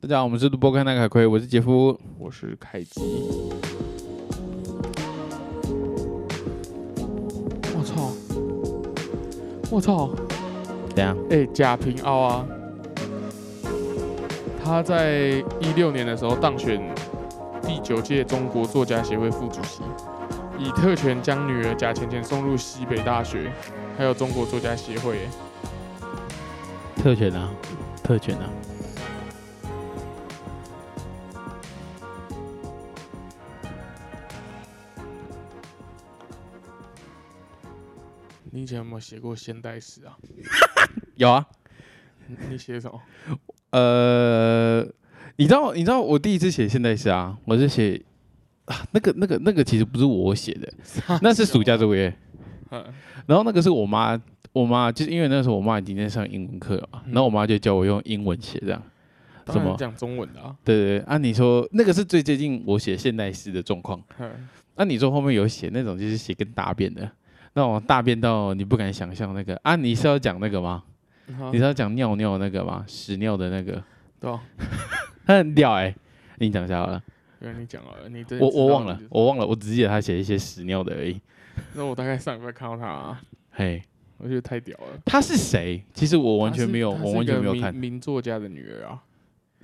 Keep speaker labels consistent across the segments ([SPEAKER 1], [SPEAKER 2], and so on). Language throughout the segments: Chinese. [SPEAKER 1] 大家好，我们是录播看那个海葵，我是杰夫。
[SPEAKER 2] 我是凯基。我操！我操！
[SPEAKER 1] 怎样？
[SPEAKER 2] 哎、贾平凹啊，他在一六年的时候当选第九届中国作家协会副主席，以特权将女儿贾浅浅送入西北大学，还有中国作家协会、哎
[SPEAKER 1] 特权啊，特权啊！
[SPEAKER 2] 你以前有没有写过现代史啊？
[SPEAKER 1] 有啊，
[SPEAKER 2] 你你写什么？
[SPEAKER 1] 呃，你知道，你知道我第一次写现代诗啊，我是写啊，那个、那个、那个其实不是我写的，那是暑假作业。
[SPEAKER 2] 嗯
[SPEAKER 1] 然后那个是我妈，我妈就是因为那时候我妈已经在上英文课了嘛，
[SPEAKER 2] 嗯
[SPEAKER 1] 然后我妈就教我用英文写这样。
[SPEAKER 2] 当
[SPEAKER 1] 什么
[SPEAKER 2] 然讲中文的啊。
[SPEAKER 1] 对对对，啊，你说那个是最接近我写现代诗的状况。
[SPEAKER 2] 嗯
[SPEAKER 1] 那、你说后面有写那种就是写跟大便的，那种大便到你不敢想象那个啊，你是要讲那个吗？
[SPEAKER 2] 啊
[SPEAKER 1] 你是要讲尿尿那个吗？屎尿的那个，
[SPEAKER 2] 对啊，
[SPEAKER 1] 他 很屌哎、你讲一下好了，
[SPEAKER 2] 因为你讲了，你真的
[SPEAKER 1] 我
[SPEAKER 2] 知道
[SPEAKER 1] 我忘
[SPEAKER 2] 你
[SPEAKER 1] 了
[SPEAKER 2] 就，
[SPEAKER 1] 我忘了，我只记得他写一些屎尿的而已。
[SPEAKER 2] 那我大概上礼拜看到他、啊，
[SPEAKER 1] 嘿，
[SPEAKER 2] 我觉得太屌了。
[SPEAKER 1] 他是谁？其实我完
[SPEAKER 2] 她
[SPEAKER 1] 全
[SPEAKER 2] 是
[SPEAKER 1] 没有，
[SPEAKER 2] 她
[SPEAKER 1] 我
[SPEAKER 2] 是
[SPEAKER 1] 完
[SPEAKER 2] 一
[SPEAKER 1] 全
[SPEAKER 2] 个
[SPEAKER 1] 没有
[SPEAKER 2] 名
[SPEAKER 1] 看，
[SPEAKER 2] 名作家的女儿啊，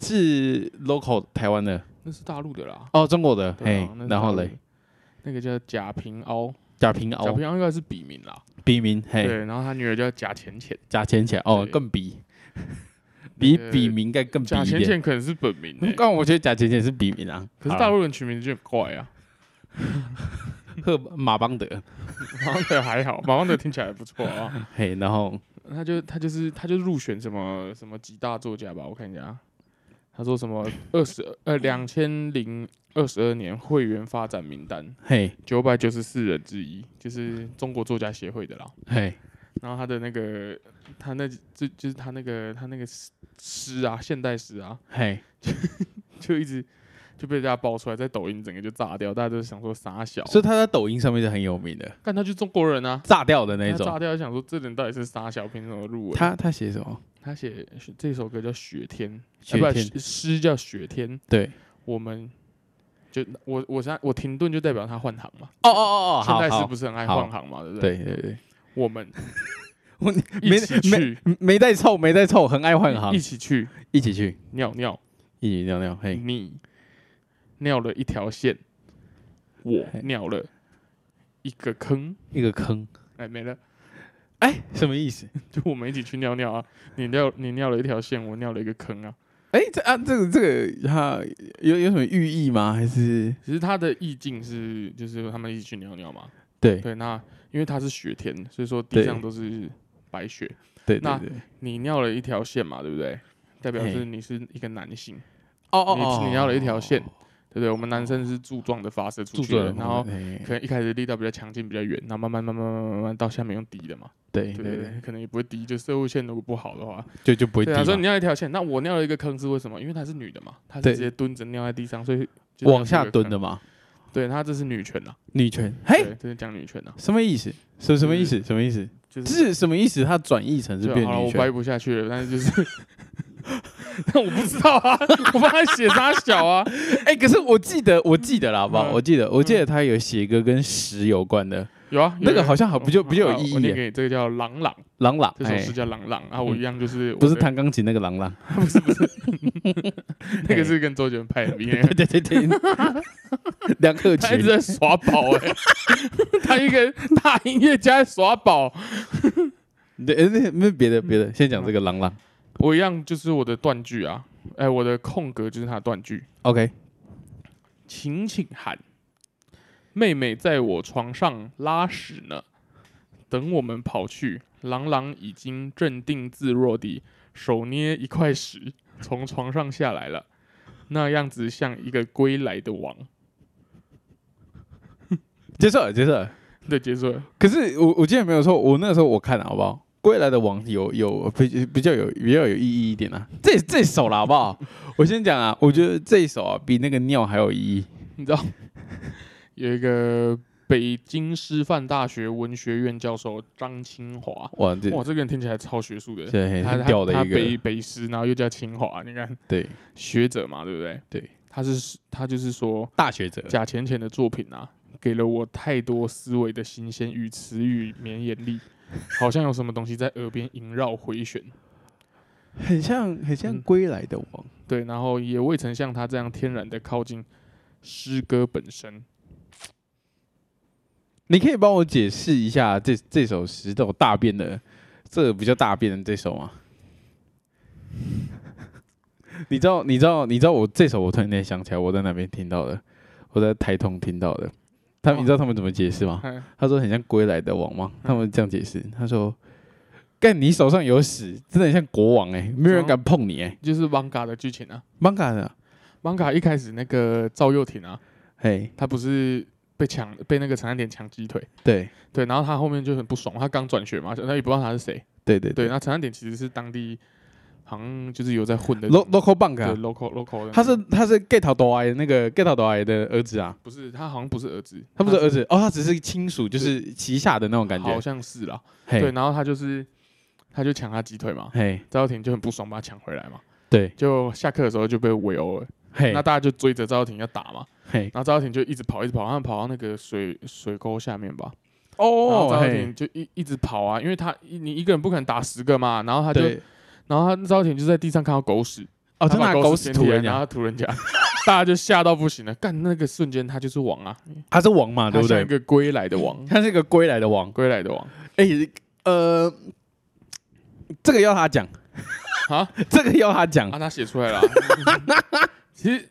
[SPEAKER 1] 是 local 台湾的
[SPEAKER 2] 那是大陆的 啦。
[SPEAKER 1] 哦，中国的
[SPEAKER 2] 对
[SPEAKER 1] 嘿
[SPEAKER 2] 啊那，是
[SPEAKER 1] 然后
[SPEAKER 2] 大陆
[SPEAKER 1] 嘞
[SPEAKER 2] 的，那个叫贾平凹，
[SPEAKER 1] 贾平
[SPEAKER 2] 贾
[SPEAKER 1] 凹
[SPEAKER 2] 平凹应哎该是笔名啦。
[SPEAKER 1] 笔名嘿，
[SPEAKER 2] 对，然后他女儿叫贾浅浅，
[SPEAKER 1] 贾浅浅哦，
[SPEAKER 2] 对
[SPEAKER 1] 更比比
[SPEAKER 2] 那个
[SPEAKER 1] 笔名应该更比
[SPEAKER 2] 贾
[SPEAKER 1] 一
[SPEAKER 2] 浅
[SPEAKER 1] 点。
[SPEAKER 2] 浅可能是本名欸、
[SPEAKER 1] 刚我觉得贾浅浅是笔名啊，
[SPEAKER 2] 可是
[SPEAKER 1] 好
[SPEAKER 2] 大
[SPEAKER 1] 啦
[SPEAKER 2] 陆人取名字就很怪啊。
[SPEAKER 1] 赫马邦德，
[SPEAKER 2] 马旺德还好，马旺德听起来还不错啊。
[SPEAKER 1] 嘿，然后
[SPEAKER 2] 他就他就是他就入选什么什么几大作家吧，我看一下啊，他说什么二十呃两千零二十二年会员发展名单，
[SPEAKER 1] 嘿
[SPEAKER 2] 九百九十四人之一，就是中国作家协会的啦。
[SPEAKER 1] 嘿
[SPEAKER 2] 然后他的那个，他那这就是他那个他那个诗诗啊，现代诗啊，
[SPEAKER 1] 嘿，
[SPEAKER 2] 就一直就被大家爆出来，在抖音整个就炸掉，大家都想说傻小，
[SPEAKER 1] 所以他在抖音上面是很有名的，
[SPEAKER 2] 但他就中国人啊，
[SPEAKER 1] 炸掉的那一
[SPEAKER 2] 他
[SPEAKER 1] 种
[SPEAKER 2] 炸。掉就想说这人到底是傻小，凭什么入围？
[SPEAKER 1] 他他写什么？
[SPEAKER 2] 他写这首歌叫《雪天》，
[SPEAKER 1] 雪
[SPEAKER 2] 啊不
[SPEAKER 1] 天
[SPEAKER 2] 诗诗叫《雪天》，
[SPEAKER 1] 对，
[SPEAKER 2] 我们。就我我现在我停顿就代表他换行嘛，
[SPEAKER 1] 哦哦哦哦，
[SPEAKER 2] 现
[SPEAKER 1] 好
[SPEAKER 2] 代诗
[SPEAKER 1] 好
[SPEAKER 2] 不，是很爱
[SPEAKER 1] 好
[SPEAKER 2] 换行嘛，对不对？
[SPEAKER 1] 对对对，
[SPEAKER 2] 我们
[SPEAKER 1] 我
[SPEAKER 2] 一
[SPEAKER 1] 没
[SPEAKER 2] 起
[SPEAKER 1] 没
[SPEAKER 2] 去，
[SPEAKER 1] 没带凑，没带凑，很爱换行
[SPEAKER 2] 一，起去
[SPEAKER 1] 一起去，
[SPEAKER 2] 尿尿，
[SPEAKER 1] 一起尿尿，嘿，
[SPEAKER 2] 你尿了一条线，我
[SPEAKER 1] 嘿
[SPEAKER 2] 尿了一个坑，
[SPEAKER 1] 一个坑，
[SPEAKER 2] 哎，没了，
[SPEAKER 1] 哎， 什么意 思？
[SPEAKER 2] 就我们一起去尿尿啊，你尿你尿了一条线，我尿了一个坑啊。
[SPEAKER 1] 哎，这啊，这个这个它有有什么寓意吗？还是
[SPEAKER 2] 其实它的意境是，就是他们一起去尿尿嘛。
[SPEAKER 1] 对
[SPEAKER 2] 对，那因为它是雪天，所以说地
[SPEAKER 1] 对
[SPEAKER 2] 上都是白雪。
[SPEAKER 1] 对对
[SPEAKER 2] 那
[SPEAKER 1] 对，
[SPEAKER 2] 你尿了一条线嘛，对不对？代表
[SPEAKER 1] 嘿
[SPEAKER 2] 是你是一个男性，
[SPEAKER 1] 哦
[SPEAKER 2] 你你要了一条线对不对？我们男生是柱状的发射出
[SPEAKER 1] 住
[SPEAKER 2] 去
[SPEAKER 1] 着
[SPEAKER 2] 的，
[SPEAKER 1] 了，
[SPEAKER 2] 然后
[SPEAKER 1] 嘿
[SPEAKER 2] 可能一开始力道比较强劲，比较远，然后慢慢慢慢慢慢慢慢到下面用低的嘛。
[SPEAKER 1] 对
[SPEAKER 2] 对
[SPEAKER 1] 对
[SPEAKER 2] 对
[SPEAKER 1] 对，
[SPEAKER 2] 对，可能也不会低，就射物线如果不好的话，
[SPEAKER 1] 就就不会
[SPEAKER 2] 对啊，
[SPEAKER 1] 低
[SPEAKER 2] 所以
[SPEAKER 1] 嘛
[SPEAKER 2] 你尿一条线，那我尿了一个坑是为什么？因为她是女的嘛，她是
[SPEAKER 1] 对
[SPEAKER 2] 直接蹲着尿在地上，所以就
[SPEAKER 1] 往下蹲的
[SPEAKER 2] 的。
[SPEAKER 1] 嘛，哎
[SPEAKER 2] 对，她这是女权啊，
[SPEAKER 1] 女权，嘿，
[SPEAKER 2] 对，这是讲女权啊，
[SPEAKER 1] 什么意思？什什么意思？什么意思？
[SPEAKER 2] 就是
[SPEAKER 1] 什么意思？它转译成是
[SPEAKER 2] 对
[SPEAKER 1] 变
[SPEAKER 2] 啊好
[SPEAKER 1] 女
[SPEAKER 2] 了，我掰
[SPEAKER 1] 权？
[SPEAKER 2] 不下去了，但是就是， 但我不知道啊，我帮他写啥小啊，
[SPEAKER 1] 哎，可是我记得，我记得了，好不好？
[SPEAKER 2] 嗯
[SPEAKER 1] 我记得，我记得它有写一个跟屎有关的，
[SPEAKER 2] 有啊，有
[SPEAKER 1] 那个
[SPEAKER 2] 有
[SPEAKER 1] 好像好不就
[SPEAKER 2] 我
[SPEAKER 1] 不就有
[SPEAKER 2] 我
[SPEAKER 1] 意
[SPEAKER 2] 我
[SPEAKER 1] 义
[SPEAKER 2] 念
[SPEAKER 1] 耶？
[SPEAKER 2] 给你，这个叫《朗朗》，
[SPEAKER 1] 朗朗，
[SPEAKER 2] 这首
[SPEAKER 1] 哎
[SPEAKER 2] 诗，叫《朗朗》，然后我
[SPEAKER 1] 嗯
[SPEAKER 2] 一样就是我
[SPEAKER 1] 不是
[SPEAKER 2] 的
[SPEAKER 1] 弹钢琴那个朗朗，
[SPEAKER 2] 那个是跟周杰伦拍 MV，
[SPEAKER 1] 哎对对对对，梁克
[SPEAKER 2] 他一直
[SPEAKER 1] 群，
[SPEAKER 2] 在耍宝 哎、他一个大音乐家在耍宝。
[SPEAKER 1] 对，哎那那别的别的，先讲这个朗朗
[SPEAKER 2] 我一样就是我的断句啊，哎、我的空格就是他的断句。
[SPEAKER 1] ，OK，
[SPEAKER 2] 晴晴喊：“妹妹在我床上拉屎呢。”等我们跑去，郎朗已经镇定自若地手捏一块屎从床上下来了，那样子像一个归来的王。
[SPEAKER 1] 接受了接受了。
[SPEAKER 2] 对，结束了。
[SPEAKER 1] 可是我我记得没有错，我那个时候我看了好不好？归来的王有有比比较有比较有意义一点啊，这这首了好不好？我先讲啊，我觉得这一首啊比那个尿还有意义。
[SPEAKER 2] 你知道有一个北京师范大学文学院教授张清华。
[SPEAKER 1] 哇，这
[SPEAKER 2] 哇，这个人听起来超学术的，
[SPEAKER 1] 这
[SPEAKER 2] 他
[SPEAKER 1] 很
[SPEAKER 2] 他
[SPEAKER 1] 屌的
[SPEAKER 2] 他
[SPEAKER 1] 一
[SPEAKER 2] 北
[SPEAKER 1] 个，
[SPEAKER 2] 北师，然后又叫清华，你看
[SPEAKER 1] 对，
[SPEAKER 2] 学者嘛，对不对？
[SPEAKER 1] 对，
[SPEAKER 2] 他是他就是说
[SPEAKER 1] 大学者，
[SPEAKER 2] 贾浅浅的作品啊，给了我太多思维的新鲜与词语绵延力，好像有什么东西在耳边萦绕回旋。
[SPEAKER 1] 很像很像
[SPEAKER 2] 嗯
[SPEAKER 1] 归来的王，
[SPEAKER 2] 对，然后也未曾像他这样天然的靠近诗歌本身。
[SPEAKER 1] 你可以帮我解释一下这这首石头大便的，这个比较大便的这首吗？ 你知道，你知道，你知道我这首我突然间想起来，我在哪边听到的？我在台通听到的。他们、
[SPEAKER 2] 哦
[SPEAKER 1] 你知道他们怎么解释吗？
[SPEAKER 2] 嗯
[SPEAKER 1] 他说很像归来的王吗？他们这样解释，他说：“干你手上有屎，真的很像国王哎、没
[SPEAKER 2] 哦
[SPEAKER 1] 有人敢碰你哎、
[SPEAKER 2] 就是《manga》的剧情啊，
[SPEAKER 1] manga 的，
[SPEAKER 2] 《manga》一开始那个赵又廷啊，
[SPEAKER 1] 嘿，
[SPEAKER 2] 他不是被抢被那个陈汉典抢鸡腿，
[SPEAKER 1] 对
[SPEAKER 2] 对，然后他后面就很不爽，他刚转学嘛，他也不知道他是谁，
[SPEAKER 1] 对对
[SPEAKER 2] 对，，那陈汉典其实是当地好像就是有在混的
[SPEAKER 1] Lo- local bank
[SPEAKER 2] 对
[SPEAKER 1] 啊，
[SPEAKER 2] local local 的那种，
[SPEAKER 1] 他是他是 get 多爱那个 get 多爱的儿子啊，
[SPEAKER 2] 不是他好像不是儿子，
[SPEAKER 1] 他不是儿子哦，他只是亲属，就是旗下的那种感
[SPEAKER 2] 好
[SPEAKER 1] 觉。
[SPEAKER 2] 像是啦，对，
[SPEAKER 1] 嘿，
[SPEAKER 2] 然后他就是他就抢他鸡腿嘛，
[SPEAKER 1] 嘿，
[SPEAKER 2] 赵又廷就很不爽，把他抢回来嘛，
[SPEAKER 1] 对，
[SPEAKER 2] 就下课的时候就被围殴了，
[SPEAKER 1] 嘿
[SPEAKER 2] 那，大家就追着赵又廷要打嘛，
[SPEAKER 1] 嘿，
[SPEAKER 2] 然后赵又廷就一直跑，一直跑，他们跑到那个水水沟下面吧，然后
[SPEAKER 1] 哦，
[SPEAKER 2] 赵又
[SPEAKER 1] 嘿
[SPEAKER 2] 廷，就一一直跑啊，因为他一你一个人不可能打十个嘛，然后他就，
[SPEAKER 1] 对，
[SPEAKER 2] 然后他赵又廷就在地上看到狗屎，
[SPEAKER 1] 哦，
[SPEAKER 2] 他
[SPEAKER 1] 他拿
[SPEAKER 2] 把
[SPEAKER 1] 狗
[SPEAKER 2] 狗
[SPEAKER 1] 屎
[SPEAKER 2] 舔
[SPEAKER 1] 吐
[SPEAKER 2] 起来
[SPEAKER 1] 人
[SPEAKER 2] 然后
[SPEAKER 1] 家，
[SPEAKER 2] 他吐人家， 大家就吓到不行了，干那个瞬间他就是王啊，
[SPEAKER 1] 他是王嘛，对
[SPEAKER 2] 他
[SPEAKER 1] 不
[SPEAKER 2] 像一
[SPEAKER 1] 对？
[SPEAKER 2] 个归来 的王，
[SPEAKER 1] 他是一个归来的王。
[SPEAKER 2] 归来的王
[SPEAKER 1] 哎，呃，这个要他讲，
[SPEAKER 2] 啊。
[SPEAKER 1] 这个要他讲
[SPEAKER 2] 啊，。他写出来 了啊。其实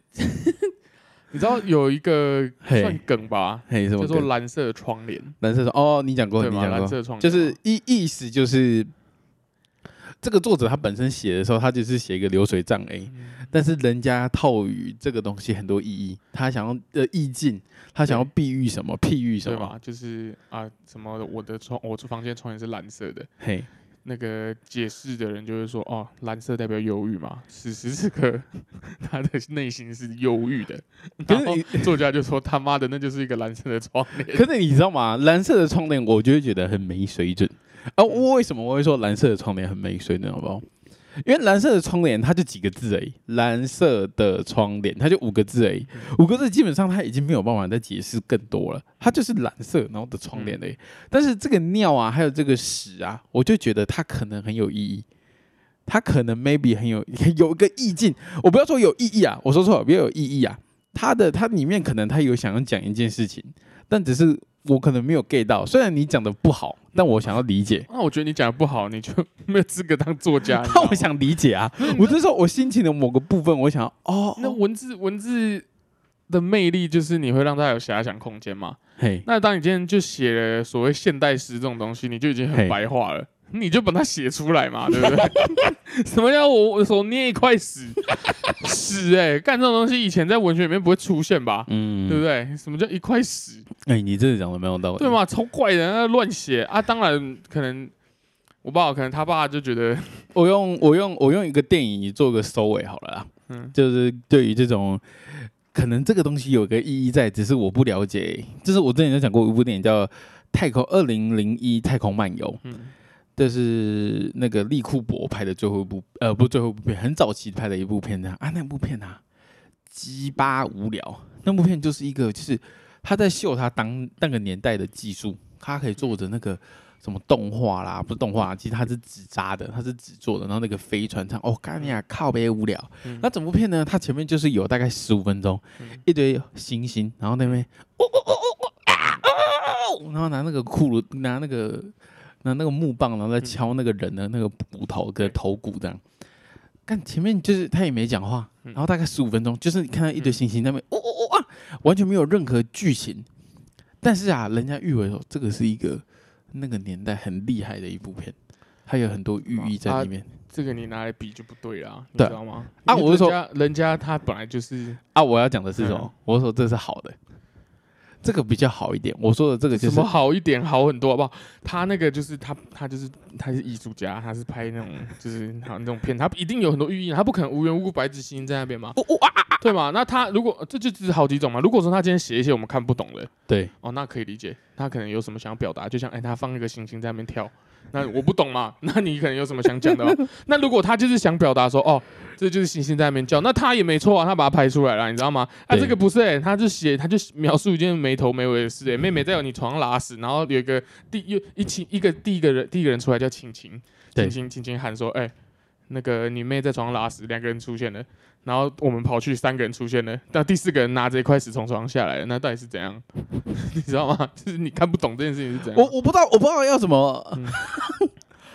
[SPEAKER 2] 你知道有一个
[SPEAKER 1] 嘿
[SPEAKER 2] 算梗吧，
[SPEAKER 1] 嘿，什么
[SPEAKER 2] 叫做
[SPEAKER 1] 梗？
[SPEAKER 2] 蓝色窗帘，
[SPEAKER 1] 男生说，哦，你讲过，
[SPEAKER 2] 对
[SPEAKER 1] 你
[SPEAKER 2] 吗？
[SPEAKER 1] 讲
[SPEAKER 2] 蓝
[SPEAKER 1] 过，
[SPEAKER 2] 色窗帘
[SPEAKER 1] 就是意意思就是。这个作者他本身写的时候，他就是写一个流水账哎 A，
[SPEAKER 2] 嗯
[SPEAKER 1] 但是人家套语这个东西很多意义，他想要的意境，他想要比喻什么，譬喻什
[SPEAKER 2] 对
[SPEAKER 1] 么，
[SPEAKER 2] 嘛？就是啊，什么我的窗，我房间窗帘是蓝色的。
[SPEAKER 1] 嘿，
[SPEAKER 2] 那个解释的人就会说，哦，蓝色代表忧郁嘛。此时此刻， 他的内心是忧郁的。
[SPEAKER 1] 可
[SPEAKER 2] 然
[SPEAKER 1] 是
[SPEAKER 2] 后
[SPEAKER 1] 你
[SPEAKER 2] 作家就说，他妈的，那就是一个蓝色的窗帘。
[SPEAKER 1] 可是你知道吗？蓝色的窗帘，我就会觉得很没水准啊！我为什么我会说蓝色的窗帘很没水准？好不好？因为蓝色的窗帘它就几个字而已，蓝色的窗帘它就五个字而已，五个字基本上它已经没有办法再解释更多了，它就是蓝色然后的窗帘而已。但是这个尿啊，还有这个屎啊，我就觉得它可能很有意义。它可能 maybe 很有 有一个意境，我不要说有意义啊，我说错了，不要有意义啊。它的它里面可能它有想要讲一件事情，但只是我可能没有 get 到。虽然你讲的不好，但我想要理解，
[SPEAKER 2] 那我觉得你讲的不好，你就 没有资格当作家。你知道
[SPEAKER 1] 那
[SPEAKER 2] 吗
[SPEAKER 1] 我想理解啊。我这时候我心情的某个部分，我想哦，
[SPEAKER 2] 嗯那文字文字的魅力就是你会让大家有遐想空间嘛。
[SPEAKER 1] 嘿，
[SPEAKER 2] 那当你今天就写了所谓现代诗这种东西，你就已经
[SPEAKER 1] 嘿
[SPEAKER 2] 很白话了，你就把它写出来嘛，对 不对？什么叫我我手捏一块屎 屎、欸？哎，干这种东西以前在文学里面不会出现吧？
[SPEAKER 1] 嗯，
[SPEAKER 2] 对不对？什么叫一块屎？
[SPEAKER 1] 哎、你这讲的蛮有道理，
[SPEAKER 2] 对？嘛，超怪的，那乱写啊！当然，可能我爸，可能他爸就觉得，
[SPEAKER 1] 我用我用我用一个电影做个收尾好了啦，
[SPEAKER 2] 嗯，
[SPEAKER 1] 就是对于这种。可能这个东西有个意义在，只是我不了解。就是我之前有讲过一部电影叫《太空二零零一太空漫游》，
[SPEAKER 2] 嗯
[SPEAKER 1] 这是那个利库伯拍的最后一部，呃，不，是最后一部片，很早期拍的一部片啊。啊，那部片啊，鸡巴无聊。那部片就是一个，就是他在秀他当那个年代的技术，他可以做着那个什么动画啦，不是动画，其实它是纸扎的，它是纸做的。然后那个飞船上，哦，干你啊，靠呗，无聊。
[SPEAKER 2] 嗯
[SPEAKER 1] 那整部片呢，它前面就是有大概十五分钟
[SPEAKER 2] 嗯，
[SPEAKER 1] 一堆星星，然后那边哦哦哦哦哦啊哦，然后拿那个骷髅，拿那个拿那个木棒，然后在敲那个人的那个骨头跟头骨这样。但前面就是他也没讲话，
[SPEAKER 2] 嗯
[SPEAKER 1] 然后大概十五分钟，就是你看到一堆星星那边，哦哦哦啊，完全没有任何剧情。但是啊，人家誉为哦，这个是一个那个年代很厉害的一部片，它有很多寓意在里面
[SPEAKER 2] 这个你拿来比就不对啦，你
[SPEAKER 1] 对
[SPEAKER 2] 知道吗？
[SPEAKER 1] 啊
[SPEAKER 2] 因为
[SPEAKER 1] 我是说
[SPEAKER 2] 人家人家他本来就是
[SPEAKER 1] 啊。我要讲的是什么
[SPEAKER 2] 嗯？
[SPEAKER 1] 我说这是好的，这个比较好一点。我说的这个就
[SPEAKER 2] 什
[SPEAKER 1] 是
[SPEAKER 2] 么好一点，好很多，好不好？他那个就是他，他就是他是艺术家，他是拍那种就是好像那种片，他一定有很多寓意，他不可能无缘无故白纸星在那边嘛，
[SPEAKER 1] 哦哦啊，
[SPEAKER 2] 对嘛？那他如果这就只是好几种嘛。如果说他今天写一些我们看不懂的，
[SPEAKER 1] 对，
[SPEAKER 2] 哦，那可以理解，他可能有什么想要表达，就像哎、他放一个星星在那边跳，那我不懂嘛，那你可能有什么想讲 的嘛？那如果他就是想表达说，哦，这就是星星在那边叫，那他也没错啊，他把它拍出来了，你知道吗？啊，
[SPEAKER 1] 对
[SPEAKER 2] 这个不是、哎，他就写，他就描述一件没头没尾的事、哎，妹妹在你床上拉屎，然后有一个第又一起一个第一个人第一个人出来叫晴晴，
[SPEAKER 1] 对
[SPEAKER 2] 晴晴晴晴喊说，哎、那个你妹在床上拉屎，两个人出现了，然后我们跑去三个人出现了，但第四个人拿着一块屎从床上下来了，那到底是怎样？ 你知道吗？ 就是你看不懂这件事情是怎样。
[SPEAKER 1] 我我不知道，我不知道要怎么，
[SPEAKER 2] 嗯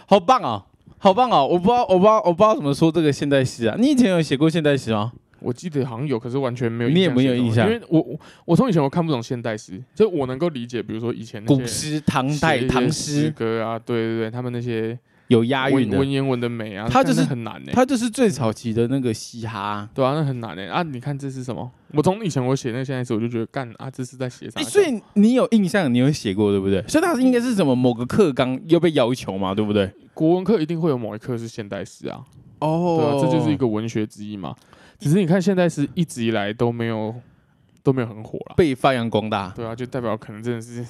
[SPEAKER 1] 好棒哦，好棒哦！我不知道，我不知道，我不知道怎么说这个现代诗啊。你以前有写过现代诗吗？
[SPEAKER 2] 我记得好像有，可是完全没有。
[SPEAKER 1] 你也没有印象
[SPEAKER 2] 因为我我我从以前我看不懂现代诗，就我能够理解，比如说以前那
[SPEAKER 1] 古
[SPEAKER 2] 些
[SPEAKER 1] 诗、唐
[SPEAKER 2] 写
[SPEAKER 1] 代、
[SPEAKER 2] 一些
[SPEAKER 1] 唐
[SPEAKER 2] 诗
[SPEAKER 1] 诗
[SPEAKER 2] 歌啊，对对对，他们那些
[SPEAKER 1] 有押韵
[SPEAKER 2] 文
[SPEAKER 1] 的
[SPEAKER 2] 文，言文的美啊，
[SPEAKER 1] 它就是
[SPEAKER 2] 但那很难呢、
[SPEAKER 1] 它就是最早期的那个嘻哈。
[SPEAKER 2] 对啊，那很难呢、啊！你看这是什么？我从以前我写那个现代诗，我就觉得干啊，这是在写啥
[SPEAKER 1] 诶
[SPEAKER 2] 小？
[SPEAKER 1] 所以你有印象，你有写过对不对？所以它应该是什么某个课纲要被要求嘛，对不对？
[SPEAKER 2] 国文课一定会有某一课是现代诗啊，对啊
[SPEAKER 1] 哦，
[SPEAKER 2] 这就是一个文学之一嘛。只是你看现代诗一直以来都没有都没有很火啦，
[SPEAKER 1] 被发扬光大。
[SPEAKER 2] 对啊，就代表可能真的是，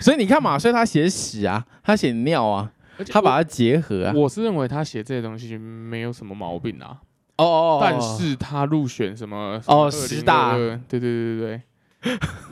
[SPEAKER 1] 所以你看嘛，所以他写屎啊，他写尿啊，
[SPEAKER 2] 而且
[SPEAKER 1] 他把
[SPEAKER 2] 我
[SPEAKER 1] 它结合啊。
[SPEAKER 2] 我是认为他写这些东西没有什么毛病啊，
[SPEAKER 1] 哦哦，哦
[SPEAKER 2] 但是他入选什么
[SPEAKER 1] 哦
[SPEAKER 2] 什么
[SPEAKER 1] 十大
[SPEAKER 2] 2022对对对对对，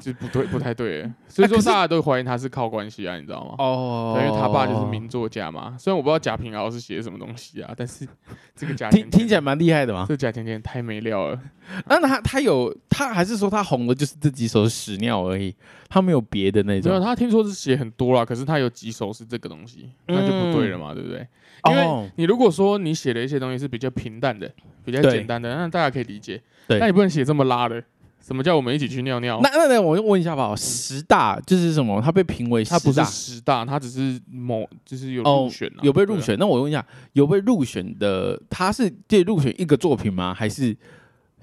[SPEAKER 2] 就不对不太 对耶，所以
[SPEAKER 1] 啊
[SPEAKER 2] 说
[SPEAKER 1] 可是
[SPEAKER 2] 大家都怀疑他是靠关系啊，你知道吗？
[SPEAKER 1] 哦，
[SPEAKER 2] 对因为他爸就是名作家嘛，虽然我不知道贾平凹是写什么东西啊，但是这个贾
[SPEAKER 1] 听
[SPEAKER 2] 甜甜
[SPEAKER 1] 听起来蛮厉害的嘛。
[SPEAKER 2] 这贾甜甜太没料了，
[SPEAKER 1] 那他他有他还是说他红的就是这几首屎尿而已，他没有别的那
[SPEAKER 2] 没有
[SPEAKER 1] 种。
[SPEAKER 2] 他听说是写很多啦，可是他有几首是这个东西，那就不对了嘛，对不对？因为
[SPEAKER 1] 嗯哦
[SPEAKER 2] 你如果说你写的一些东西是比较平淡的、比较
[SPEAKER 1] 对
[SPEAKER 2] 简单的，那大家可以理解。
[SPEAKER 1] 对
[SPEAKER 2] 但你不能写这么拉的。什么叫我们一起去尿尿？
[SPEAKER 1] 那那那我就问一下吧，十大就是什么？他被评为
[SPEAKER 2] 他
[SPEAKER 1] 十
[SPEAKER 2] 不是
[SPEAKER 1] 大，
[SPEAKER 2] 十大，他只是某就是有
[SPEAKER 1] 哦
[SPEAKER 2] 入选、啊
[SPEAKER 1] 有被入选？那我问一下，有被入选的他是被入选一个作品吗？还是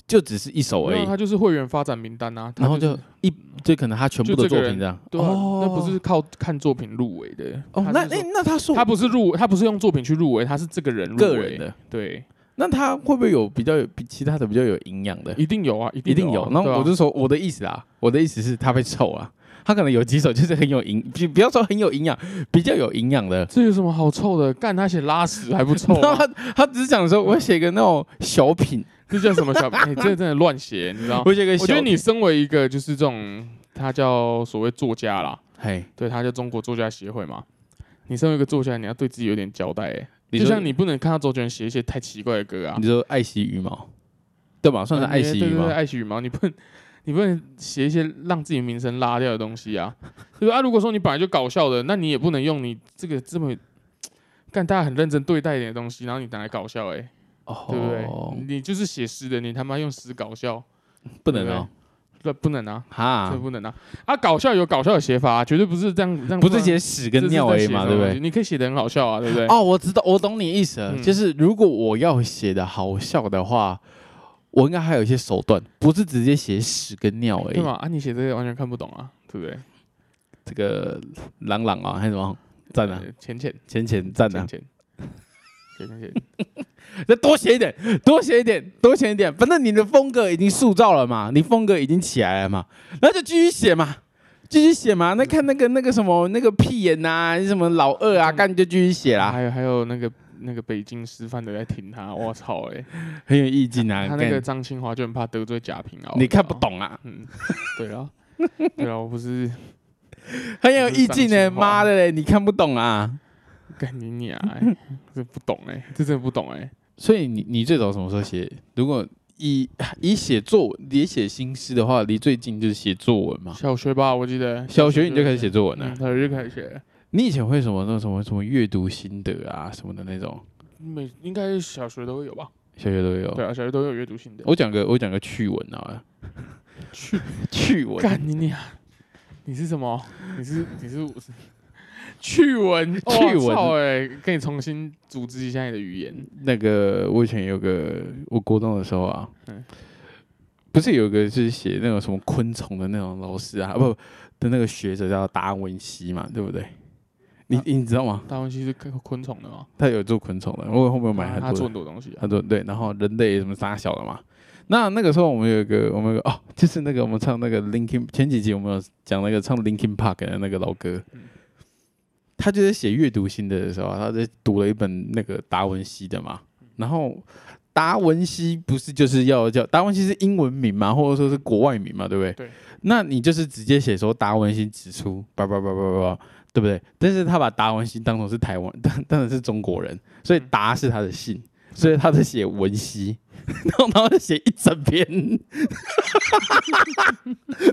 [SPEAKER 1] 就只是一首而
[SPEAKER 2] 对啊。没有，
[SPEAKER 1] 已？
[SPEAKER 2] 他就是会员发展名单啊，他
[SPEAKER 1] 然后
[SPEAKER 2] 是
[SPEAKER 1] 就一就可能他全部
[SPEAKER 2] 就
[SPEAKER 1] 的
[SPEAKER 2] 这
[SPEAKER 1] 作
[SPEAKER 2] 个
[SPEAKER 1] 品这样？
[SPEAKER 2] 对啊，
[SPEAKER 1] 哦
[SPEAKER 2] 那不是靠看作品入围的
[SPEAKER 1] 哦，
[SPEAKER 2] 他
[SPEAKER 1] 那
[SPEAKER 2] 是
[SPEAKER 1] 那
[SPEAKER 2] 说
[SPEAKER 1] 那他说
[SPEAKER 2] 他不是入，他不是用作品去入围，他是这个人入围
[SPEAKER 1] 个人的，
[SPEAKER 2] 对，
[SPEAKER 1] 那他会不会有比较有比其他的比较有营养的？
[SPEAKER 2] 一定有啊，一定
[SPEAKER 1] 一定有
[SPEAKER 2] 啊。
[SPEAKER 1] 那
[SPEAKER 2] 对啊
[SPEAKER 1] 我就说我的意思啊，我的意思是他被臭啊，他可能有几首就是很有营， 就不要说很有营养，比较有营养的。
[SPEAKER 2] 这有什么好臭的？干他写拉屎还不臭啊
[SPEAKER 1] 然后
[SPEAKER 2] 吗？
[SPEAKER 1] 他他只是想说，我写个那种小品，
[SPEAKER 2] 这叫什么小？哎，这真的乱写，你知道吗？
[SPEAKER 1] 我写个小
[SPEAKER 2] 哦我觉得你身为一个就是这种，他叫所谓作家啦，
[SPEAKER 1] 嘿，
[SPEAKER 2] 对，他叫中国作家协会嘛。你身为一个作家，你要对自己有点交代、欸，
[SPEAKER 1] 你
[SPEAKER 2] 就
[SPEAKER 1] 说
[SPEAKER 2] 像你不能看到周杰伦写一些太奇怪的歌啊
[SPEAKER 1] 你，说爱惜羽毛，对吧？算是
[SPEAKER 2] 呃
[SPEAKER 1] 爱惜
[SPEAKER 2] 对
[SPEAKER 1] 羽
[SPEAKER 2] 对
[SPEAKER 1] 毛
[SPEAKER 2] 对，爱惜羽毛，你不能 你不能写一些让自己名声拉掉的东西啊，对吧？啊，如果说你本来就搞笑的，那你也不能用你这个这么干大家很认真对待一点的东西，然后你拿来搞笑、欸，哎、对不
[SPEAKER 1] 哦，
[SPEAKER 2] 对？你就是写诗的，你他妈用诗搞笑，
[SPEAKER 1] 不能哦，
[SPEAKER 2] 这不能啊，这
[SPEAKER 1] 哈，
[SPEAKER 2] 不能啊！啊，搞笑有搞笑的写法、啊，绝对不是这样，这样
[SPEAKER 1] 不是写屎跟尿而已嘛，对不对？？
[SPEAKER 2] 你可以写的很好笑啊，对不对？
[SPEAKER 1] 哦，我知道，我懂你意思了。
[SPEAKER 2] 嗯
[SPEAKER 1] 就是如果我要写的好笑的话，我应该还有一些手段，不是直接写屎跟尿而已
[SPEAKER 2] 对。嘛？啊，你写这些完全看不懂啊，对不对？
[SPEAKER 1] 这个朗朗啊，还是什么赞啊，
[SPEAKER 2] 呃，浅浅
[SPEAKER 1] 浅浅赞啊
[SPEAKER 2] 浅，浅，浅浅，
[SPEAKER 1] 再多写一点，多写一点，多写一点，反正你的风格已经塑造了嘛，你风格已经起来了嘛，那就继续写嘛，继续写嘛。那看那个那个什么那个屁眼呐、什么老二
[SPEAKER 2] 嗯
[SPEAKER 1] 啊，干你就继续写啦，
[SPEAKER 2] 还有还有那个那个北京师范的在听他，我操哎，
[SPEAKER 1] 很有意境啊。
[SPEAKER 2] 他那个
[SPEAKER 1] 干
[SPEAKER 2] 张清华就很怕得罪贾平凹，
[SPEAKER 1] 你看不，懂啊，
[SPEAKER 2] 嗯，对啊， 对啊，我不是
[SPEAKER 1] 很有意境呢、
[SPEAKER 2] 我是张清华
[SPEAKER 1] 妈的嘞，你看不懂啊。
[SPEAKER 2] 干你娘哎，这不懂哎，这真的不懂哎，
[SPEAKER 1] 所以你你最早什么时候写？如果以以写作文、以写新诗的话，离最近就是写作文嘛。
[SPEAKER 2] 小学吧，我记得
[SPEAKER 1] 小学你就开始写作文了。
[SPEAKER 2] 嗯，小学就开始写。
[SPEAKER 1] 你以前会什么那种什么什么阅读心得啊什么的那种，
[SPEAKER 2] 每应该小学都会有吧？
[SPEAKER 1] 小学都有。
[SPEAKER 2] 对啊，小学都有阅读性的。
[SPEAKER 1] 我讲个我讲个趣闻啊，
[SPEAKER 2] 去
[SPEAKER 1] 趣闻，
[SPEAKER 2] 干你娘！你是什么？你是你是趣闻
[SPEAKER 1] 趣闻
[SPEAKER 2] 哎，跟你重新组织一下你的语言。
[SPEAKER 1] 那个我以前有个我国中的时候啊
[SPEAKER 2] 嗯，
[SPEAKER 1] 不是有一个是写那种什么昆虫的那种老师啊，不的那个学者叫达文西嘛，对不对？你、
[SPEAKER 2] 啊
[SPEAKER 1] 你知道吗？
[SPEAKER 2] 达文西是昆虫的吗？
[SPEAKER 1] 他有做昆虫的，我后面有买
[SPEAKER 2] 啊
[SPEAKER 1] 很
[SPEAKER 2] 他
[SPEAKER 1] 多
[SPEAKER 2] 做
[SPEAKER 1] 的
[SPEAKER 2] 很多东西啊。
[SPEAKER 1] 很多对，然后人类什么杀小的嘛。那那个时候我们有一个，我们有一个哦，就是那个我们唱那个 Linkin 前几集我们有讲那个唱 Linkin Park 的那个老哥，
[SPEAKER 2] 嗯
[SPEAKER 1] 他就是写阅读心得的时候啊，他在读了一本那个达文西的嘛，
[SPEAKER 2] 嗯
[SPEAKER 1] 然后达文西不是就是要叫达文西是英文名嘛，或者说是国外名嘛，对不对？
[SPEAKER 2] 对。
[SPEAKER 1] 那你就是直接写说达文西指出，叭叭叭叭叭叭，对不对？但是他把达文西当成是台湾， 当当然是中国人，所以
[SPEAKER 2] 嗯
[SPEAKER 1] 达是他的姓。所以他在写文熙， 然后然后就写一整篇，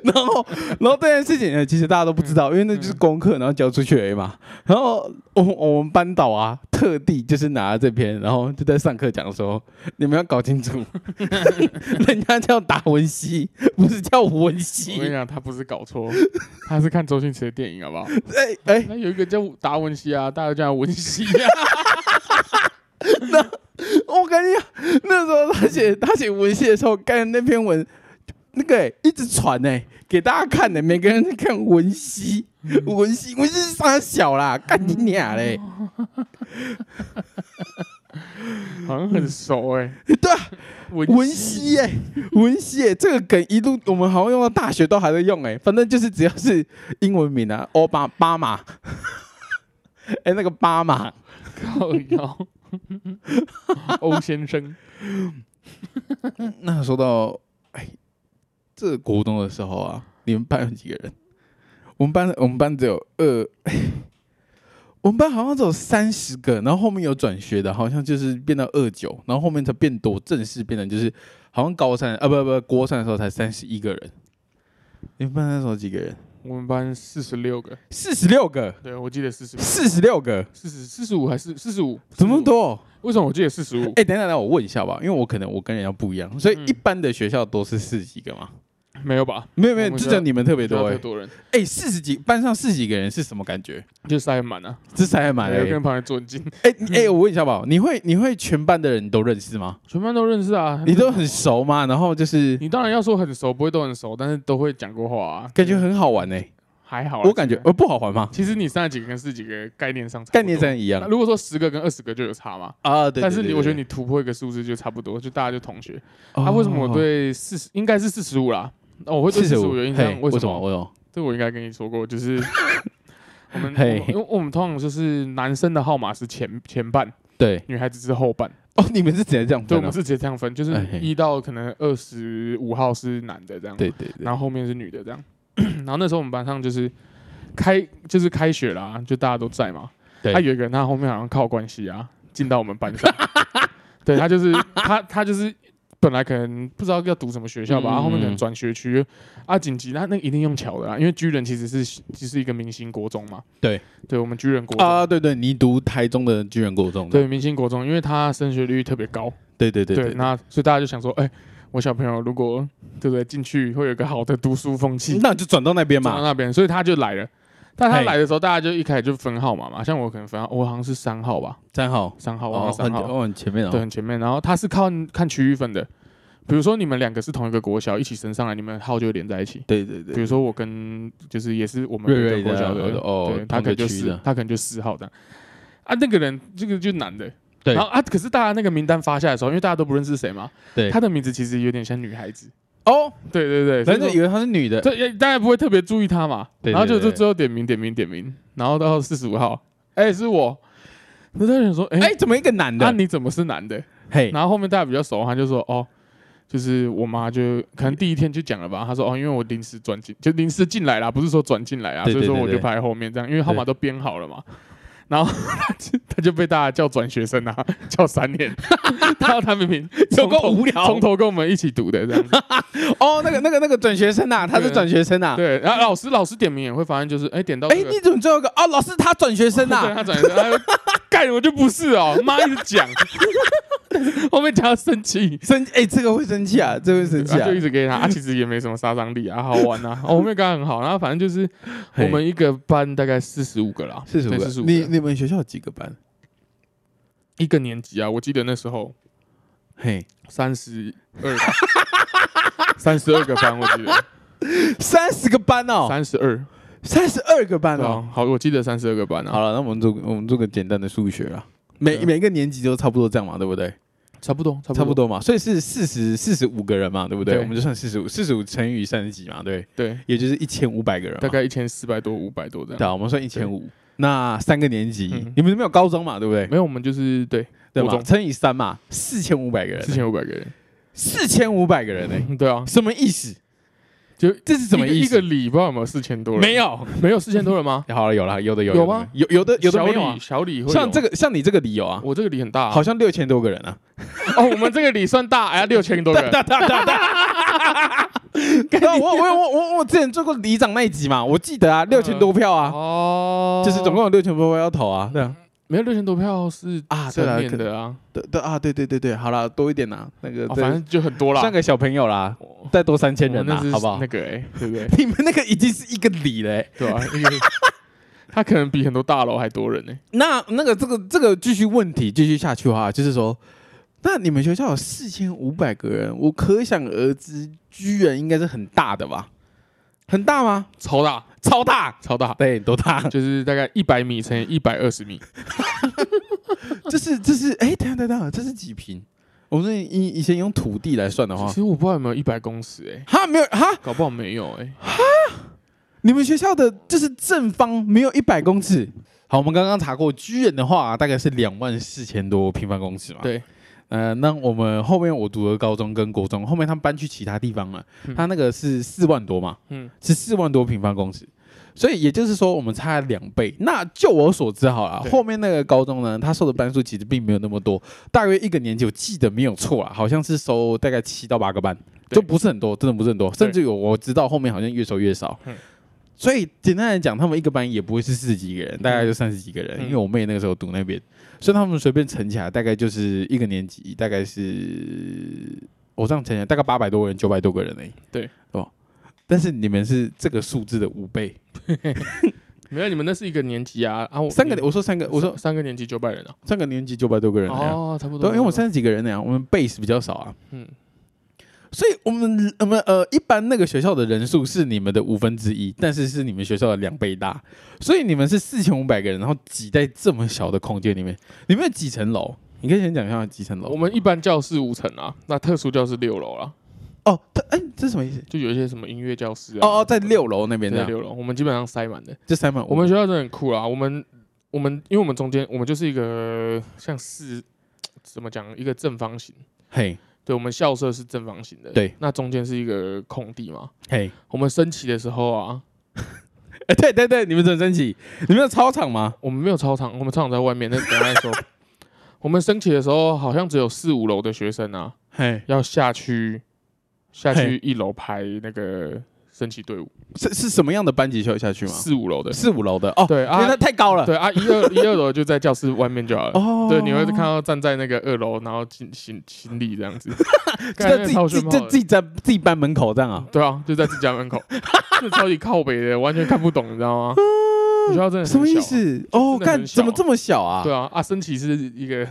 [SPEAKER 1] 然后然后这件事情呢，呃其实大家都不知道，
[SPEAKER 2] 嗯
[SPEAKER 1] 因为那就是功课，然后交出去而已嘛。然后我我们班导啊，特地就是拿了这篇，然后就在上课讲说，你们要搞清楚， 人家叫达文西，不是叫文
[SPEAKER 2] 我跟你
[SPEAKER 1] 熙。
[SPEAKER 2] 讲，他不是 搞错，他是看周星驰的电影，好不好？
[SPEAKER 1] 哎哎，
[SPEAKER 2] 那有一个叫达文西啊，大家叫他文西 啊。
[SPEAKER 1] 我跟你讲，那时候他写他写文戏的时候，干那篇文，那个、欸、一直传呢、欸，给大家看呢、每个人在看文熙，文熙，文熙是傻小啦，干你俩嘞！
[SPEAKER 2] 好像很熟哎、
[SPEAKER 1] 对啊，
[SPEAKER 2] 文
[SPEAKER 1] 文
[SPEAKER 2] 熙
[SPEAKER 1] 熙哎、文熙哎、这个梗一路我们好像用到大学都还在用哎、反正就是只要是英文名啊，欧巴巴马， 哎、那个巴马，
[SPEAKER 2] 靠腰， 欧先生，
[SPEAKER 1] 那说到，哎，这国中的时候啊，你们班有几个人？我们班我们班只有二，我们班好像只有三十个，然后后面有转学的，好像就是变到二九，然后后面才变多，正式变成就是好像高三啊不不国三的时候才三十一个人。你们班那时候几个人？
[SPEAKER 2] 我们班四十六个，
[SPEAKER 1] 四十六个，
[SPEAKER 2] 对我记得四十
[SPEAKER 1] 四十六个，
[SPEAKER 2] 四十四十五还是四十五？
[SPEAKER 1] 怎么
[SPEAKER 2] 45？
[SPEAKER 1] 多？
[SPEAKER 2] 为什么我记得四十五？
[SPEAKER 1] 哎、等一下，等一下，我问一下吧，因为我可能我跟人家不一样，所以一般的学校都是四十几个嘛。
[SPEAKER 2] 没有吧？
[SPEAKER 1] 没有没有，
[SPEAKER 2] 我们
[SPEAKER 1] 就
[SPEAKER 2] 学校
[SPEAKER 1] 只有你们特别
[SPEAKER 2] 比
[SPEAKER 1] 多、
[SPEAKER 2] 较
[SPEAKER 1] 哎。
[SPEAKER 2] 多人，
[SPEAKER 1] 哎、四十几班上四十几个人是什么感觉？
[SPEAKER 2] 就塞满了，
[SPEAKER 1] 这才还蛮
[SPEAKER 2] 每个
[SPEAKER 1] 哎
[SPEAKER 2] 跟旁边坐很近，
[SPEAKER 1] 哎你
[SPEAKER 2] 嗯
[SPEAKER 1] 哎，我问一下吧，你会你会全班的人都认识吗？
[SPEAKER 2] 全班都认识啊。
[SPEAKER 1] 你都很熟吗？然后就是
[SPEAKER 2] 你当然要说很熟，不会都很熟，但是都会讲过话啊，
[SPEAKER 1] 感觉很好玩哎、
[SPEAKER 2] 还好啊。
[SPEAKER 1] 我感觉
[SPEAKER 2] 这个
[SPEAKER 1] 呃不好玩吗？
[SPEAKER 2] 其实你三十几个跟四十几个概念上差不多
[SPEAKER 1] 概念上一
[SPEAKER 2] 那
[SPEAKER 1] 样
[SPEAKER 2] 如果说十个跟二十个就有差嘛，
[SPEAKER 1] 啊，对。
[SPEAKER 2] 但是
[SPEAKER 1] 对
[SPEAKER 2] 你
[SPEAKER 1] 对
[SPEAKER 2] 我觉得
[SPEAKER 1] 对
[SPEAKER 2] 你突破一个数字就差不多，就大家就同学。
[SPEAKER 1] 哦
[SPEAKER 2] 啊，为什么我对四十应该是四十五啦？哦，我会对四十五有印象
[SPEAKER 1] 嘿，
[SPEAKER 2] 为
[SPEAKER 1] 为
[SPEAKER 2] 什
[SPEAKER 1] 么？
[SPEAKER 2] 么？
[SPEAKER 1] 我有
[SPEAKER 2] 这我应该跟你说过，就是 我们我
[SPEAKER 1] 嘿
[SPEAKER 2] 们因为我们通常就是男生的号码是前前半，
[SPEAKER 1] 对
[SPEAKER 2] 女孩子是后半，
[SPEAKER 1] 哦，你们是怎样这样
[SPEAKER 2] 对，
[SPEAKER 1] 分
[SPEAKER 2] 我
[SPEAKER 1] 的
[SPEAKER 2] 们？是直接这样分，就是
[SPEAKER 1] 哎嘿
[SPEAKER 2] 一到可能二十五号是男的这样，
[SPEAKER 1] 对对对，
[SPEAKER 2] 然后后面是女的这样。 然后那时候我们班上就是开就是开学啦，就大家都在嘛。
[SPEAKER 1] 对
[SPEAKER 2] 他有一个人，他后面好像靠关系啊进到我们班上。 对他就是他他就是本来可能不知道要读什么学校吧，
[SPEAKER 1] 嗯
[SPEAKER 2] 他后面可能转学区啊，紧急那那一定用巧的啦，因为居人其实是其实一个明星国中嘛。
[SPEAKER 1] 对，
[SPEAKER 2] 对我们居人国中。
[SPEAKER 1] 啊，对对，你读台中的居然国中的，
[SPEAKER 2] 对明星国中，因为他升学率特别高，
[SPEAKER 1] 对对对
[SPEAKER 2] 对，
[SPEAKER 1] 对，
[SPEAKER 2] 那所以大家就想说，哎、我小朋友如果对不对进去会有一个好的读书风气，
[SPEAKER 1] 那就转到那边
[SPEAKER 2] 转到
[SPEAKER 1] 嘛，
[SPEAKER 2] 那边，所以他就来了。但他
[SPEAKER 1] 嘿
[SPEAKER 2] 来的时候，大家就一开始就分号码嘛，像我可能分号，我好像是三号吧，
[SPEAKER 1] 三号
[SPEAKER 2] 三号，我好
[SPEAKER 1] 哦，
[SPEAKER 2] 像三
[SPEAKER 1] 很
[SPEAKER 2] 号，
[SPEAKER 1] 哦很前面哦，
[SPEAKER 2] 对，很前面。然后他是看看区域分的，比如说你们两个是同一个国小一起升上来，你们号就会连在一起。
[SPEAKER 1] 对对
[SPEAKER 2] 比
[SPEAKER 1] 对，
[SPEAKER 2] 如说我跟就是也是我们
[SPEAKER 1] 瑞瑞的
[SPEAKER 2] 隔个国小
[SPEAKER 1] 哦
[SPEAKER 2] 的，
[SPEAKER 1] 哦
[SPEAKER 2] 对，，他可
[SPEAKER 1] 同
[SPEAKER 2] 能
[SPEAKER 1] 一
[SPEAKER 2] 就
[SPEAKER 1] 个区
[SPEAKER 2] 是
[SPEAKER 1] 的，
[SPEAKER 2] 他可能就四号这样。啊，那个人这个就男的，
[SPEAKER 1] 对
[SPEAKER 2] 然后啊，可是大家那个名单发下来的时候，因为大家都不认识谁嘛，
[SPEAKER 1] 对
[SPEAKER 2] 他的名字其实有点像女孩子，
[SPEAKER 1] 哦，
[SPEAKER 2] 对对对，所以
[SPEAKER 1] 人
[SPEAKER 2] 说
[SPEAKER 1] 家以为她是女的，
[SPEAKER 2] 这哎也大家不会特别注意他嘛，
[SPEAKER 1] 对
[SPEAKER 2] 然后就
[SPEAKER 1] 对对
[SPEAKER 2] 就最后点名点名点名，然后到四十五号，哎、是我，那他想说，哎、
[SPEAKER 1] 哎、怎么一个男
[SPEAKER 2] 那、
[SPEAKER 1] 的？
[SPEAKER 2] 你怎么是男的？
[SPEAKER 1] 嘿、
[SPEAKER 2] 然后后面大家比较熟，他就说，哦，就是我妈就可能第一天就讲了吧，他说，哦，因为我临时转进，就临时进来啦，不是说转进来啊，
[SPEAKER 1] 对对
[SPEAKER 2] 所以
[SPEAKER 1] 对
[SPEAKER 2] 说我就
[SPEAKER 1] 对
[SPEAKER 2] 排后面这样，因为号码都编好了嘛。然后 他就他就被大家叫转学生啊， 叫三 年，然后他明明
[SPEAKER 1] 有够
[SPEAKER 2] 从头
[SPEAKER 1] 无聊
[SPEAKER 2] 从头跟我们一起读的这样子。
[SPEAKER 1] 哦，那个那个那个转学生呐、啊，他是转学生呐、啊。
[SPEAKER 2] 对，然后老师老师点名也会发现，就是哎、点到、
[SPEAKER 1] 哎、
[SPEAKER 2] 这个
[SPEAKER 1] 你怎么最后一个？哦，老师他转学生呐、
[SPEAKER 2] 对
[SPEAKER 1] 啊。
[SPEAKER 2] 他转学生，他就干我就不是哦，妈一直讲， 后面讲他生气，
[SPEAKER 1] 生哎、这个会生气啊，这个会生气
[SPEAKER 2] 他
[SPEAKER 1] 啊
[SPEAKER 2] 就。一直给他，啊，其实也没什么杀伤力啊，好玩 啊，哦，后面刚刚很好，然后反正就是我们一个班大概四十五个啦，
[SPEAKER 1] 四十五
[SPEAKER 2] 对
[SPEAKER 1] 个，
[SPEAKER 2] 45
[SPEAKER 1] 你
[SPEAKER 2] 个
[SPEAKER 1] 你们学校有几个班？
[SPEAKER 2] 一个年级啊，我记得那时候
[SPEAKER 1] 嘿，
[SPEAKER 2] 三十二吧，三十二个班，我记得
[SPEAKER 1] 三十个班哦，
[SPEAKER 2] 三十二，
[SPEAKER 1] 三十二个班
[SPEAKER 2] 对啊
[SPEAKER 1] 哦。
[SPEAKER 2] 好，我记得三十二个班
[SPEAKER 1] 好
[SPEAKER 2] 啊，
[SPEAKER 1] 了，那我们做我们做个简单的数学啦。每
[SPEAKER 2] 对啊
[SPEAKER 1] 每个年级都差不多这样嘛，对不对？
[SPEAKER 2] 差不多，差
[SPEAKER 1] 差不
[SPEAKER 2] 不多，
[SPEAKER 1] 多嘛，所以是四十四十五个人嘛，对不对？
[SPEAKER 2] 对
[SPEAKER 1] 我们就算四十五，四十五乘以三十几嘛，对，
[SPEAKER 2] 对，
[SPEAKER 1] 也就是一千五百个人嘛，
[SPEAKER 2] 大概一千四百多、五百多这
[SPEAKER 1] 对
[SPEAKER 2] 样。
[SPEAKER 1] 啊，我们算一千五。那三个年级
[SPEAKER 2] 嗯，
[SPEAKER 1] 你们没有高中嘛，对不对？
[SPEAKER 2] 没有，我们就是对
[SPEAKER 1] 对
[SPEAKER 2] 国
[SPEAKER 1] 吗？
[SPEAKER 2] 中
[SPEAKER 1] 乘以三嘛，四千五百个
[SPEAKER 2] 四
[SPEAKER 1] 人，
[SPEAKER 2] 千五百个人，
[SPEAKER 1] 四千五百个人呢，
[SPEAKER 2] 嗯对啊，
[SPEAKER 1] 什么意思？
[SPEAKER 2] 就
[SPEAKER 1] 这是什么意
[SPEAKER 2] 一个
[SPEAKER 1] 思？
[SPEAKER 2] 一个礼不知道有没有四千多人？
[SPEAKER 1] 没有，
[SPEAKER 2] 没有四千多人吗？
[SPEAKER 1] 好了，有了，有的有
[SPEAKER 2] 有
[SPEAKER 1] 的
[SPEAKER 2] 吗？
[SPEAKER 1] 有有 的有的没有
[SPEAKER 2] 小
[SPEAKER 1] 啊
[SPEAKER 2] 李，。小李会
[SPEAKER 1] 像这
[SPEAKER 2] 个，
[SPEAKER 1] 个像你这个理由啊，
[SPEAKER 2] 我这个李很大啊，
[SPEAKER 1] 好像六千多个人啊，
[SPEAKER 2] 哦，我们这个李算大， 哎呀，六千多
[SPEAKER 1] 大
[SPEAKER 2] 人，
[SPEAKER 1] 大大大大。 那啊我我我我我之前做过里长那一集嘛，我记得啊，六千多票啊，
[SPEAKER 2] 嗯哦，嗯
[SPEAKER 1] 就是总共有六千多票要投啊，对啊，
[SPEAKER 2] 没有六千多票是
[SPEAKER 1] 啊对
[SPEAKER 2] 正
[SPEAKER 1] 啦
[SPEAKER 2] 面
[SPEAKER 1] 可
[SPEAKER 2] 的啊，
[SPEAKER 1] 对对啊，对对对对，好啦，多一点啦，那个
[SPEAKER 2] 哦
[SPEAKER 1] 对啊
[SPEAKER 2] 反正就很多啦。
[SPEAKER 1] 算个小朋友啦，
[SPEAKER 2] 我
[SPEAKER 1] 再多三千
[SPEAKER 2] 我
[SPEAKER 1] 人
[SPEAKER 2] 那
[SPEAKER 1] 啦
[SPEAKER 2] 是，
[SPEAKER 1] 好不好
[SPEAKER 2] 那？个哎，对不对？
[SPEAKER 1] 你们那个已经是一个欸里嘞、
[SPEAKER 2] 对啊，因为他可能比很多大楼还多人呢。
[SPEAKER 1] 那那个这个这个继续问题继续下去的话，就是说，那你们学校有四千五百个人，我可想而知，居然应该是很大的吧？很大吗？
[SPEAKER 2] 超大，
[SPEAKER 1] 超大，
[SPEAKER 2] 超大，
[SPEAKER 1] 对，多大？
[SPEAKER 2] 就是大概一百米乘以一百二十米，
[SPEAKER 1] 这是这是哎，等一下等一下，这是几平？我们是以以前用土地来算的话
[SPEAKER 2] 其，实我不知道有没有一百公尺哎，
[SPEAKER 1] 哈没有哈，
[SPEAKER 2] 搞不好没有哎。
[SPEAKER 1] 你们学校的就是正方没有一百公尺。好，我们刚刚查过，居然的话大概是两万四千多平方公尺嘛。
[SPEAKER 2] 对，
[SPEAKER 1] 呃，那我们后面我读的高中跟国中，后面他们搬去其他地方了，
[SPEAKER 2] 嗯
[SPEAKER 1] 他那个是四万多嘛，
[SPEAKER 2] 嗯，
[SPEAKER 1] 是四万多平方公尺，所以也就是说我们差了两倍。那就我所知好了，
[SPEAKER 2] 对
[SPEAKER 1] 后面那个高中呢，他收的班数其实并没有那么多，大约一个年级我记得没有错啊，好像是收大概七到八个班，
[SPEAKER 2] 对
[SPEAKER 1] 就不是很多，真的不是很多，甚
[SPEAKER 2] 对
[SPEAKER 1] 至有我知道后面好像越收越少
[SPEAKER 2] 嗯。
[SPEAKER 1] 所以简单来讲，他们一个班也不会是四十几个人，大概就三十几个人。
[SPEAKER 2] 嗯
[SPEAKER 1] 因为我妹那个时候读那边，所以他们随便乘起来，大概就是一个年级，大概是我这样乘起来，大概八百多个人，九百多个人而已。
[SPEAKER 2] 对，
[SPEAKER 1] 哦。但是你们是这个数字的五倍，
[SPEAKER 2] 没有，你们那是一个年级啊啊，我
[SPEAKER 1] 三个
[SPEAKER 2] 你
[SPEAKER 1] 我说三个，我说
[SPEAKER 2] 三三个年级九百人啊，
[SPEAKER 1] 三个年级九百多个人、啊，
[SPEAKER 2] 哦，差不
[SPEAKER 1] 对，
[SPEAKER 2] 多，
[SPEAKER 1] 因为我们
[SPEAKER 2] 差
[SPEAKER 1] 三十几个人那样，我们 base 比较少啊，
[SPEAKER 2] 不多嗯，
[SPEAKER 1] 所以我们我们呃，一般那个学校的人数是你们的五分之一，但是是你们学校的两倍大，所以你们是四千五百个人，然后挤在这么小的空间里面，你们有几层楼？你可以先讲一下几层
[SPEAKER 2] 我
[SPEAKER 1] 楼
[SPEAKER 2] 们一般教室五层啊，那特殊教室六楼啦，
[SPEAKER 1] 哦，它哎、这是什么意思？
[SPEAKER 2] 就有一些什么音乐教室啊，
[SPEAKER 1] 哦哦，在六楼哦那边
[SPEAKER 2] 在
[SPEAKER 1] 的，
[SPEAKER 2] 六楼，我们基本上塞满的。
[SPEAKER 1] 就塞满
[SPEAKER 2] 我们学校真的很酷啊！我们我们因为我们中间我们就是一个像是怎么讲一个正方形，
[SPEAKER 1] 嘿
[SPEAKER 2] 对我们校舍是正方形的，
[SPEAKER 1] 对，
[SPEAKER 2] 那中间是一个空地嘛。
[SPEAKER 1] 嘿，
[SPEAKER 2] 我们升旗的时候啊，
[SPEAKER 1] 哎、对对对，你们怎么升旗？你们有操场吗？
[SPEAKER 2] 我们没有操场，我们操场在外面。那等一下再 说，我们升旗的时候好像只有四五楼的学生啊，
[SPEAKER 1] 嘿，
[SPEAKER 2] 要下去下去
[SPEAKER 1] 嘿
[SPEAKER 2] 一楼排那个升旗队伍，
[SPEAKER 1] 是是什么样的班级需要下去吗？
[SPEAKER 2] 四五楼的。
[SPEAKER 1] 四五楼的哦，
[SPEAKER 2] 对
[SPEAKER 1] 因为
[SPEAKER 2] 啊
[SPEAKER 1] 它，太高了。
[SPEAKER 2] 对啊，一二一二楼就在教室外面就好了。
[SPEAKER 1] 哦
[SPEAKER 2] 对，你会看到站在那个二楼，然后行行行礼这样 子，干
[SPEAKER 1] 在
[SPEAKER 2] 那
[SPEAKER 1] 自
[SPEAKER 2] 超
[SPEAKER 1] 己
[SPEAKER 2] 炫
[SPEAKER 1] 自
[SPEAKER 2] 炮
[SPEAKER 1] 己在
[SPEAKER 2] 的
[SPEAKER 1] 自己在自己班门口这样啊？
[SPEAKER 2] 对啊，就在自己家门 口，就超级靠北的，完全看不懂，你知道吗？我学校真的很
[SPEAKER 1] 什么意
[SPEAKER 2] 小啊？
[SPEAKER 1] 思？哦，
[SPEAKER 2] 真的很
[SPEAKER 1] 干
[SPEAKER 2] 小
[SPEAKER 1] 怎么这么小啊？
[SPEAKER 2] 对啊，啊，升旗是一个，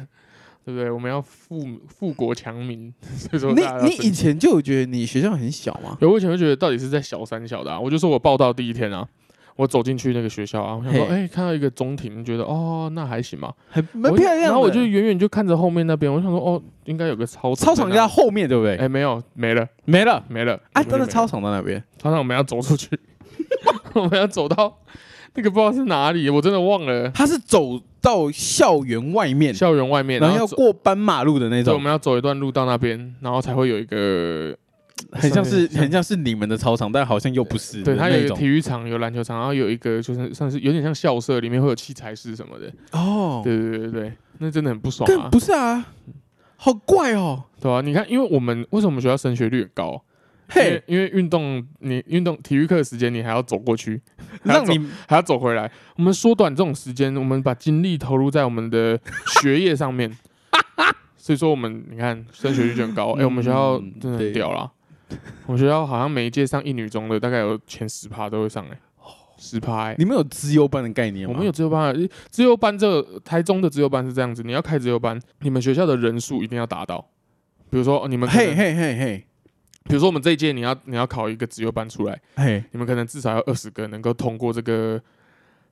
[SPEAKER 2] 对不对？我们要富富国强民，所以说大家要
[SPEAKER 1] 你你
[SPEAKER 2] 升旗
[SPEAKER 1] 以前就有觉得你学校很小吗？
[SPEAKER 2] 有我以前会觉得到底是在小三小的啊，我就说我报到第一天啊。我走进去那个学校啊，我想说，
[SPEAKER 1] 嘿
[SPEAKER 2] 哎、看到一个中庭，觉得哦，那还行吧。
[SPEAKER 1] 很蛮
[SPEAKER 2] 我
[SPEAKER 1] 漂亮的。
[SPEAKER 2] 然后我就远远就看着后面那边，我想说，哦，应该有个操
[SPEAKER 1] 操
[SPEAKER 2] 场。
[SPEAKER 1] 场在，后面，对不对？
[SPEAKER 2] 哎、没有，没了，
[SPEAKER 1] 没了。
[SPEAKER 2] 没了。
[SPEAKER 1] 啊，
[SPEAKER 2] 我们
[SPEAKER 1] 真
[SPEAKER 2] 就
[SPEAKER 1] 的
[SPEAKER 2] 没了
[SPEAKER 1] 操场在那边。
[SPEAKER 2] 常常我们要走出去， 我们要走到那个不知道是哪里，我真的忘了
[SPEAKER 1] 他是走到校园外面，
[SPEAKER 2] 校园外面，
[SPEAKER 1] 然后要
[SPEAKER 2] 走，
[SPEAKER 1] 过斑马路的那
[SPEAKER 2] 对，我
[SPEAKER 1] 种，
[SPEAKER 2] 们要走一段路到那边，然后才会有一个，
[SPEAKER 1] 很像是
[SPEAKER 2] 像
[SPEAKER 1] 很像是你们的操场，但好像又不是的
[SPEAKER 2] 对，它有
[SPEAKER 1] 那
[SPEAKER 2] 一个
[SPEAKER 1] 种
[SPEAKER 2] 体育场，有篮球场，然后有一个就是算是有点像校舍，里面会有器材室什么的，
[SPEAKER 1] 哦。
[SPEAKER 2] 对对对对对，那真的很不爽
[SPEAKER 1] 但
[SPEAKER 2] 啊，
[SPEAKER 1] 不是啊，好怪哦。
[SPEAKER 2] 对啊，你看，因为我们为什么我们学校升学率很高？因
[SPEAKER 1] 嘿
[SPEAKER 2] 为，因为运动，你运动体育课的时间，你还要走过去，还要
[SPEAKER 1] 让
[SPEAKER 2] 走
[SPEAKER 1] 你
[SPEAKER 2] 还要走回来。我们缩短这种时间，我们把精力投入在我们的学业 上面。所以说，我们你看升学率就很高。哎、我们学校
[SPEAKER 1] 嗯
[SPEAKER 2] 真的
[SPEAKER 1] 对
[SPEAKER 2] 很屌啦！我们学校好像每一届上一女中的，大概有前十趴都会上哎、十趴、欸。
[SPEAKER 1] 你们有资优班的概念吗？
[SPEAKER 2] 我们有自由班啊，自由班这个台中的自由班是这样子，你要开自由班，你们学校的人数一定要达到。比如说，哦你们可能
[SPEAKER 1] 嘿嘿嘿嘿，
[SPEAKER 2] 比比如说我们这一届你要你要考一个自由班出来，
[SPEAKER 1] 嘿，
[SPEAKER 2] 你们可能至少要二十个能够通过这个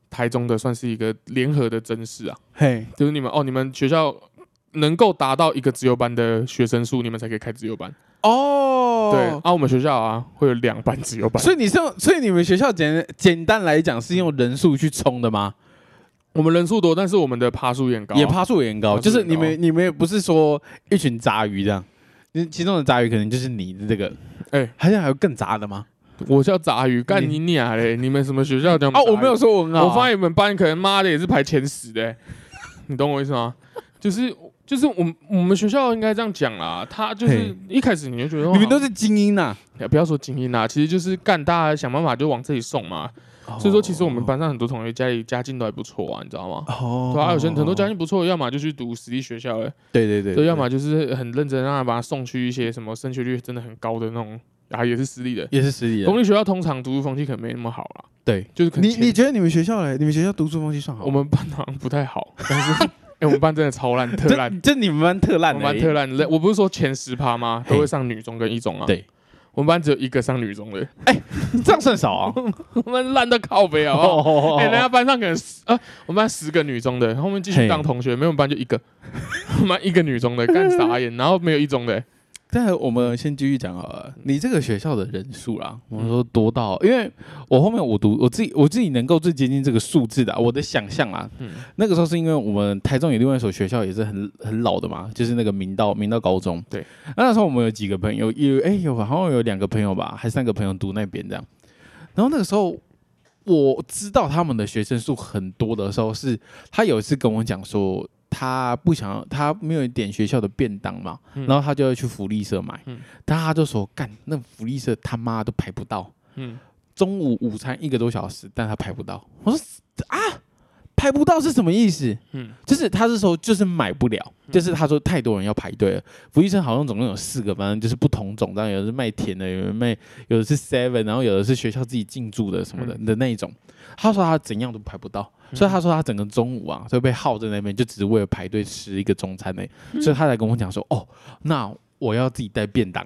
[SPEAKER 2] 台中的算是一个联合的甄试啊，
[SPEAKER 1] 嘿，
[SPEAKER 2] 就是你们哦，你们学校能够达到一个自由班的学生数，你们才可以开自由班。
[SPEAKER 1] 哦
[SPEAKER 2] 对，啊，我们学校啊会有两班自由班，
[SPEAKER 1] 所以你是用，所以你们学校简简单来讲是用人数去冲的吗？
[SPEAKER 2] 我们人数多，但是我们的爬数也很高啊、
[SPEAKER 1] 也趴数也很高，
[SPEAKER 2] 趴数
[SPEAKER 1] 就是
[SPEAKER 2] 也
[SPEAKER 1] 你
[SPEAKER 2] 高啊
[SPEAKER 1] 们你们也不是说一群杂鱼这样，你其中的杂鱼可能就是你的这个，
[SPEAKER 2] 哎
[SPEAKER 1] 好像还有更杂的吗？
[SPEAKER 2] 我叫杂鱼，干你娘嘞！你们什么学校讲？
[SPEAKER 1] 哦，我没有，说我很好啊，
[SPEAKER 2] 我发现你们班可能妈的也是排前十的欸、 你懂我意思吗？就是就是我们我们学校应该这样讲啦，他就是
[SPEAKER 1] 嘿
[SPEAKER 2] 一开始你就觉得
[SPEAKER 1] 你们都
[SPEAKER 2] 是
[SPEAKER 1] 是精英啊呐、
[SPEAKER 2] 不要说精英啦，其实就是干大家想办法就往这里送嘛。哦
[SPEAKER 1] 哦
[SPEAKER 2] 所以说，其实我们班上很多同学家里家境都还不错啊，你知道吗？
[SPEAKER 1] 哦，
[SPEAKER 2] 对啊，有些人很多家境不错，要么就去读私立学校了，
[SPEAKER 1] 对对对，
[SPEAKER 2] 对，要么就是很认真，让他把他送去一些什么升学率真的很高的那种，啊，也是私立的。
[SPEAKER 1] 也是实力的
[SPEAKER 2] 公。立学校通常读书风气可能没那么好啦，
[SPEAKER 1] 对，
[SPEAKER 2] 就是可能
[SPEAKER 1] 你
[SPEAKER 2] 前
[SPEAKER 1] 你觉得你们学校嘞？你们学校读书风气算好吗？
[SPEAKER 2] 我们班好像不太好，但 是哎、我们班真的超烂，特烂，
[SPEAKER 1] 这这你们班特
[SPEAKER 2] 我
[SPEAKER 1] 烂
[SPEAKER 2] 们
[SPEAKER 1] 欸，
[SPEAKER 2] 班特烂。我不是说前十趴吗？
[SPEAKER 1] 嘿
[SPEAKER 2] 都会上女中跟一中啊。
[SPEAKER 1] 对，
[SPEAKER 2] 我们班只有一个上女中的，
[SPEAKER 1] 这样算少啊？
[SPEAKER 2] 我们烂到靠北好不好？
[SPEAKER 1] 哦
[SPEAKER 2] 哎、人家班上可能十呃，我们班十个女中的，后面继续
[SPEAKER 1] 嘿
[SPEAKER 2] 当同学，没有我们班就一个， 我们班一个女中 的干傻眼，然后没有一中的、
[SPEAKER 1] 但我们先继续讲好了，你这个学校的人数啦，我们说多到，因为我后面我读我自己我自己能够最接近这个数字的啊，我的想象啦，
[SPEAKER 2] 嗯
[SPEAKER 1] 那个时候是因为我们台中有另外一所学校也是很很老的嘛，就是那个明道明道高中，
[SPEAKER 2] 对，
[SPEAKER 1] 那时候我们有几个朋友，有哎、有好像有两个朋友吧，还三个朋友读那边这样，然后那个时候。我知道他们的学生数很多的时候是，他有一次跟我讲说，他不想要，他没有点学校的便当嘛，
[SPEAKER 2] 嗯
[SPEAKER 1] 然后他就要去福利社买，
[SPEAKER 2] 嗯
[SPEAKER 1] 但他就说干，那福利社他妈都排不到，
[SPEAKER 2] 嗯，
[SPEAKER 1] 中午午餐一个多小时，但他排不到。我说啊，排不到是什么意思？
[SPEAKER 2] 嗯
[SPEAKER 1] 就是他是说就是买不了，
[SPEAKER 2] 嗯
[SPEAKER 1] 就是他说太多人要排队了。福利社好像总共有四个，反正就是不同种，当然有的是卖甜的，有的卖有的是 seven，然后有的是学校自己进驻的什么的、
[SPEAKER 2] 嗯
[SPEAKER 1] 的那一种。他说他怎样都排不到，所以他说他整个中午啊，就被耗在那边，就只是为了排队吃一个中餐呢、
[SPEAKER 2] 嗯
[SPEAKER 1] 所以他才跟我讲说，哦，那我要自己带便当。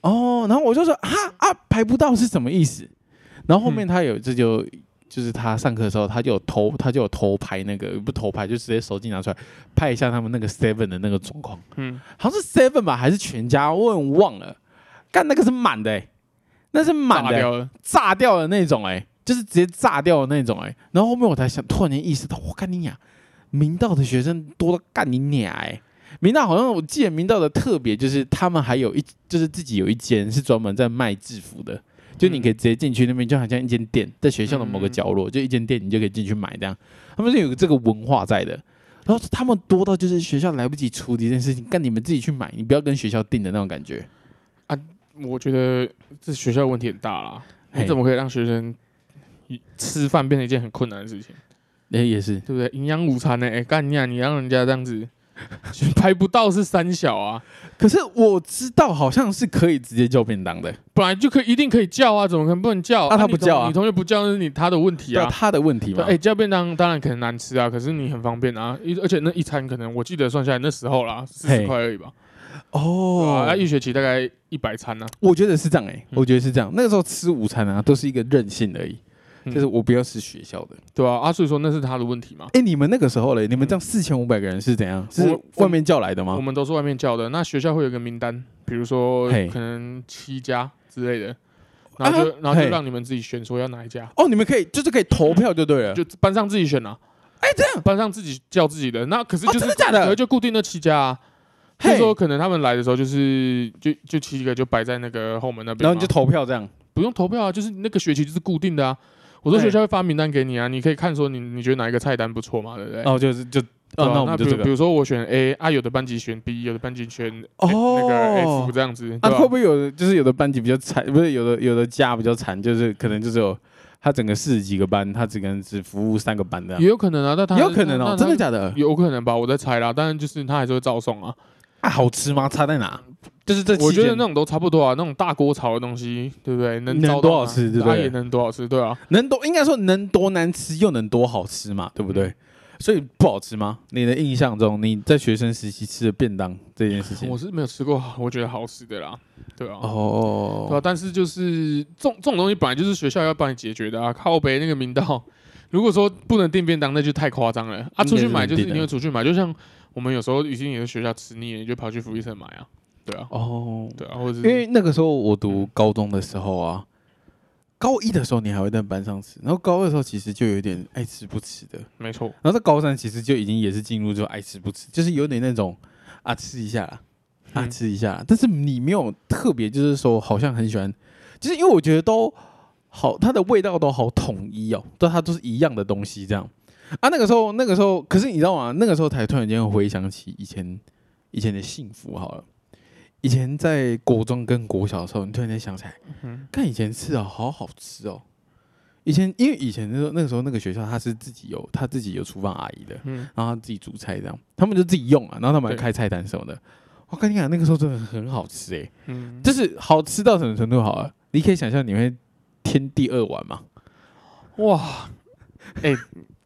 [SPEAKER 1] 哦，然后我就说哈啊，排不到是什么意思？然后后面他有这就就是他上课的时候，他就有偷，他就有偷拍那个不偷拍，就直接手机拿出来拍一下他们那个 seven 的那个状况，
[SPEAKER 2] 嗯，
[SPEAKER 1] 好像是 seven 吧，还是全家，我很忘了。干那个是满的、欸，那是满
[SPEAKER 2] 炸
[SPEAKER 1] 的、欸，
[SPEAKER 2] 掉了，
[SPEAKER 1] 炸掉的那种、欸，哎，就是直接炸掉的那种、欸，哎。然后后面我才想，突然间意识到，我干你娘，明道的学生多到干你娘、欸，哎。明道好像我记得明道的特别就是他们还有一就是自己有一间是专门在卖制服的，就你可
[SPEAKER 2] 嗯
[SPEAKER 1] 以直接进去那边，就好像一间店，在学校的某个角落，就一间店你就可以进去买这样。他们是有这个文化在的。然后他们多到就是学校来不及处理这件事情，干你们自己去买，你不要跟学校订的那种感觉。
[SPEAKER 2] 我觉得这学校问题很大啦，
[SPEAKER 1] 嘿
[SPEAKER 2] 你怎么可以让学生一吃饭变成一件很困难的事情？
[SPEAKER 1] 也也是，
[SPEAKER 2] 对不对？营养午餐呢、哎、干你啊！你让人家这样子 排不到是三小啊，
[SPEAKER 1] 可是我知道好像是可以直接叫便当的，
[SPEAKER 2] 本来就可以，一定可以叫啊，怎么可能不能叫？
[SPEAKER 1] 啊他不叫啊
[SPEAKER 2] 你同你同学不叫那是你他的问题
[SPEAKER 1] 有
[SPEAKER 2] 啊。
[SPEAKER 1] 他的问题
[SPEAKER 2] 对，
[SPEAKER 1] 嘛
[SPEAKER 2] 哎、？叫便当当然可能难吃啊，可是你很方便啊，一而且那一餐可能我记得算下来那时候啦，四
[SPEAKER 1] 嘿
[SPEAKER 2] 十块而已吧。对啊，
[SPEAKER 1] 哦
[SPEAKER 2] 那一学期大概一百餐啊呢、
[SPEAKER 1] 我觉得是这样哎、
[SPEAKER 2] 嗯
[SPEAKER 1] 我觉得是这样。那个时候吃午餐啊，都是一个任性而已，
[SPEAKER 2] 嗯
[SPEAKER 1] 就是我不要吃学校的。
[SPEAKER 2] 对啊，啊，所以说那是他的问题嘛。
[SPEAKER 1] 哎、你们那个时候嘞，你们这样四千五百个人是怎样？是
[SPEAKER 2] 嗯我
[SPEAKER 1] 外面叫来的吗
[SPEAKER 2] 我？们都是外面叫的，那学校会有个名单，比如说
[SPEAKER 1] 嘿
[SPEAKER 2] 可能七家之类的，然后就、
[SPEAKER 1] 啊
[SPEAKER 2] 然后
[SPEAKER 1] 嘿
[SPEAKER 2] 就让你们自己选说要哪一家。
[SPEAKER 1] 哦，你们可以就是可以投票就对了。
[SPEAKER 2] 就班上自己选啦、
[SPEAKER 1] 哎、这样，
[SPEAKER 2] 班上自己叫自己的。那可是
[SPEAKER 1] 哦
[SPEAKER 2] 就是、
[SPEAKER 1] 真的假的
[SPEAKER 2] 对就固定那七家啊。
[SPEAKER 1] 嘿
[SPEAKER 2] 就说可能他们来的时候就是就就七个就摆在那个后门那边嘛，
[SPEAKER 1] 然后你就投票这样。
[SPEAKER 2] 不用投票啊，就是那个学期就是固定的啊。我说
[SPEAKER 1] 嘿
[SPEAKER 2] 学校会发名单给你啊，你可以看说你你觉得哪一个菜单不错嘛，对不对？
[SPEAKER 1] 哦，就是就
[SPEAKER 2] 对
[SPEAKER 1] 哦
[SPEAKER 2] 啊，
[SPEAKER 1] 那我们就
[SPEAKER 2] 比
[SPEAKER 1] 这
[SPEAKER 2] 如比
[SPEAKER 1] 个。
[SPEAKER 2] 如说我选 A 啊，有的班级选 B，有的班级选那个 F
[SPEAKER 1] 哦，
[SPEAKER 2] 这样子，
[SPEAKER 1] 那
[SPEAKER 2] 对
[SPEAKER 1] 会不
[SPEAKER 2] 吧？
[SPEAKER 1] 会有的就是有的班级比较惨，不是有的有的家比较惨，就是可能就只有他整个四十几个班，他只可能只服务三个班这样
[SPEAKER 2] 也。有可能啊，但他
[SPEAKER 1] 也有可能哦，真的
[SPEAKER 2] 假？
[SPEAKER 1] 假的？
[SPEAKER 2] 有可能吧，我在猜啦，但是就是他还是会照送啊。
[SPEAKER 1] 啊，好吃吗？差在哪？就是这期间，
[SPEAKER 2] 我觉得那种都差不多啊，那种大锅炒的东西，对不对？能
[SPEAKER 1] 能
[SPEAKER 2] 招
[SPEAKER 1] 多
[SPEAKER 2] 到
[SPEAKER 1] 少
[SPEAKER 2] 哪
[SPEAKER 1] 吃对不
[SPEAKER 2] 啊
[SPEAKER 1] 对
[SPEAKER 2] 也能多少吃，对啊。
[SPEAKER 1] 嗯能多，应该说能多难吃又能多好吃嘛，对不对？所以不好吃吗？你的印象中，你在学生时期吃的便当这件事情，
[SPEAKER 2] 我是没有吃过，我觉得好吃的啦，对啊，对啊，
[SPEAKER 1] 哦，
[SPEAKER 2] 但是就是这种这种东西本来就是学校要帮你解决的啊，靠北那个明道， 如果说不能订便当，那就太夸张了啊！
[SPEAKER 1] 应该
[SPEAKER 2] 出去
[SPEAKER 1] 是
[SPEAKER 2] 买
[SPEAKER 1] 能
[SPEAKER 2] 就是
[SPEAKER 1] 订
[SPEAKER 2] 你
[SPEAKER 1] 的
[SPEAKER 2] 会出去买，就像我们有时候已经也在学校吃腻了，你就跑去福利社买啊，对啊，
[SPEAKER 1] 哦，嗯
[SPEAKER 2] 对啊，或者是
[SPEAKER 1] 因为那个时候我读高中的时候啊，高一的时候你还会在班上吃，然后高二的时候其实就有点爱吃不吃的，
[SPEAKER 2] 没错，
[SPEAKER 1] 然后在高三其实就已经也是进入就爱吃不吃，就是有点那种啊吃一下啦，啊
[SPEAKER 2] 嗯
[SPEAKER 1] 吃一下啦，但是你没有特别就是说好像很喜欢，就是因为我觉得都好，它的味道都好统一哦，都它都是一样的东西这样啊。那个时候那个时候，可是你知道吗？那个时候才突然间回想起以前以前的幸福好了。以前在国中跟国小的时候，你突然间想起来，
[SPEAKER 2] 嗯
[SPEAKER 1] 看以前吃的好好吃哦。以前因为以前那时候那个时候那个学校他是自己有他自己有厨房阿姨的，
[SPEAKER 2] 嗯，
[SPEAKER 1] 然后他自己煮菜这样，他们就自己用啊，然后他们还
[SPEAKER 2] 对
[SPEAKER 1] 开菜单什么的。我跟你讲，那个时候真的很好吃哎、
[SPEAKER 2] 嗯，
[SPEAKER 1] 就是好吃到什么程度好了？你可以想象你会添第二碗吗？
[SPEAKER 2] 哇， 哎、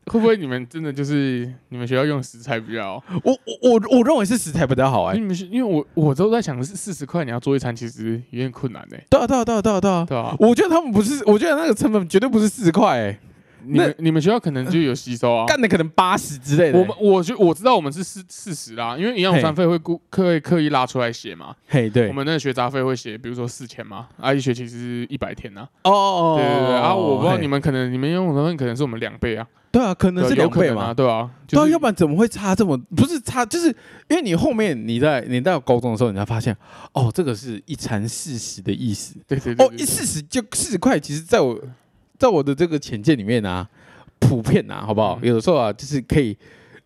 [SPEAKER 2] 会不会你们真的就是你们学校用食材比较好？
[SPEAKER 1] 我我我我认为是食材比较好哎、
[SPEAKER 2] 因为你们是因为我我都在想是四十块你要做一餐，其实有点困难呢、欸
[SPEAKER 1] 对啊对啊对啊对啊对啊！
[SPEAKER 2] 对啊，
[SPEAKER 1] 我觉得他们不是，我觉得那个成本绝对不是四十块哎，
[SPEAKER 2] 你们你们学校可能就有吸收啊。
[SPEAKER 1] 干的可能八十之类的、欸
[SPEAKER 2] 我们我就我知道我们是四四十啦，因为营养午餐费会故刻意刻意拉出来写嘛。
[SPEAKER 1] 嘿对，
[SPEAKER 2] 我们那个学杂费会写，比如说四千嘛，啊一学期是一百天呐、
[SPEAKER 1] 哦哦
[SPEAKER 2] 对对对，啊我不知道
[SPEAKER 1] 嘿
[SPEAKER 2] 你们可能你们用的可能是我们两倍啊，
[SPEAKER 1] 对啊，可
[SPEAKER 2] 对
[SPEAKER 1] 能
[SPEAKER 2] 啊，
[SPEAKER 1] 是
[SPEAKER 2] 有
[SPEAKER 1] 两
[SPEAKER 2] 可
[SPEAKER 1] 倍
[SPEAKER 2] 能
[SPEAKER 1] 嘛，
[SPEAKER 2] 啊，对啊，就
[SPEAKER 1] 对啊，
[SPEAKER 2] 是
[SPEAKER 1] 要不然怎么会差这么？不是差，就是因为你后面你在你到高中的时候，你才发现，哦，这个是一餐四十的意思。
[SPEAKER 2] 对对对
[SPEAKER 1] 哦，
[SPEAKER 2] 对
[SPEAKER 1] 一
[SPEAKER 2] 对，
[SPEAKER 1] 四十就四十块，其实在我在我的这个浅见里面啊，普遍啊，好不好？
[SPEAKER 2] 嗯
[SPEAKER 1] 有的时候啊，就是可以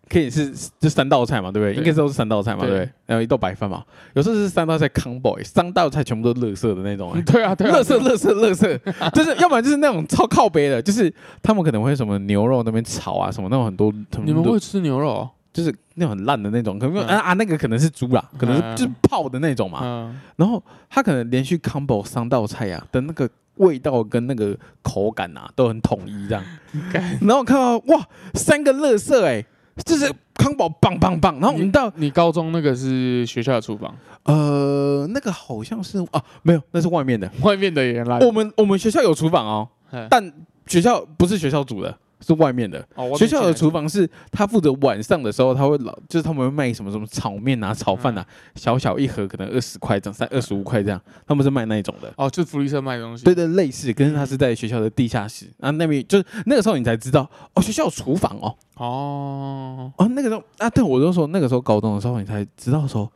[SPEAKER 1] 可以是就三道菜嘛，对不对？
[SPEAKER 2] 对
[SPEAKER 1] 应该都是三道菜嘛，
[SPEAKER 2] 对
[SPEAKER 1] 对不对？然后一道白饭嘛，有时候是三道菜 combo，三道菜全部都是垃圾的那种、哎
[SPEAKER 2] 嗯对啊对啊，
[SPEAKER 1] 乐色乐色乐色， 就是要不然就是那种超靠背的，就是他们可能会什么牛肉那边炒啊，什么那种很多，很
[SPEAKER 2] 你们
[SPEAKER 1] 多
[SPEAKER 2] 会吃牛肉？
[SPEAKER 1] 就是那种很烂的那种，可能、
[SPEAKER 2] 嗯
[SPEAKER 1] 啊啊那个可能是猪啦，可能
[SPEAKER 2] 嗯
[SPEAKER 1] 是就是泡的那种嘛。
[SPEAKER 2] 嗯，
[SPEAKER 1] 然后它可能连续 combo 三道菜啊的那个味道跟那个口感啊都很统一这 样。
[SPEAKER 2] 干
[SPEAKER 1] 然后我看到哇三个乐色哎，就是
[SPEAKER 2] 嗯
[SPEAKER 1] combo 棒棒棒。然后我们到
[SPEAKER 2] 你高中那个是学校的厨房，
[SPEAKER 1] 呃那个好像是啊没有，那是外面的。
[SPEAKER 2] 外面的也来
[SPEAKER 1] 我们我们学校有厨房哦，
[SPEAKER 2] 嗯
[SPEAKER 1] 但学校不是学校煮的，是外面的。
[SPEAKER 2] 哦，外面
[SPEAKER 1] 学校
[SPEAKER 2] 进来
[SPEAKER 1] 的厨房是他负责晚上的时候，他会老就是他们会卖什么什么炒面啊、炒饭啊，小小一盒可能二十块这样，三二十五块这样，他们是卖那一种的。
[SPEAKER 2] 哦，就福利社卖的东西，
[SPEAKER 1] 对对，类似，可是他是在学校的地下室，啊，那边就是那个时候你才知道，哦，学校有厨房哦，
[SPEAKER 2] 哦，
[SPEAKER 1] 哦，那个时候啊，对我就说那个时候高中的时候你才知道说，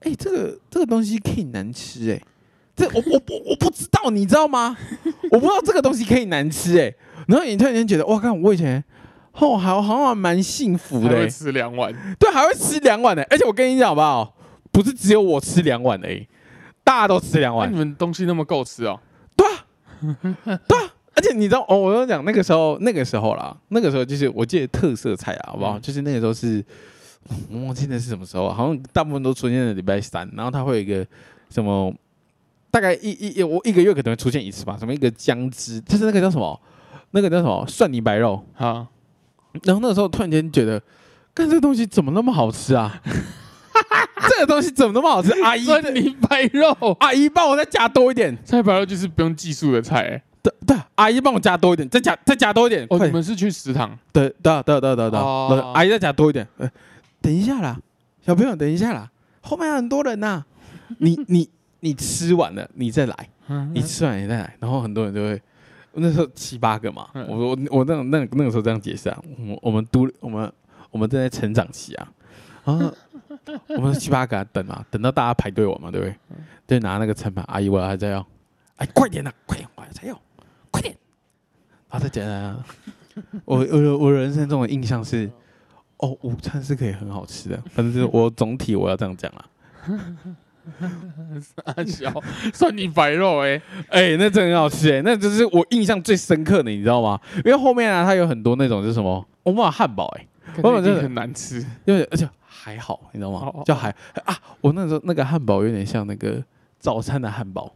[SPEAKER 1] 哎、这个这个东西可以难吃哎、这我我我我不知道，你知道吗？ 我不知道这个东西可以难吃哎、然后你突然间觉得，哇，看我以前。哦，好好像蛮幸福
[SPEAKER 2] 还
[SPEAKER 1] 的、
[SPEAKER 2] 会
[SPEAKER 1] 欸，
[SPEAKER 2] 吃两碗，
[SPEAKER 1] 对，还会吃两碗的、而且我跟你讲好不好？不是只有我吃两碗而已，大家都吃两
[SPEAKER 2] 那
[SPEAKER 1] 碗
[SPEAKER 2] 啊你。们东西那么够吃哦？
[SPEAKER 1] 而且你知道哦，我跟你讲那个时候，那个时候啦，那个时候就是我记得特色菜啊，好不好？
[SPEAKER 2] 嗯
[SPEAKER 1] 就是那个时候是，我忘记那是什么时候啊，好像大部分都出现在礼拜三，然后它会有一个什么，大概一一一我一个月可能会出现一次吧，什么一个姜汁，就是那个叫什么，那个叫什么蒜泥白肉，
[SPEAKER 2] 啊，
[SPEAKER 1] 然后那个时候突然间觉得，看这个东西怎么那么好吃啊？ 这个东西怎么那么好吃？阿姨，
[SPEAKER 2] 蒜泥白肉，
[SPEAKER 1] 阿姨帮我再加多一点，
[SPEAKER 2] 菜白肉就是不用技术的菜、欸。
[SPEAKER 1] 对对，阿姨帮我加多一点，再加再加多一点，快
[SPEAKER 2] 哦，你
[SPEAKER 1] 点。
[SPEAKER 2] 们是去食堂？
[SPEAKER 1] 对对啊对啊对啊对啊对啊
[SPEAKER 2] 哦
[SPEAKER 1] 对啊，阿姨再讲多一点、呃等一下啦，小朋友等一下啦，后面还有很多人呐、你你你吃完了你再来，
[SPEAKER 2] 嗯
[SPEAKER 1] 你吃完你再来，然后很多人就会。那时候七八个嘛，
[SPEAKER 2] 嗯
[SPEAKER 1] 我我我那那那个时候这样解释啊，我们我们都我们我们正在成长期啊，然后我们七八个、啊、等啊，等到大家排队完嘛，对不对？
[SPEAKER 2] 嗯
[SPEAKER 1] 对，拿那个餐盘，阿姨我还在要，哎，快点呐、快点，我还在要，快点，然后再简单啊，我我我人生中的印象是，哦，午餐是可以很好吃的，反正就是我总体我要这样讲啦。
[SPEAKER 2] 阿小蒜哦泥白肉、欸，
[SPEAKER 1] 哎、那真的很好吃哎、那就是我印象最深刻的，你知道吗？因为后面啊，它有很多那种就是什么，我们有汉堡哎、
[SPEAKER 2] 哎，
[SPEAKER 1] 我
[SPEAKER 2] 感
[SPEAKER 1] 们
[SPEAKER 2] 觉
[SPEAKER 1] 真
[SPEAKER 2] 一
[SPEAKER 1] 的
[SPEAKER 2] 定很难吃。
[SPEAKER 1] 因为而且还好，你知道吗
[SPEAKER 2] 哦哦？
[SPEAKER 1] 就还啊，我那时候那
[SPEAKER 2] 哦
[SPEAKER 1] 个汉堡有点像那个早餐的汉堡，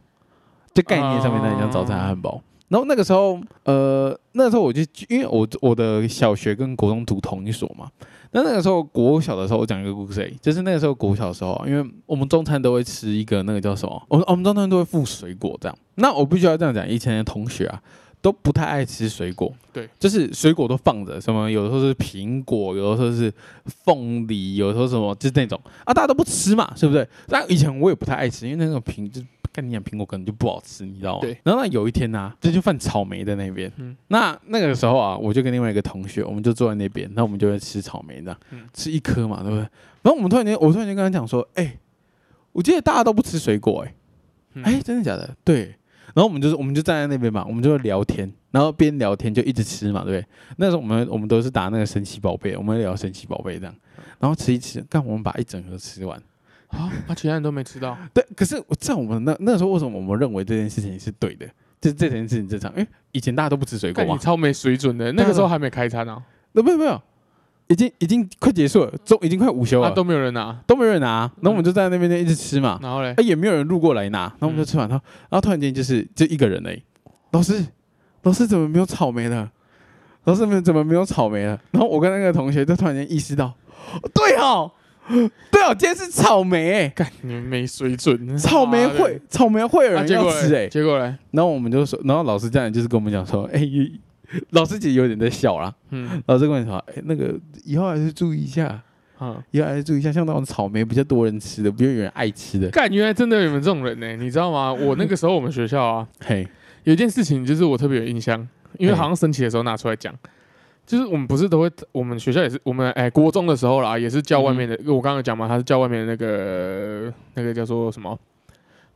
[SPEAKER 1] 就概念上面那很像早餐的汉堡，然后那个时候，呃，那时候我就因为我我的小学跟国中读同一所嘛，那那个时候国小的时候，我讲一个故事而已，就是那个时候国小的时候啊，因为我们中餐都会吃一个那个叫什么，我们我们中餐都会附水果这样。那我必须要这样讲，以前的同学啊。都不太爱吃水果，
[SPEAKER 2] 对，
[SPEAKER 1] 就是水果都放着，什么有的时候是苹果，有的时候是凤梨，有的时候什么就是那种啊，大家都不吃嘛，是不是？但以前我也不太爱吃，因为那种苹就是跟你讲苹果可能就不好吃，你知道吗？
[SPEAKER 2] 对。
[SPEAKER 1] 然后那有一天呢、这就放草莓在那边，
[SPEAKER 2] 嗯
[SPEAKER 1] 那那个时候啊，我就跟另外一个同学，我们就坐在那边，那我们就会吃草莓这样，
[SPEAKER 2] 嗯
[SPEAKER 1] 吃一颗嘛，对不对？然后我们突然间，我突然间跟他讲说，哎、我记得大家都不吃水果、哎、
[SPEAKER 2] 嗯
[SPEAKER 1] 哎，真的假的？对。然后我们就是我们就站在那边嘛，我们就聊天，然后边聊天就一直吃嘛，对不对？那时候我们我们都是打那个神奇宝贝，我们聊神奇宝贝这样，然后吃一吃，但我们把一整盒吃完。
[SPEAKER 2] 啊，啊，其他人都没吃到，
[SPEAKER 1] 对，可是我在我们那那时候，为什么我们认为这件事情是对的？这这件事情正常，因为以前大家都不吃水果
[SPEAKER 2] 看
[SPEAKER 1] 嘛
[SPEAKER 2] 你，超没水准的。那个时候还没开餐啊，
[SPEAKER 1] 那没有没有，已经已经快结束了，中已经快午休了，
[SPEAKER 2] 啊都没有人拿，
[SPEAKER 1] 都没有人拿，然后我们就在那边就一直吃嘛，
[SPEAKER 2] 然后嘞
[SPEAKER 1] 哎、，也没有人路过来拿，然后我们就吃完，然后然后突然间就是就一个人哎，老师老师怎么没有草莓了？老师们怎么没有草莓了？然后我跟那个同学就突然间意识到，对哦，对哦，今天是草莓哎、
[SPEAKER 2] 干你们没水准，
[SPEAKER 1] 草莓会草莓会有
[SPEAKER 2] 啊，
[SPEAKER 1] 人
[SPEAKER 2] 结
[SPEAKER 1] 要
[SPEAKER 2] 果
[SPEAKER 1] 吃哎、
[SPEAKER 2] 嘞结果嘞，
[SPEAKER 1] 然后我们就说，然后老师这样就是跟我们讲说，哎、老师姐有点在笑啦，
[SPEAKER 2] 嗯
[SPEAKER 1] 老师跟我讲说，哎、那个以后还是注意一下。
[SPEAKER 2] 嗯，
[SPEAKER 1] 要还是注意一下，像那种草莓比较多人吃的，比较有人爱吃的。
[SPEAKER 2] 干原来真的有你们这种人呢，你知道吗？我那个时候我们学校啊，
[SPEAKER 1] 嘿，
[SPEAKER 2] 有一件事情就是我特别有印象，因为
[SPEAKER 1] 嘿
[SPEAKER 2] 好像升旗的时候拿出来讲，就是我们不是都会，我们学校也是，我们哎、国中的时候啦，也是叫外面
[SPEAKER 1] 嗯
[SPEAKER 2] 的，因为我刚刚有讲嘛，他是叫外面的那个那个叫做什么，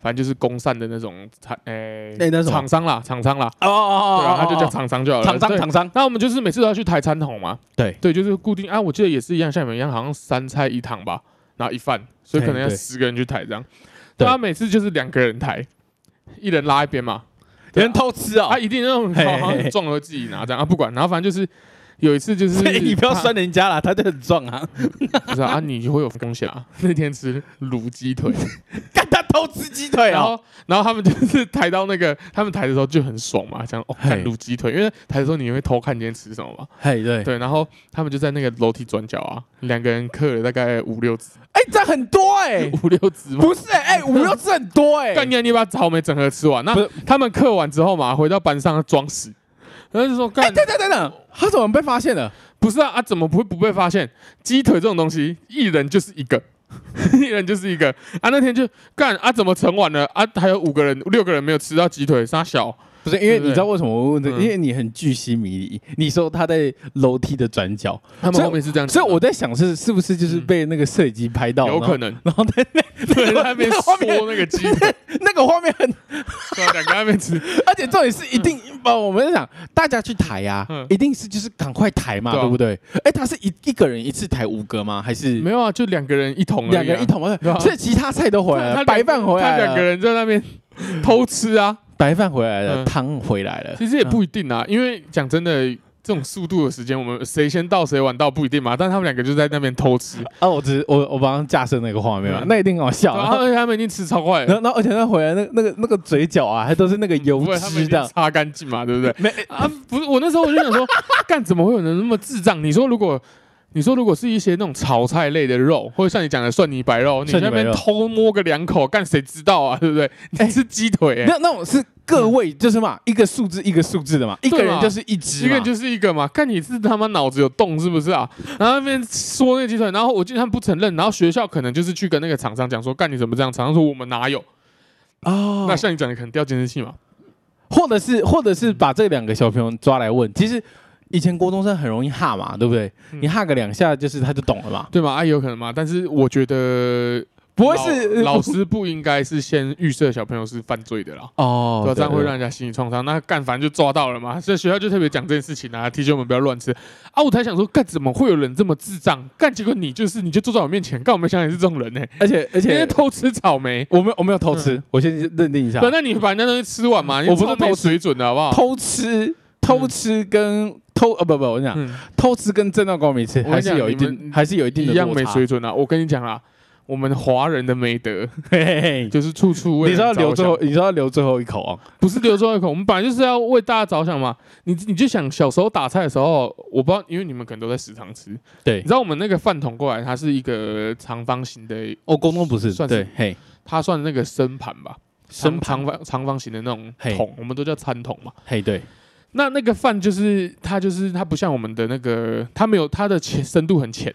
[SPEAKER 2] 反正就是公善的那种厂哎
[SPEAKER 1] 那那是什么
[SPEAKER 2] 厂商啦，厂商啦，
[SPEAKER 1] 哦哦
[SPEAKER 2] 对吧、啊他就叫厂商就好了，
[SPEAKER 1] 厂商
[SPEAKER 2] 对
[SPEAKER 1] 厂商，
[SPEAKER 2] 那我们就是每次都要去台餐桶嘛，
[SPEAKER 1] 对
[SPEAKER 2] 对，就是固定啊，我记得也是一样，像你们一样，好像三菜一汤吧，然后一饭，所以可能要
[SPEAKER 1] 嘿对
[SPEAKER 2] 十个人去抬这样。
[SPEAKER 1] 对
[SPEAKER 2] 对啊，每次就是两个人抬，一人拉一边嘛，
[SPEAKER 1] 有人偷吃啊
[SPEAKER 2] 啊，！一定那种
[SPEAKER 1] 嘿
[SPEAKER 2] 好好
[SPEAKER 1] 嘿嘿
[SPEAKER 2] 像撞了自己拿这样啊，不管，然后反正就是有一次就是
[SPEAKER 1] 你不要
[SPEAKER 2] 他
[SPEAKER 1] 酸人家啦，他就很壮啊！
[SPEAKER 2] 不是啊，啊你就会有风险啊。那天吃卤鸡腿，
[SPEAKER 1] 干他偷吃鸡腿
[SPEAKER 2] 然
[SPEAKER 1] 哦！
[SPEAKER 2] 后然后他们就是抬到那个，他们抬的时候就很爽嘛，讲哦，看
[SPEAKER 1] 嘿
[SPEAKER 2] 卤鸡腿，因为抬的时候你会偷看今天吃什么嘛。
[SPEAKER 1] 嘿，对，
[SPEAKER 2] 对，然后他们就在那个楼梯转角啊，两个人刻了大概五六只，
[SPEAKER 1] 哎，这很多 哎，
[SPEAKER 2] 五六只嘛。
[SPEAKER 1] 不是 哎，哎五六只很多哎，
[SPEAKER 2] 干你啊！你把草莓整盒吃完，那
[SPEAKER 1] 不是
[SPEAKER 2] 他们刻完之后嘛，回到班上装死，然后就说
[SPEAKER 1] 哎，
[SPEAKER 2] 干，
[SPEAKER 1] 等等等等，他怎么被发现了？
[SPEAKER 2] 不是啊啊，怎么不会不被发现？鸡腿这种东西，一人就是一个， 一人就是一个啊。那天就干啊，怎么盛完了啊？还有五个人、六个人没有吃到鸡腿，傻小。
[SPEAKER 1] 不是因为
[SPEAKER 2] 对不对
[SPEAKER 1] 你知道为什么我问这个？
[SPEAKER 2] 嗯
[SPEAKER 1] 因为你很巨细迷离。你说他在楼梯的转角，
[SPEAKER 2] 他
[SPEAKER 1] 所
[SPEAKER 2] 们
[SPEAKER 1] 以
[SPEAKER 2] 后面是这样
[SPEAKER 1] 所
[SPEAKER 2] 讲
[SPEAKER 1] 以
[SPEAKER 2] 的，
[SPEAKER 1] 我在想是是不是就是
[SPEAKER 2] 嗯
[SPEAKER 1] 被那个摄影机拍到，
[SPEAKER 2] 有可
[SPEAKER 1] 能，
[SPEAKER 2] 能
[SPEAKER 1] 然后在
[SPEAKER 2] 对在那边
[SPEAKER 1] 那
[SPEAKER 2] 说
[SPEAKER 1] 画面
[SPEAKER 2] 那个鸡腿，
[SPEAKER 1] 那个画面很
[SPEAKER 2] 对啊两个在那边 吃，
[SPEAKER 1] 而且重点是一定把我们想大家去抬呀、
[SPEAKER 2] 嗯
[SPEAKER 1] 一定是就是赶快抬嘛，
[SPEAKER 2] 对啊
[SPEAKER 1] 对不对？哎，他是一一个人一次抬五个吗？还是
[SPEAKER 2] 没有啊，就两个人一桶而已啊，
[SPEAKER 1] 两个人一桶吗
[SPEAKER 2] 对啊？
[SPEAKER 1] 所以其他菜都回来
[SPEAKER 2] 他
[SPEAKER 1] 了，
[SPEAKER 2] 他
[SPEAKER 1] 白饭回
[SPEAKER 2] 他
[SPEAKER 1] 来
[SPEAKER 2] 两个
[SPEAKER 1] 了，
[SPEAKER 2] 人在那边偷吃 啊，
[SPEAKER 1] 白饭回来了，
[SPEAKER 2] 嗯
[SPEAKER 1] 汤回来 了。
[SPEAKER 2] 其实也不一定啊，因为讲真的，这种速度的时间，我们谁先到谁晚到不一定嘛。但他们两个就在那边偷 吃，
[SPEAKER 1] 啊，我只我我帮他架设那个画面嘛，
[SPEAKER 2] 嗯
[SPEAKER 1] 那一定很好笑。
[SPEAKER 2] 然
[SPEAKER 1] 然
[SPEAKER 2] 后
[SPEAKER 1] 后
[SPEAKER 2] 而且他们已经吃超快
[SPEAKER 1] 然
[SPEAKER 2] 了，
[SPEAKER 1] 后然后而且他回来那那个那个嘴角啊，还都是那 个油
[SPEAKER 2] 不会他们
[SPEAKER 1] 脂
[SPEAKER 2] 已经
[SPEAKER 1] 的。
[SPEAKER 2] 擦干净嘛，对不对？
[SPEAKER 1] 没
[SPEAKER 2] 啊，不是，我那时候我就 想说，干怎么会有人那么智障？你说如果。你说如果是一些那种炒菜类的肉，或者像你讲的蒜泥白肉，你在
[SPEAKER 1] 蒜泥
[SPEAKER 2] 那
[SPEAKER 1] 白肉哎
[SPEAKER 2] 边偷摸个两口，干谁知道啊， 对不对？你吃鸡腿、欸，
[SPEAKER 1] 那那种是个位，就是嘛，一个数字一个数字的嘛，一
[SPEAKER 2] 嗯对嘛
[SPEAKER 1] 个人就是一只
[SPEAKER 2] 一个
[SPEAKER 1] 嘛
[SPEAKER 2] 人，就是一个嘛，看你是他妈脑子有洞是不是啊？然后那边说那个鸡腿，然后我记得他们不承认，然后学校可能就是去跟那个厂商讲说，干你怎么这样？厂商说我们哪有？
[SPEAKER 1] 哦
[SPEAKER 2] 那像你讲的，可能掉监视器嘛。
[SPEAKER 1] 或者是或者是把这两个小朋友抓来问，其实以前国中生很容易哈嘛，对不对？
[SPEAKER 2] 嗯
[SPEAKER 1] 你哈个两下，就是他就懂了嘛，
[SPEAKER 2] 对嘛？啊，也有可能嘛。但是我觉得
[SPEAKER 1] 不会是
[SPEAKER 2] 老老师不应该是先预设小朋友是犯罪的啦，
[SPEAKER 1] 哦
[SPEAKER 2] 对啊吧、这样会让人家心理创伤。那干反正就抓到了嘛，所以学校就特别讲这件事情啊，提醒我们不要乱吃啊。我才想说，干怎么会有人这么智障？干结果你就是你就坐在我面前，干我没想到你是这种人呢、欸，
[SPEAKER 1] 而且而
[SPEAKER 2] 天
[SPEAKER 1] 且
[SPEAKER 2] 天偷吃草莓。
[SPEAKER 1] 我没有我没有偷吃，我先认定一下
[SPEAKER 2] 对，，嗯啊那你把人家东西吃完嘛，你
[SPEAKER 1] 啊我不是
[SPEAKER 2] 超没
[SPEAKER 1] 偷吃
[SPEAKER 2] 水准的好不好？
[SPEAKER 1] 偷吃偷吃跟偷呃不不，我跟你讲
[SPEAKER 2] 嗯，
[SPEAKER 1] 偷吃跟正道光明吃
[SPEAKER 2] 我跟你
[SPEAKER 1] 还是
[SPEAKER 2] 讲
[SPEAKER 1] 有一
[SPEAKER 2] 你
[SPEAKER 1] 定
[SPEAKER 2] 们
[SPEAKER 1] 还是有一定
[SPEAKER 2] 一
[SPEAKER 1] 的
[SPEAKER 2] 样
[SPEAKER 1] 落
[SPEAKER 2] 没
[SPEAKER 1] 差
[SPEAKER 2] 水准啊！我跟你讲啦，我们华人的美德
[SPEAKER 1] 嘿嘿嘿，
[SPEAKER 2] 就是处处为
[SPEAKER 1] 你知道
[SPEAKER 2] 人着
[SPEAKER 1] 留最
[SPEAKER 2] 想
[SPEAKER 1] 后，你知道留最后一口啊？
[SPEAKER 2] 不是留最后一口，我们本来就是要为大家着想嘛。你你就想小时候打菜的时候，我不知道，因为你们可能都在食堂吃，你
[SPEAKER 1] 对
[SPEAKER 2] 知，道我们那个饭桶过来，它是一个长方形的，
[SPEAKER 1] 哦，公公不是，
[SPEAKER 2] 算
[SPEAKER 1] 对
[SPEAKER 2] 是，
[SPEAKER 1] 嘿，
[SPEAKER 2] 它算那个生盘吧，
[SPEAKER 1] 生
[SPEAKER 2] 长长方长方形的那种
[SPEAKER 1] 嘿
[SPEAKER 2] 桶，我们都叫餐桶嘛。
[SPEAKER 1] 嘿，对，
[SPEAKER 2] 那那个饭就是它就是它不像我们的那个，它没有它的浅深度很浅，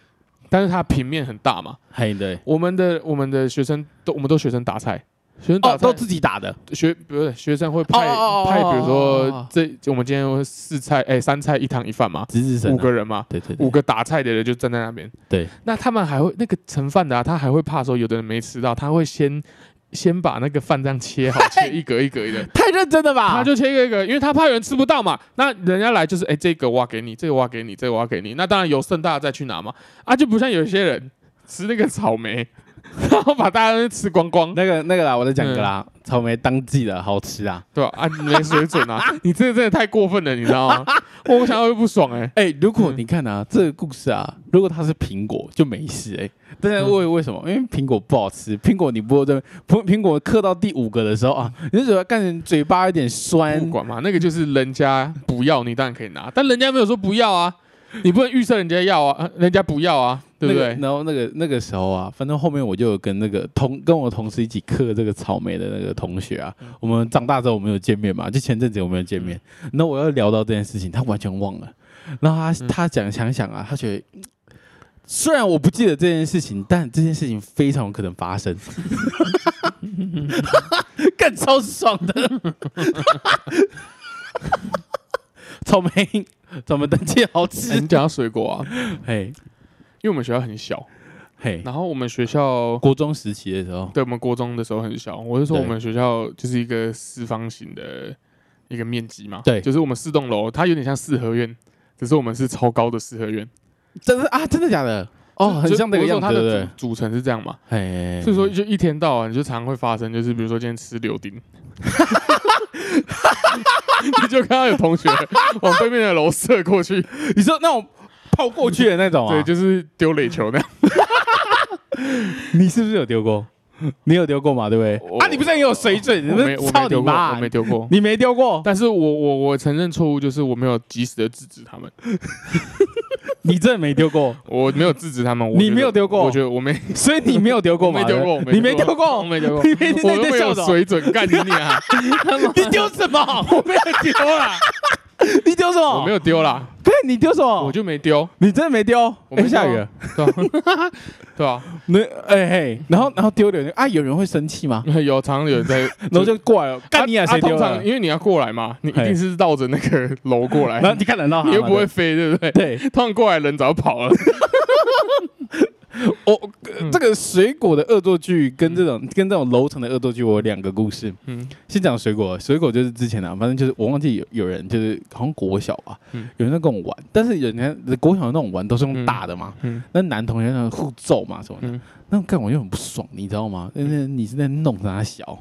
[SPEAKER 2] 但是它平面很大嘛。
[SPEAKER 1] 嘿，对，
[SPEAKER 2] 我们的我们的学生都我们都学生打菜，学生打
[SPEAKER 1] 哦，
[SPEAKER 2] 菜、
[SPEAKER 1] 都自己打的，
[SPEAKER 2] 学不是学生会派
[SPEAKER 1] 哦哦哦哦
[SPEAKER 2] 派，比如
[SPEAKER 1] 哦哦
[SPEAKER 2] 说
[SPEAKER 1] 哦
[SPEAKER 2] 这我们今天会四菜哎、三菜一汤一饭嘛，
[SPEAKER 1] 值日生啊
[SPEAKER 2] 五个，人嘛，
[SPEAKER 1] 对对对
[SPEAKER 2] 五，个打菜的人就站在那边。
[SPEAKER 1] 对，
[SPEAKER 2] 那他们还会那个盛饭的啊，他还会怕说有的人没吃到，他会先先把那个饭这样 切好，切一格一格的。
[SPEAKER 1] 太认真了吧？
[SPEAKER 2] 他就切一个一个，因为他怕有人吃不到嘛。那人家来就是，哎、这个挖给你，这个挖给你，这个挖给你。那当然有剩，大家再去拿嘛。啊，就不像有些人吃那个草莓， 然后把大家都吃光光，
[SPEAKER 1] 那个那个啦，我再讲个啦，
[SPEAKER 2] 嗯
[SPEAKER 1] 草莓当季的好吃啊。
[SPEAKER 2] 对吧、啊，你没水准啊！你这个真的太过分了，你知道吗？我想到会不爽哎、
[SPEAKER 1] 哎、如果
[SPEAKER 2] 嗯
[SPEAKER 1] 你看啊，这个故事啊，如果它是苹果就没事哎、但是为为什么？因为苹果不好吃，苹果你剥的苹苹果嗑到第五个的时候啊，你就觉得干嘴巴有点酸
[SPEAKER 2] 不，管嘛，那个就是人家不要你，当然可以拿，但人家没有说不要啊，你不能预设人家要啊，人家不要啊，对不
[SPEAKER 1] 那个
[SPEAKER 2] 对？
[SPEAKER 1] 然后那个那个时候啊，反正后面我就有跟那个同跟我同事一起嗑这个草莓的那个同学啊，
[SPEAKER 2] 嗯
[SPEAKER 1] 我们长大之后我们有见面嘛，就前阵子我们有见面，然后我要聊到这件事情，他完全忘了，然后他、
[SPEAKER 2] 嗯
[SPEAKER 1] 他讲想想啊，他觉得。嗯虽然我不记得这件事情，但这件事情非常有可能发 生，干超爽的。 草莓，草莓登记好
[SPEAKER 2] 哎
[SPEAKER 1] 吃
[SPEAKER 2] 你。讲到水果啊，
[SPEAKER 1] 嘿，
[SPEAKER 2] 因为我们学校很小，
[SPEAKER 1] 嘿，
[SPEAKER 2] 然后我们学校
[SPEAKER 1] 国中时期的时候，
[SPEAKER 2] 对，我们国中的时候很小，我是说
[SPEAKER 1] 对
[SPEAKER 2] 我们学校就是一个四方形的一个面积嘛，
[SPEAKER 1] 对
[SPEAKER 2] 就是我们四栋楼，它有点像四合院，只是我们是超高的四合院，
[SPEAKER 1] 真的啊，真的假的？哦，很
[SPEAKER 2] 就
[SPEAKER 1] 像那个
[SPEAKER 2] 我是
[SPEAKER 1] 样
[SPEAKER 2] 说
[SPEAKER 1] 子，
[SPEAKER 2] 它
[SPEAKER 1] 对不
[SPEAKER 2] 的
[SPEAKER 1] 对？
[SPEAKER 2] 组组成是这样嘛，
[SPEAKER 1] 哎，
[SPEAKER 2] 所以说就一天到晚就常会发生，就是比如说今天吃柳 丁。 你就看到有同学往对面的楼射过去，
[SPEAKER 1] 你说那种泡过去的那种
[SPEAKER 2] 对，
[SPEAKER 1] 啊，
[SPEAKER 2] 就是丢垒球那样。
[SPEAKER 1] 你是不是有丢过？你有丢过嘛？对不对？
[SPEAKER 2] 我
[SPEAKER 1] 啊，你不是很有水准？你
[SPEAKER 2] 我
[SPEAKER 1] 不
[SPEAKER 2] 没
[SPEAKER 1] 是
[SPEAKER 2] 我
[SPEAKER 1] 操
[SPEAKER 2] 没
[SPEAKER 1] 你
[SPEAKER 2] 丢过，我
[SPEAKER 1] 妈
[SPEAKER 2] 没！丢过。
[SPEAKER 1] 你没丢过，
[SPEAKER 2] 但是我我我承认错误，就是我没有及时的制止他们。
[SPEAKER 1] 你真的没丢过，
[SPEAKER 2] 我没有制止他们，我
[SPEAKER 1] 你
[SPEAKER 2] 觉得
[SPEAKER 1] 没有丢过
[SPEAKER 2] 我觉得我没
[SPEAKER 1] 所以你没有丢过
[SPEAKER 2] 我
[SPEAKER 1] 嘛？
[SPEAKER 2] 没丢过，我
[SPEAKER 1] 对不对你没丢
[SPEAKER 2] 我
[SPEAKER 1] 过，
[SPEAKER 2] 没丢过，
[SPEAKER 1] 你没
[SPEAKER 2] 我
[SPEAKER 1] 那你
[SPEAKER 2] 又没
[SPEAKER 1] 在
[SPEAKER 2] 有
[SPEAKER 1] 笑什么？
[SPEAKER 2] 水准，干你啊！
[SPEAKER 1] 你丢什么？我没有丢啦， 你丢什么？
[SPEAKER 2] 我没有丢啦，
[SPEAKER 1] 对，你丢什么？
[SPEAKER 2] 我就没丢，
[SPEAKER 1] 你真的没丢？
[SPEAKER 2] 我
[SPEAKER 1] 哎，
[SPEAKER 2] 没丢啊
[SPEAKER 1] 下雨了，
[SPEAKER 2] 对吧？ 对啊，
[SPEAKER 1] 那哎嘿，然后然后丢脸啊？有人会生气吗？
[SPEAKER 2] 有常常有人在，然
[SPEAKER 1] 然后就过来了，干你
[SPEAKER 2] 啊
[SPEAKER 1] 啊！谁丢
[SPEAKER 2] 通
[SPEAKER 1] 了
[SPEAKER 2] 常？因为你要过来嘛，你一
[SPEAKER 1] 嘿
[SPEAKER 2] 定是绕着那个楼过来
[SPEAKER 1] 然，后你看得到他吗，
[SPEAKER 2] 你又不会飞，对不 对？
[SPEAKER 1] 对。
[SPEAKER 2] 通常过来人早跑了，
[SPEAKER 1] 我、
[SPEAKER 2] 嗯
[SPEAKER 1] 哦这个水果的恶作剧跟这种、跟这种楼层的恶作剧，我有两个故事。
[SPEAKER 2] 嗯，
[SPEAKER 1] 先讲水果，水果就是之前啊，反正就是我忘记有有人就是好像国小啊，
[SPEAKER 2] 嗯
[SPEAKER 1] 有人在跟我玩，但是人家国小的那种玩都是用打的嘛，
[SPEAKER 2] 嗯嗯
[SPEAKER 1] 那男同学那种互揍嘛什么的，
[SPEAKER 2] 嗯
[SPEAKER 1] 那种干我就很不爽，你知道吗？那那你是在弄他小，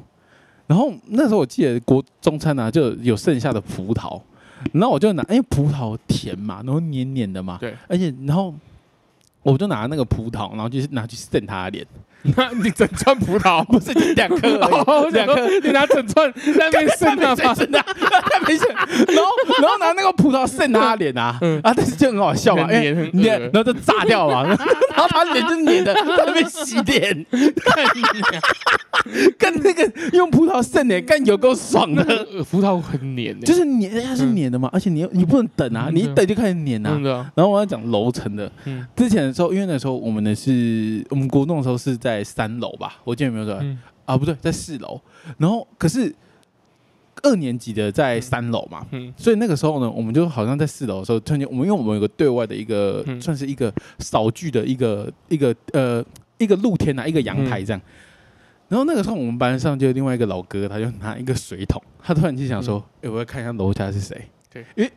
[SPEAKER 1] 然后那时候我记得国中餐啊就有剩下的葡萄，然后我就拿，因为葡萄甜嘛，然后黏黏的嘛，
[SPEAKER 2] 对，
[SPEAKER 1] 而且然后我就拿那个葡萄，然后就是拿去扇他的脸，。
[SPEAKER 2] 那你整串葡萄
[SPEAKER 1] 不是就两颗而已
[SPEAKER 2] 哦，我
[SPEAKER 1] 两
[SPEAKER 2] 想说
[SPEAKER 1] 颗。
[SPEAKER 2] 你拿整串在那边剩
[SPEAKER 1] 他没
[SPEAKER 2] 他吗？
[SPEAKER 1] 事，他没事，然后然后拿那个葡萄扇他的脸啊，
[SPEAKER 2] 嗯
[SPEAKER 1] 啊，但是就很好笑嘛，
[SPEAKER 2] 很
[SPEAKER 1] 哎，
[SPEAKER 2] 黏很恶嗯
[SPEAKER 1] 脸，然后就炸掉嘛， 然后他脸就黏的，他被洗脸，跟那个用葡萄扇脸，干有够爽的，
[SPEAKER 2] 呃葡萄很黏欸，
[SPEAKER 1] 就是是黏，它是黏的嘛，而且你你不能等啊，
[SPEAKER 2] 嗯
[SPEAKER 1] 你一等就开始黏啊
[SPEAKER 2] 真，的啊，
[SPEAKER 1] 然后我要讲楼层的，
[SPEAKER 2] 嗯
[SPEAKER 1] 之前的时候，因为那时候我们的是我们国栋的时候是在三楼吧，我记得有没有错、
[SPEAKER 2] 嗯
[SPEAKER 1] 啊？不对，在四楼。然后可是二年级的在三楼嘛，
[SPEAKER 2] 嗯，
[SPEAKER 1] 所以那个时候呢，我们就好像在四楼的时候，突然间我们因为我们有个对外的一个、
[SPEAKER 2] 嗯
[SPEAKER 1] 算是一个扫具的一个一个呃一个露天啊，一个阳
[SPEAKER 2] 嗯
[SPEAKER 1] 台这样。然后那个时候，我们班上就有另外一个老哥，他就拿一个水桶，他突然就想说：“哎、我要看一下楼下是谁。”
[SPEAKER 2] 嗯对，
[SPEAKER 1] 因为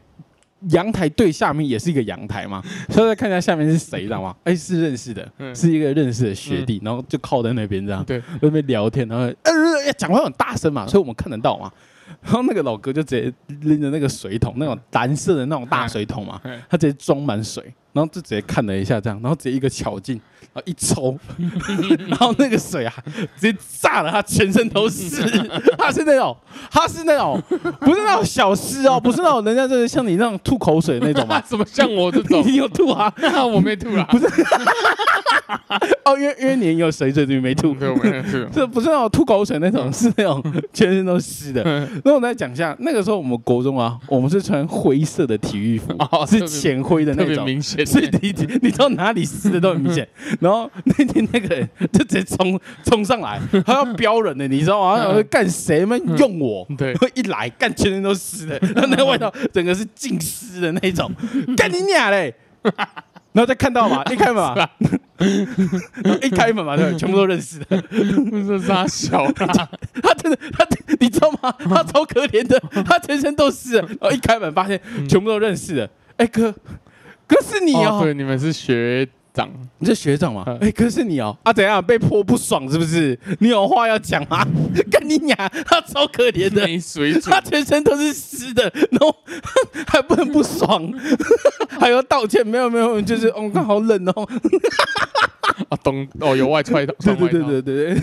[SPEAKER 1] 阳台对下面也是一个阳台 嘛，所以再看一下下面是谁，知道吗？哎、是认识的，
[SPEAKER 2] 嗯
[SPEAKER 1] 是一啊个认识的学弟，然后就靠在那边这样，
[SPEAKER 2] 对，
[SPEAKER 1] 在那边聊天，然后呃呃呃讲话很大声嘛，所以我们看得到嘛。然后那个老哥就直接拎着那个水桶，那种蓝色的那种大水桶嘛
[SPEAKER 2] 嗯，，
[SPEAKER 1] 他直接装满水，然后就直接看了一下这样，然后直接一个巧劲，然后一抽， 然后那个水啊，直接炸了他全身都是， 他是那种，他是那种，不是那种小湿哦，不是那种人家就是像你那种吐口水那种嘛
[SPEAKER 2] 啊怎么像我这种？
[SPEAKER 1] 你有吐啊？
[SPEAKER 2] 我没吐啦，不是，
[SPEAKER 1] 哦，因为因为你有水准，你没吐，
[SPEAKER 2] 嗯对，我没吐。
[SPEAKER 1] 这不是那种吐口水那种，是那种全身都湿的。
[SPEAKER 2] 嗯
[SPEAKER 1] 那我再讲一下，那个时候我们国中啊，我们是穿灰色的体育服，
[SPEAKER 2] 哦特
[SPEAKER 1] 是
[SPEAKER 2] 别
[SPEAKER 1] 浅灰的
[SPEAKER 2] 特
[SPEAKER 1] 那
[SPEAKER 2] 别
[SPEAKER 1] 种，
[SPEAKER 2] 明显，欸
[SPEAKER 1] 所以你你到哪里湿的都很明 显。然后那天那个人就直接冲冲上来，他要飙人的，你知道吗？
[SPEAKER 2] 嗯
[SPEAKER 1] 他说干谁们用我？
[SPEAKER 2] 对
[SPEAKER 1] 然，后 一来，干全身都湿的，
[SPEAKER 2] 嗯
[SPEAKER 1] 然后那个味道整个是浸湿的那种，干你俩 嘞！然后再看到嘛，一开门嘛，
[SPEAKER 2] 啊
[SPEAKER 1] 然 后一开门嘛，对，全部都认识的。
[SPEAKER 2] 不是傻小啊 啦，
[SPEAKER 1] 他真的，他你知道吗？他超可怜 的，他全身都是的。然后一开门发现全部都认识的。哎、哥，哥是你
[SPEAKER 2] 哦，
[SPEAKER 1] 嗯哦，
[SPEAKER 2] 对，你们是学长，
[SPEAKER 1] 你这学长嘛？
[SPEAKER 2] 嗯
[SPEAKER 1] 哎、哥是你哦。啊，怎样被迫不爽是不是？你有话要讲啊 吗？跟你讲，他超可怜的。
[SPEAKER 2] 没水准
[SPEAKER 1] 他，全身都是湿的，然后 还不能不爽， 还要道歉。没有没有，就是哦，刚好冷哦。
[SPEAKER 2] 啊，懂哦，有外 穿一套，
[SPEAKER 1] 对
[SPEAKER 2] 穿外
[SPEAKER 1] 对对
[SPEAKER 2] 套
[SPEAKER 1] 对对对。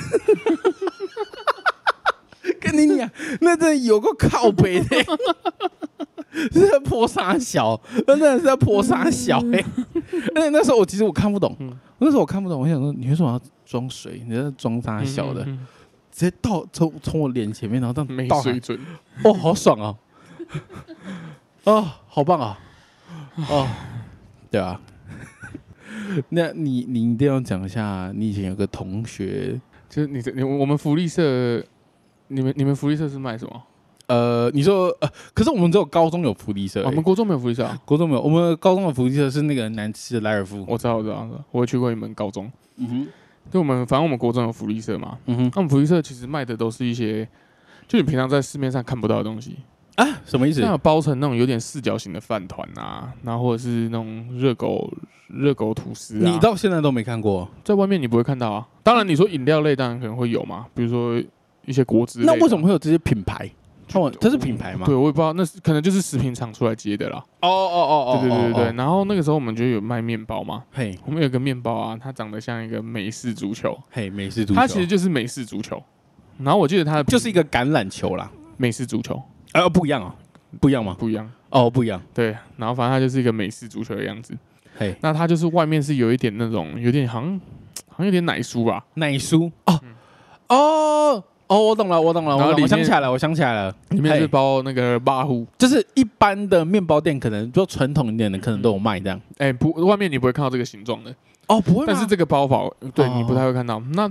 [SPEAKER 1] 跟你讲，那真的有个靠北的、 是在泼沙小，那真的是在泼沙小哎、而且那时候我其实我看不懂，
[SPEAKER 2] 嗯
[SPEAKER 1] 那时候我看不懂，我想说你为什么要装水？你在装沙
[SPEAKER 2] 嗯
[SPEAKER 1] 小的，
[SPEAKER 2] 嗯
[SPEAKER 1] 直接倒从从我脸前面，然后
[SPEAKER 2] 嗯
[SPEAKER 1] 这样
[SPEAKER 2] 没
[SPEAKER 1] 倒下
[SPEAKER 2] 水准，
[SPEAKER 1] 哦，好爽哦！哦，好棒啊！哦，对啊。 那你你一定要讲一下，你以前有个同学，
[SPEAKER 2] 就是你这你我们福利社，你们你们福利社是卖什么？
[SPEAKER 1] 呃，你说呃，可是我们只有高中有福利社、
[SPEAKER 2] 我们国中没有福 利社啊，
[SPEAKER 1] 国中没有，我们高中的福利社是那个难吃的莱尔夫。
[SPEAKER 2] 我知道我知道，我知道我有去过你们高中，
[SPEAKER 1] 嗯哼，
[SPEAKER 2] 就我们反正我们国中有福利社嘛，
[SPEAKER 1] 嗯
[SPEAKER 2] 那我们福利社其实卖的都是一些。就你平常在市面上看不到的东西，
[SPEAKER 1] 哼，啊，什么意思
[SPEAKER 2] 像？有包成那种有点四角形的饭团啊，然后或者是那种热狗热狗吐司啊，
[SPEAKER 1] 你到现在都没看过？
[SPEAKER 2] 在外面你不会看到啊。当然，你说饮料类当然可能会有嘛，比如说一些果汁类的。
[SPEAKER 1] 那为什么会有这些品牌？他们它是品牌吗？
[SPEAKER 2] 对，我也不知道，那是可能就是食品厂出来接的啦。
[SPEAKER 1] 哦哦哦
[SPEAKER 2] 对对对对对。，然后那个时候我们就有卖面包嘛，
[SPEAKER 1] 嘿
[SPEAKER 2] 我们有个面包啊，它长得像一个美式足球，
[SPEAKER 1] 嘿，美式足球，
[SPEAKER 2] 它其实就是美式足球。然后我记得它的
[SPEAKER 1] 就是一个橄榄球啦。
[SPEAKER 2] 美式足球
[SPEAKER 1] 呃，不一样哦，不一样吗？
[SPEAKER 2] 不一样，
[SPEAKER 1] 哦，不一样。
[SPEAKER 2] 对。然后反正它就是一个美式足球的样子。
[SPEAKER 1] 嘿，
[SPEAKER 2] 那它就是外面是有一点那种，有点好像好像有点奶酥吧，
[SPEAKER 1] 奶酥哦哦哦，我懂了，我懂了，
[SPEAKER 2] 然
[SPEAKER 1] 我懂了我
[SPEAKER 2] 后里面
[SPEAKER 1] 想起来了，我想起来了，
[SPEAKER 2] 里面是
[SPEAKER 1] 嘿
[SPEAKER 2] 包那个巴糊。
[SPEAKER 1] 就是一般的面包店，可能就传统一点的，可能都有卖这样。
[SPEAKER 2] 哎、不，外面你不会看到这个形状的。
[SPEAKER 1] 哦，不会吗
[SPEAKER 2] 但是这个包法，对
[SPEAKER 1] 哦
[SPEAKER 2] 你不太会看到。那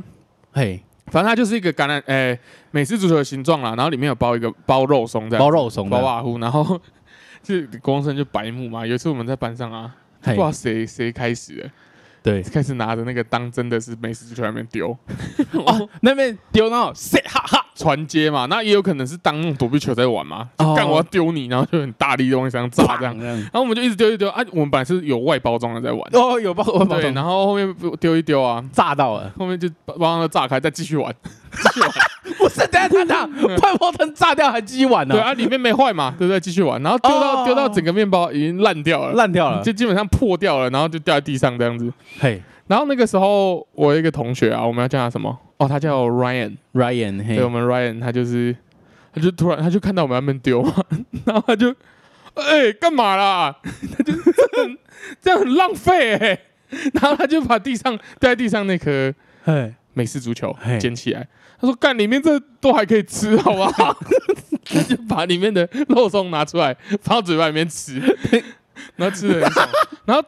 [SPEAKER 1] 嘿，
[SPEAKER 2] 反正它就是一个橄榄，诶、美式足球的形状啦，然后里面有包一个包肉松这样，
[SPEAKER 1] 包肉松
[SPEAKER 2] 包
[SPEAKER 1] 的，
[SPEAKER 2] 瓦糊，然后 就光生就白目嘛。有一次我们在班上啊，不
[SPEAKER 1] 嘿
[SPEAKER 2] 知道谁谁开始的，
[SPEAKER 1] 对，
[SPEAKER 2] 开始拿着那个当真的是美式足球在那边丢
[SPEAKER 1] 哦，那边丢那种 s 哈哈，
[SPEAKER 2] 传接嘛，那也有可能是当那种躲避球在玩嘛，就
[SPEAKER 1] 哦
[SPEAKER 2] 干我要丢你，然后就很大力的往你身上炸这样，
[SPEAKER 1] 样。
[SPEAKER 2] 然后我们就一直丢一直丢啊，我们本来是有外包装的在玩，
[SPEAKER 1] 哦，有包有包
[SPEAKER 2] 对，
[SPEAKER 1] 装
[SPEAKER 2] 然后后面不丢一丢啊，
[SPEAKER 1] 炸到了，
[SPEAKER 2] 后面就把包装炸开再继续玩，继续玩。
[SPEAKER 1] 不是？等一下等一下，快包装炸掉还继续玩呢
[SPEAKER 2] 对，啊，里面没坏嘛，对不对？继续玩，然后丢到
[SPEAKER 1] 哦
[SPEAKER 2] 丢到整个面包已经烂掉了，
[SPEAKER 1] 烂掉了
[SPEAKER 2] 就。基本上破掉了，然后就掉在地上这样子。
[SPEAKER 1] 嘿
[SPEAKER 2] 然后那个时候我有一个同学啊，我们要叫他什么？哦，他叫 Ryan，
[SPEAKER 1] ，Ryan，
[SPEAKER 2] 对
[SPEAKER 1] 嘿，
[SPEAKER 2] 我们 Ryan，他就是他就突然他就看到我们在那边丢嘛， 然后他就哎干嘛啦？ 他就这样很浪费哎、 然后他就把地上掉在地上那颗
[SPEAKER 1] 嘿，
[SPEAKER 2] 美式足球
[SPEAKER 1] 嘿
[SPEAKER 2] 捡起来，他说：“干，里面这都还可以吃， 好不好？”他就把里面的肉松拿出来放到嘴巴里面 吃，然后吃的很爽。然后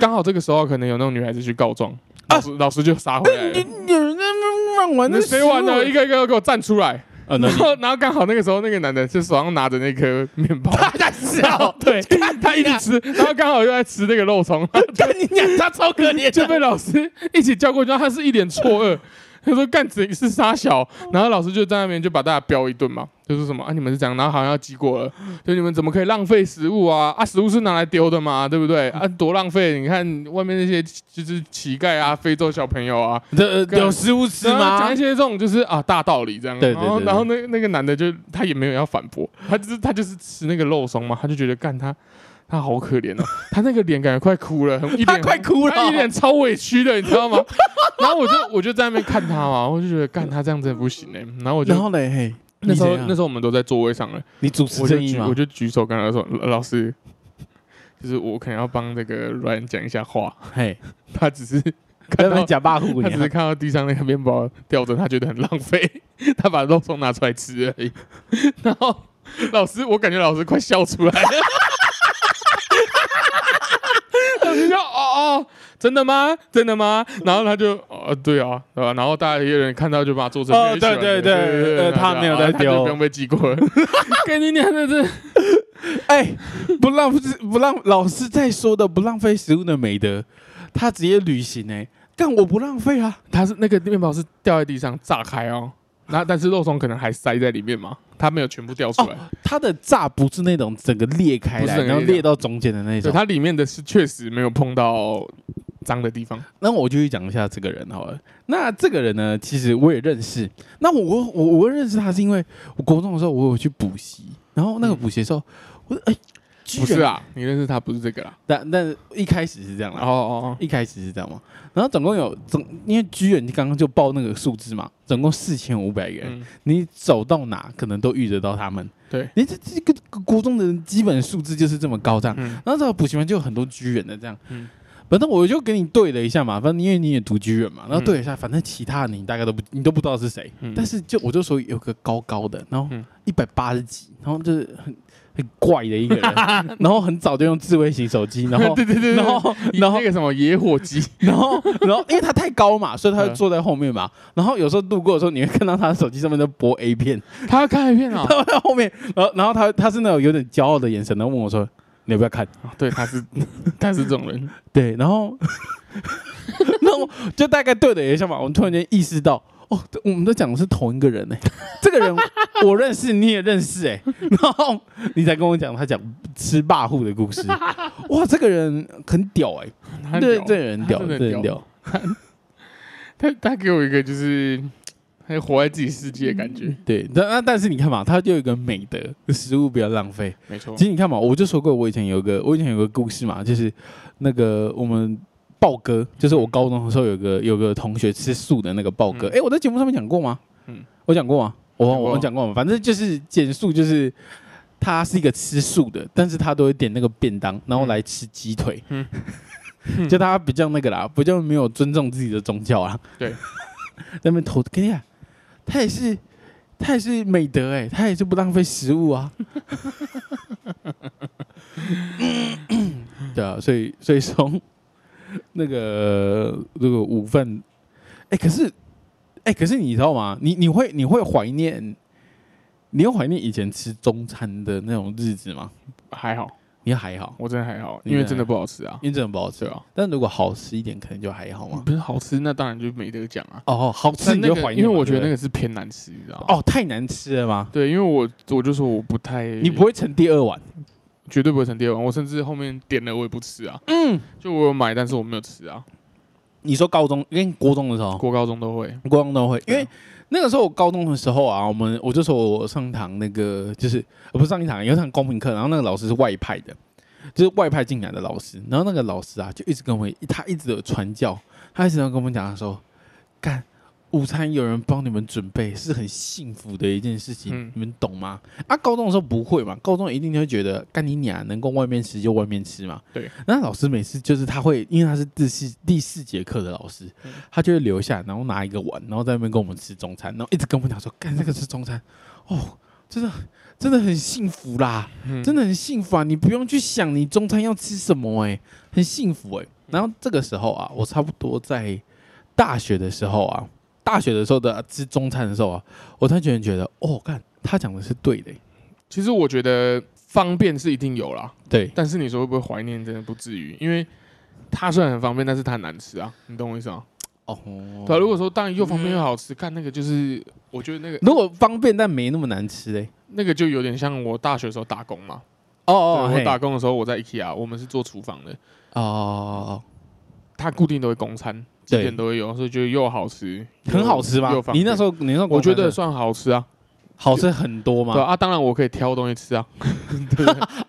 [SPEAKER 2] 刚好这个时候可能有那种女孩子去告状，老师、老师就杀回来
[SPEAKER 1] 啊你
[SPEAKER 2] 了。
[SPEAKER 1] 你有人在那边乱玩，
[SPEAKER 2] 那谁玩的？一
[SPEAKER 1] 的？
[SPEAKER 2] 个一个都给我站出来。
[SPEAKER 1] 啊，那
[SPEAKER 2] 然
[SPEAKER 1] 你
[SPEAKER 2] 后，然后刚好那个时候，那个男的就手上拿着那颗面 包，
[SPEAKER 1] 他在笑，
[SPEAKER 2] 对，他一直吃，然后刚好又在吃那个肉松，
[SPEAKER 1] 跟你讲，他超可怜的，
[SPEAKER 2] 就被老师一起叫过去，然后他是一脸错愕，他说干这是傻小，然后老师就在那边就把大家飙一顿嘛，就说什么啊你们是这样，然后好像要记过了，就你们怎么可以浪费食物啊？啊食物是拿来丢的嘛，对不对？啊多浪费！你看外面那些就是乞丐啊、非洲小朋友啊，
[SPEAKER 1] 这
[SPEAKER 2] 干
[SPEAKER 1] 有食物吃
[SPEAKER 2] 然后讲
[SPEAKER 1] 吗
[SPEAKER 2] 一？些这种就是啊大道理这样。
[SPEAKER 1] 对对
[SPEAKER 2] 然后
[SPEAKER 1] 对对
[SPEAKER 2] 然后那那个男的就他也没有要反驳，他就是他就是吃那个肉松嘛，他就觉得干他他好可怜哦，他那个脸感觉快哭了，很一
[SPEAKER 1] 他
[SPEAKER 2] 脸
[SPEAKER 1] 快哭了，
[SPEAKER 2] 他一脸超委屈的，你知道吗？然后我就我就在那边看他嘛，我就觉得干他这样真的不行哎、然后我就
[SPEAKER 1] 然后嘞，嘿，
[SPEAKER 2] 那时候
[SPEAKER 1] 你怎样
[SPEAKER 2] 那时候我们都在座位上了，
[SPEAKER 1] 你主持
[SPEAKER 2] 我就
[SPEAKER 1] 正义
[SPEAKER 2] 举
[SPEAKER 1] 吗
[SPEAKER 2] 我？就举手跟他说老老师，就是我可能要帮这个 Ryan 讲一下话，
[SPEAKER 1] 嘿，
[SPEAKER 2] 他只是
[SPEAKER 1] 不
[SPEAKER 2] 看
[SPEAKER 1] 要
[SPEAKER 2] 到
[SPEAKER 1] 假霸虎，
[SPEAKER 2] 他
[SPEAKER 1] 你啊
[SPEAKER 2] 只是看到地上那个面包吊着，他觉得很浪费， 他把肉松拿出来吃而已。 然后老师，我感觉老师快笑出来 了。老师就哦哦，真的吗？真的吗？然后他就哦，对啊，对吧、然后大家也有人看到就把他做成
[SPEAKER 1] 哦对对对呃他没有在
[SPEAKER 2] 啊他就
[SPEAKER 1] 丢
[SPEAKER 2] 不用被记过了。跟你娘的这
[SPEAKER 1] 哎、不浪费不浪老师在说的不浪费食物的美德，他直接履行哎、但我不浪费啊，
[SPEAKER 2] 他是那个面包是掉在地上炸开哦，那但是肉松可能还塞在里面嘛，他没有全部掉出来。
[SPEAKER 1] 他的炸不是那种整个裂开
[SPEAKER 2] 不是
[SPEAKER 1] 来，
[SPEAKER 2] 整个
[SPEAKER 1] 然后
[SPEAKER 2] 裂开
[SPEAKER 1] 裂到中间的那
[SPEAKER 2] 对，
[SPEAKER 1] 种。
[SPEAKER 2] 它里面的是确实没有碰到脏的地方。
[SPEAKER 1] 那我就去讲一下这个人好了。那这个人呢，其实我也认识。那我我我我认识他是因为我国中的时候我有去补习，然后那个
[SPEAKER 2] 嗯
[SPEAKER 1] 补习的时候，我说哎、居
[SPEAKER 2] 不是
[SPEAKER 1] 然，
[SPEAKER 2] 啊，你认识他不是这个啦。
[SPEAKER 1] 但但一开始是这样啦
[SPEAKER 2] 哦，哦
[SPEAKER 1] 一开始是这样嘛，然后总共有总，因为居然刚刚就报那个数字嘛，总共四千五百个
[SPEAKER 2] 哦，
[SPEAKER 1] 人，
[SPEAKER 2] 嗯，
[SPEAKER 1] 你走到哪可能都遇得到他们。
[SPEAKER 2] 对，
[SPEAKER 1] 你这这个国中的人基本素质就是这么高这样。
[SPEAKER 2] 嗯
[SPEAKER 1] 然后到补习班就有很多居人的这样，
[SPEAKER 2] 嗯
[SPEAKER 1] 反正我就跟你对了一下嘛，反正因为你也读居人嘛，然后
[SPEAKER 2] 嗯
[SPEAKER 1] 对了一下，反正其他的你大概都不你都不知道是谁，
[SPEAKER 2] 嗯
[SPEAKER 1] 但是就我就说有个高高的，然后
[SPEAKER 2] 嗯
[SPEAKER 1] 一百八十几，然后就是很很怪的一个人， 然后很早就用智慧型手机，然后
[SPEAKER 2] 对对对，对
[SPEAKER 1] 然后然后
[SPEAKER 2] 那个什么野火 鸡，
[SPEAKER 1] 然后，然后因为他太高嘛，所以
[SPEAKER 2] 嗯
[SPEAKER 1] 他就坐在后面嘛。然后有时候路过的时候，你会看到他的手机上面在播 A 片，
[SPEAKER 2] 他要看一遍啊
[SPEAKER 1] 他。会在后面，然后然后他他是那种有点骄傲的眼神，然后问我说：“你要不要看
[SPEAKER 2] 哦对，他是他是这种人，？”
[SPEAKER 1] 对，然后，然后就大概对了一下嘛，我们突然间意识到。哦，这我们都讲的是同一个人呢、欸这个人我认识，你也认识哎、然后你才跟我讲他讲吃霸户的故事，哇，这个人很屌哎、
[SPEAKER 2] 他很
[SPEAKER 1] 对，
[SPEAKER 2] 屌
[SPEAKER 1] 这个人屌，
[SPEAKER 2] 他
[SPEAKER 1] 这
[SPEAKER 2] 真的
[SPEAKER 1] 个人
[SPEAKER 2] 很
[SPEAKER 1] 屌，
[SPEAKER 2] 他他给我一个就是他活在自己世界的感觉，
[SPEAKER 1] 对，但那但是你看嘛，他就有一个美德，食物不要浪费。
[SPEAKER 2] 没错
[SPEAKER 1] 其。实你看嘛，我就说过，我以前有个，我以前有个故事嘛，就是那个我们豹哥，就是我高中的时候有个有个同学吃素的那个豹哥，
[SPEAKER 2] 嗯
[SPEAKER 1] 哎、我在节目上面讲过吗？嗯
[SPEAKER 2] 嗯，
[SPEAKER 1] 我讲过吗？我
[SPEAKER 2] 讲过
[SPEAKER 1] 我讲过嘛，反正就是简述就是。他是一个吃素的，但是他都会点那个便当，然后来吃鸡腿。嗯
[SPEAKER 2] 嗯，
[SPEAKER 1] 就他比较那个啦，比较没有尊重自己的宗教啊。
[SPEAKER 2] 对，
[SPEAKER 1] 在那边投，跟你讲，他也是他也是美德哎、他也是不浪费食物 啊。对啊，所以所以从那个如果五份，哎、可是哎、可是你知道吗？你你会你会怀念，你会怀念以前吃中餐的那种日子吗？
[SPEAKER 2] 还好，
[SPEAKER 1] 你还好，
[SPEAKER 2] 我真的还好，
[SPEAKER 1] 你
[SPEAKER 2] 因为
[SPEAKER 1] 真的
[SPEAKER 2] 真的不好吃啊。
[SPEAKER 1] 因为真的不好吃哦
[SPEAKER 2] 对。啊，
[SPEAKER 1] 但如果好吃一点，可能就还好嘛。
[SPEAKER 2] 不是好吃，那当然就没得讲啊。
[SPEAKER 1] 哦，好吃你
[SPEAKER 2] 那
[SPEAKER 1] 就
[SPEAKER 2] 个
[SPEAKER 1] 怀念嘛，
[SPEAKER 2] 因为我觉得那
[SPEAKER 1] 对
[SPEAKER 2] 个是偏难吃，你知道
[SPEAKER 1] 不
[SPEAKER 2] 吗？
[SPEAKER 1] 对哦太难吃了吗？
[SPEAKER 2] 对，因为我我就说我不太，
[SPEAKER 1] 你不会盛第二碗？
[SPEAKER 2] 绝对不会成第二碗，我甚至后面点了我也不吃啊。
[SPEAKER 1] 嗯，
[SPEAKER 2] 就我有买，但是我没有吃啊。
[SPEAKER 1] 你说高中跟国中的时候，
[SPEAKER 2] 过高中都会，
[SPEAKER 1] 国中都会，因
[SPEAKER 2] 对啊
[SPEAKER 1] 为那个时候我高中的时候啊，我们我就说我上堂那个就是呃不是上一堂，有一堂公民课，然后那个老师是外派的，就是外派进来的老师，然后那个老师啊就一直跟我们他一直有传教，他一直跟我们讲说，干午餐有人帮你们准备是很幸福的一件事情，
[SPEAKER 2] 嗯
[SPEAKER 1] 你们懂吗？啊，高中的时候不会嘛，高中一定就会觉得干你娘，能够外面吃就外面吃嘛。
[SPEAKER 2] 对，
[SPEAKER 1] 那老师每次就是他会，因为他是第四第四节课的老师，
[SPEAKER 2] 嗯
[SPEAKER 1] 他就会留下，然后拿一个碗，然后在那边跟我们吃中餐，然后一直跟我们讲说，干这个是中餐，哦，真的真的很幸福啦。
[SPEAKER 2] 嗯
[SPEAKER 1] 真的很幸福啊！你不用去想你中餐要吃什么、欸，很幸福哎、然后这个时候啊，我差不多在大学的时候啊，大学的时候的吃中餐的时候啊，我突然觉得觉得，哦，看他讲的是对的欸、
[SPEAKER 2] 其实我觉得方便是一定有啦，
[SPEAKER 1] 对，
[SPEAKER 2] 但是你说会不会怀念，真的不至于，因为它虽然很方便，但是它很难吃啊，你懂我意思吗？
[SPEAKER 1] 哦，嗯
[SPEAKER 2] 对啊、如果说当然又方便又好吃，看那个就是，我觉得那个
[SPEAKER 1] 如果方便但没那么难吃欸嘞。
[SPEAKER 2] 那个就有点像我大学的时候打工嘛。
[SPEAKER 1] 哦
[SPEAKER 2] 对我
[SPEAKER 1] 嘿
[SPEAKER 2] 打工的时候我在 IKEA，我们是做厨房的，
[SPEAKER 1] 哦哦，
[SPEAKER 2] 它固定都会供餐，几
[SPEAKER 1] 对
[SPEAKER 2] 点都会有，所以就又好吃，
[SPEAKER 1] 哦很好吃吗
[SPEAKER 2] 又？方
[SPEAKER 1] 你
[SPEAKER 2] 便
[SPEAKER 1] 那时候你那时候
[SPEAKER 2] 我觉得
[SPEAKER 1] 公司
[SPEAKER 2] 算好吃啊，
[SPEAKER 1] 好吃很多
[SPEAKER 2] 对
[SPEAKER 1] 吗？
[SPEAKER 2] 啊，当然我可以挑东西吃啊，